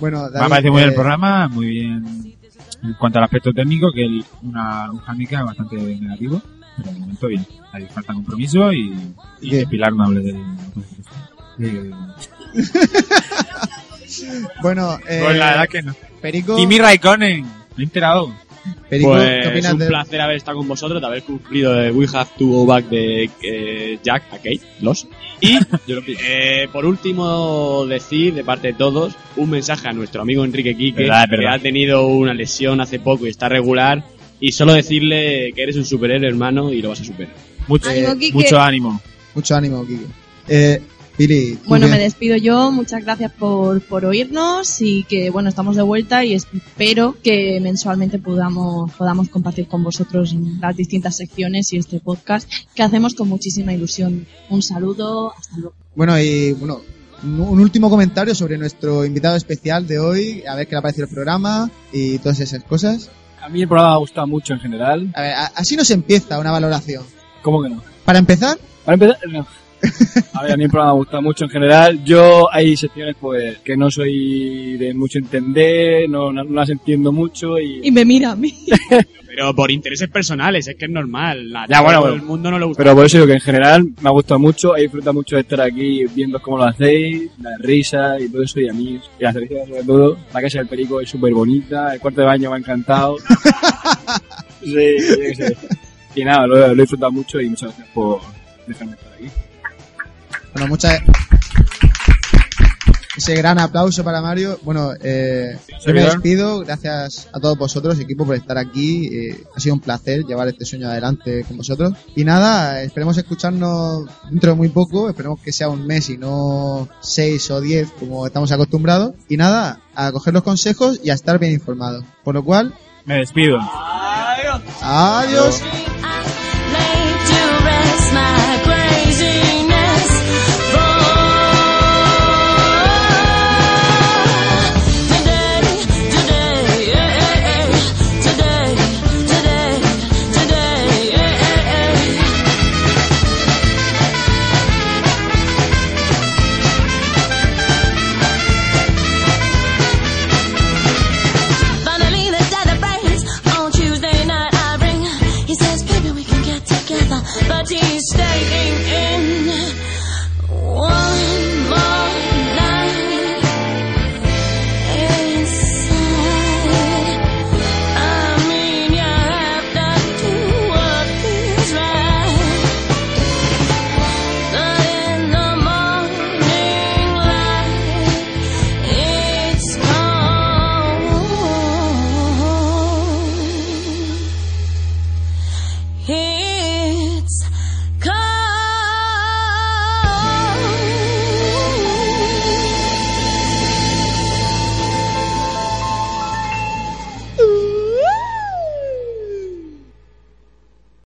Speaker 8: Bueno,
Speaker 10: Me
Speaker 8: David,
Speaker 10: ha parecido muy bien
Speaker 8: eh,
Speaker 10: el programa, muy bien en cuanto al aspecto técnico, que el- una, un handicap bastante negativo, pero de momento bien. Hay falta compromiso y, y
Speaker 8: Bien.
Speaker 10: que Pilar no hable de... de-
Speaker 8: Bueno, eh,
Speaker 10: Pues la verdad que no.
Speaker 8: Perico,
Speaker 10: Kimi Raikkonen, me he enterado.
Speaker 8: Perico, ¿qué
Speaker 9: Pues es
Speaker 8: opinas
Speaker 9: un
Speaker 8: de-
Speaker 9: placer haber estado con vosotros, de haber cumplido el We Have to Go Back de eh, Jack, a Kate, los. Y eh, por último decir, de parte de todos, un mensaje a nuestro amigo Enrique Quique,
Speaker 10: Verdad, es
Speaker 9: que
Speaker 10: verdad.
Speaker 9: ha tenido una lesión hace poco y está regular. Y solo decirle que eres un superhéroe, hermano, y lo vas a superar.
Speaker 10: Mucho,
Speaker 4: Ánimo, Quique.
Speaker 10: mucho ánimo.
Speaker 8: Mucho ánimo, Kike. Eh, Pili, ¿tú
Speaker 4: Bueno,
Speaker 8: qué?
Speaker 4: me despido yo. Muchas gracias por, por oírnos y que, bueno, estamos de vuelta y espero que mensualmente podamos, podamos compartir con vosotros las distintas secciones y este podcast que hacemos con muchísima ilusión. Un saludo, hasta luego.
Speaker 8: Bueno, y bueno, un un último comentario sobre nuestro invitado especial de hoy, a ver qué le ha parecido el programa y todas esas cosas.
Speaker 13: A mí el programa me ha gustado mucho en general.
Speaker 8: A ver, a- así nos empieza una valoración.
Speaker 13: ¿Cómo que no?
Speaker 8: Para empezar,
Speaker 13: Para empezar, no. A ver, a mí el programa me ha gustado mucho en general. Yo hay secciones pues que no soy de mucho entender, no, no- no las entiendo mucho y...
Speaker 4: Y me mira a mí.
Speaker 9: Pero por intereses personales, es que es normal. A
Speaker 13: Ya, bueno,
Speaker 9: todo
Speaker 13: bueno.
Speaker 9: el mundo no le gusta.
Speaker 13: Pero por eso digo que en general me ha gustado mucho, he disfrutado mucho de estar aquí viendo cómo lo hacéis, las risas y todo eso, y a mí, y las risas sobre todo, la casa del perico es súper bonita, el cuarto de baño me ha encantado. sí, yo qué sé. Y nada, lo, lo he disfrutado mucho y muchas gracias por dejarme estar aquí.
Speaker 8: bueno, muchas... ese gran aplauso para Mario. Bueno, eh, yo me
Speaker 10: Servidor.
Speaker 8: despido. Gracias a todos vosotros, equipo, por estar aquí. Eh, ha sido un placer llevar este sueño adelante con vosotros. Y nada, esperemos escucharnos dentro de muy poco. Esperemos que sea un mes y no seis o diez como estamos acostumbrados. Y nada, a coger los consejos y a estar bien informados. Por lo cual,
Speaker 10: Me despido.
Speaker 8: adiós.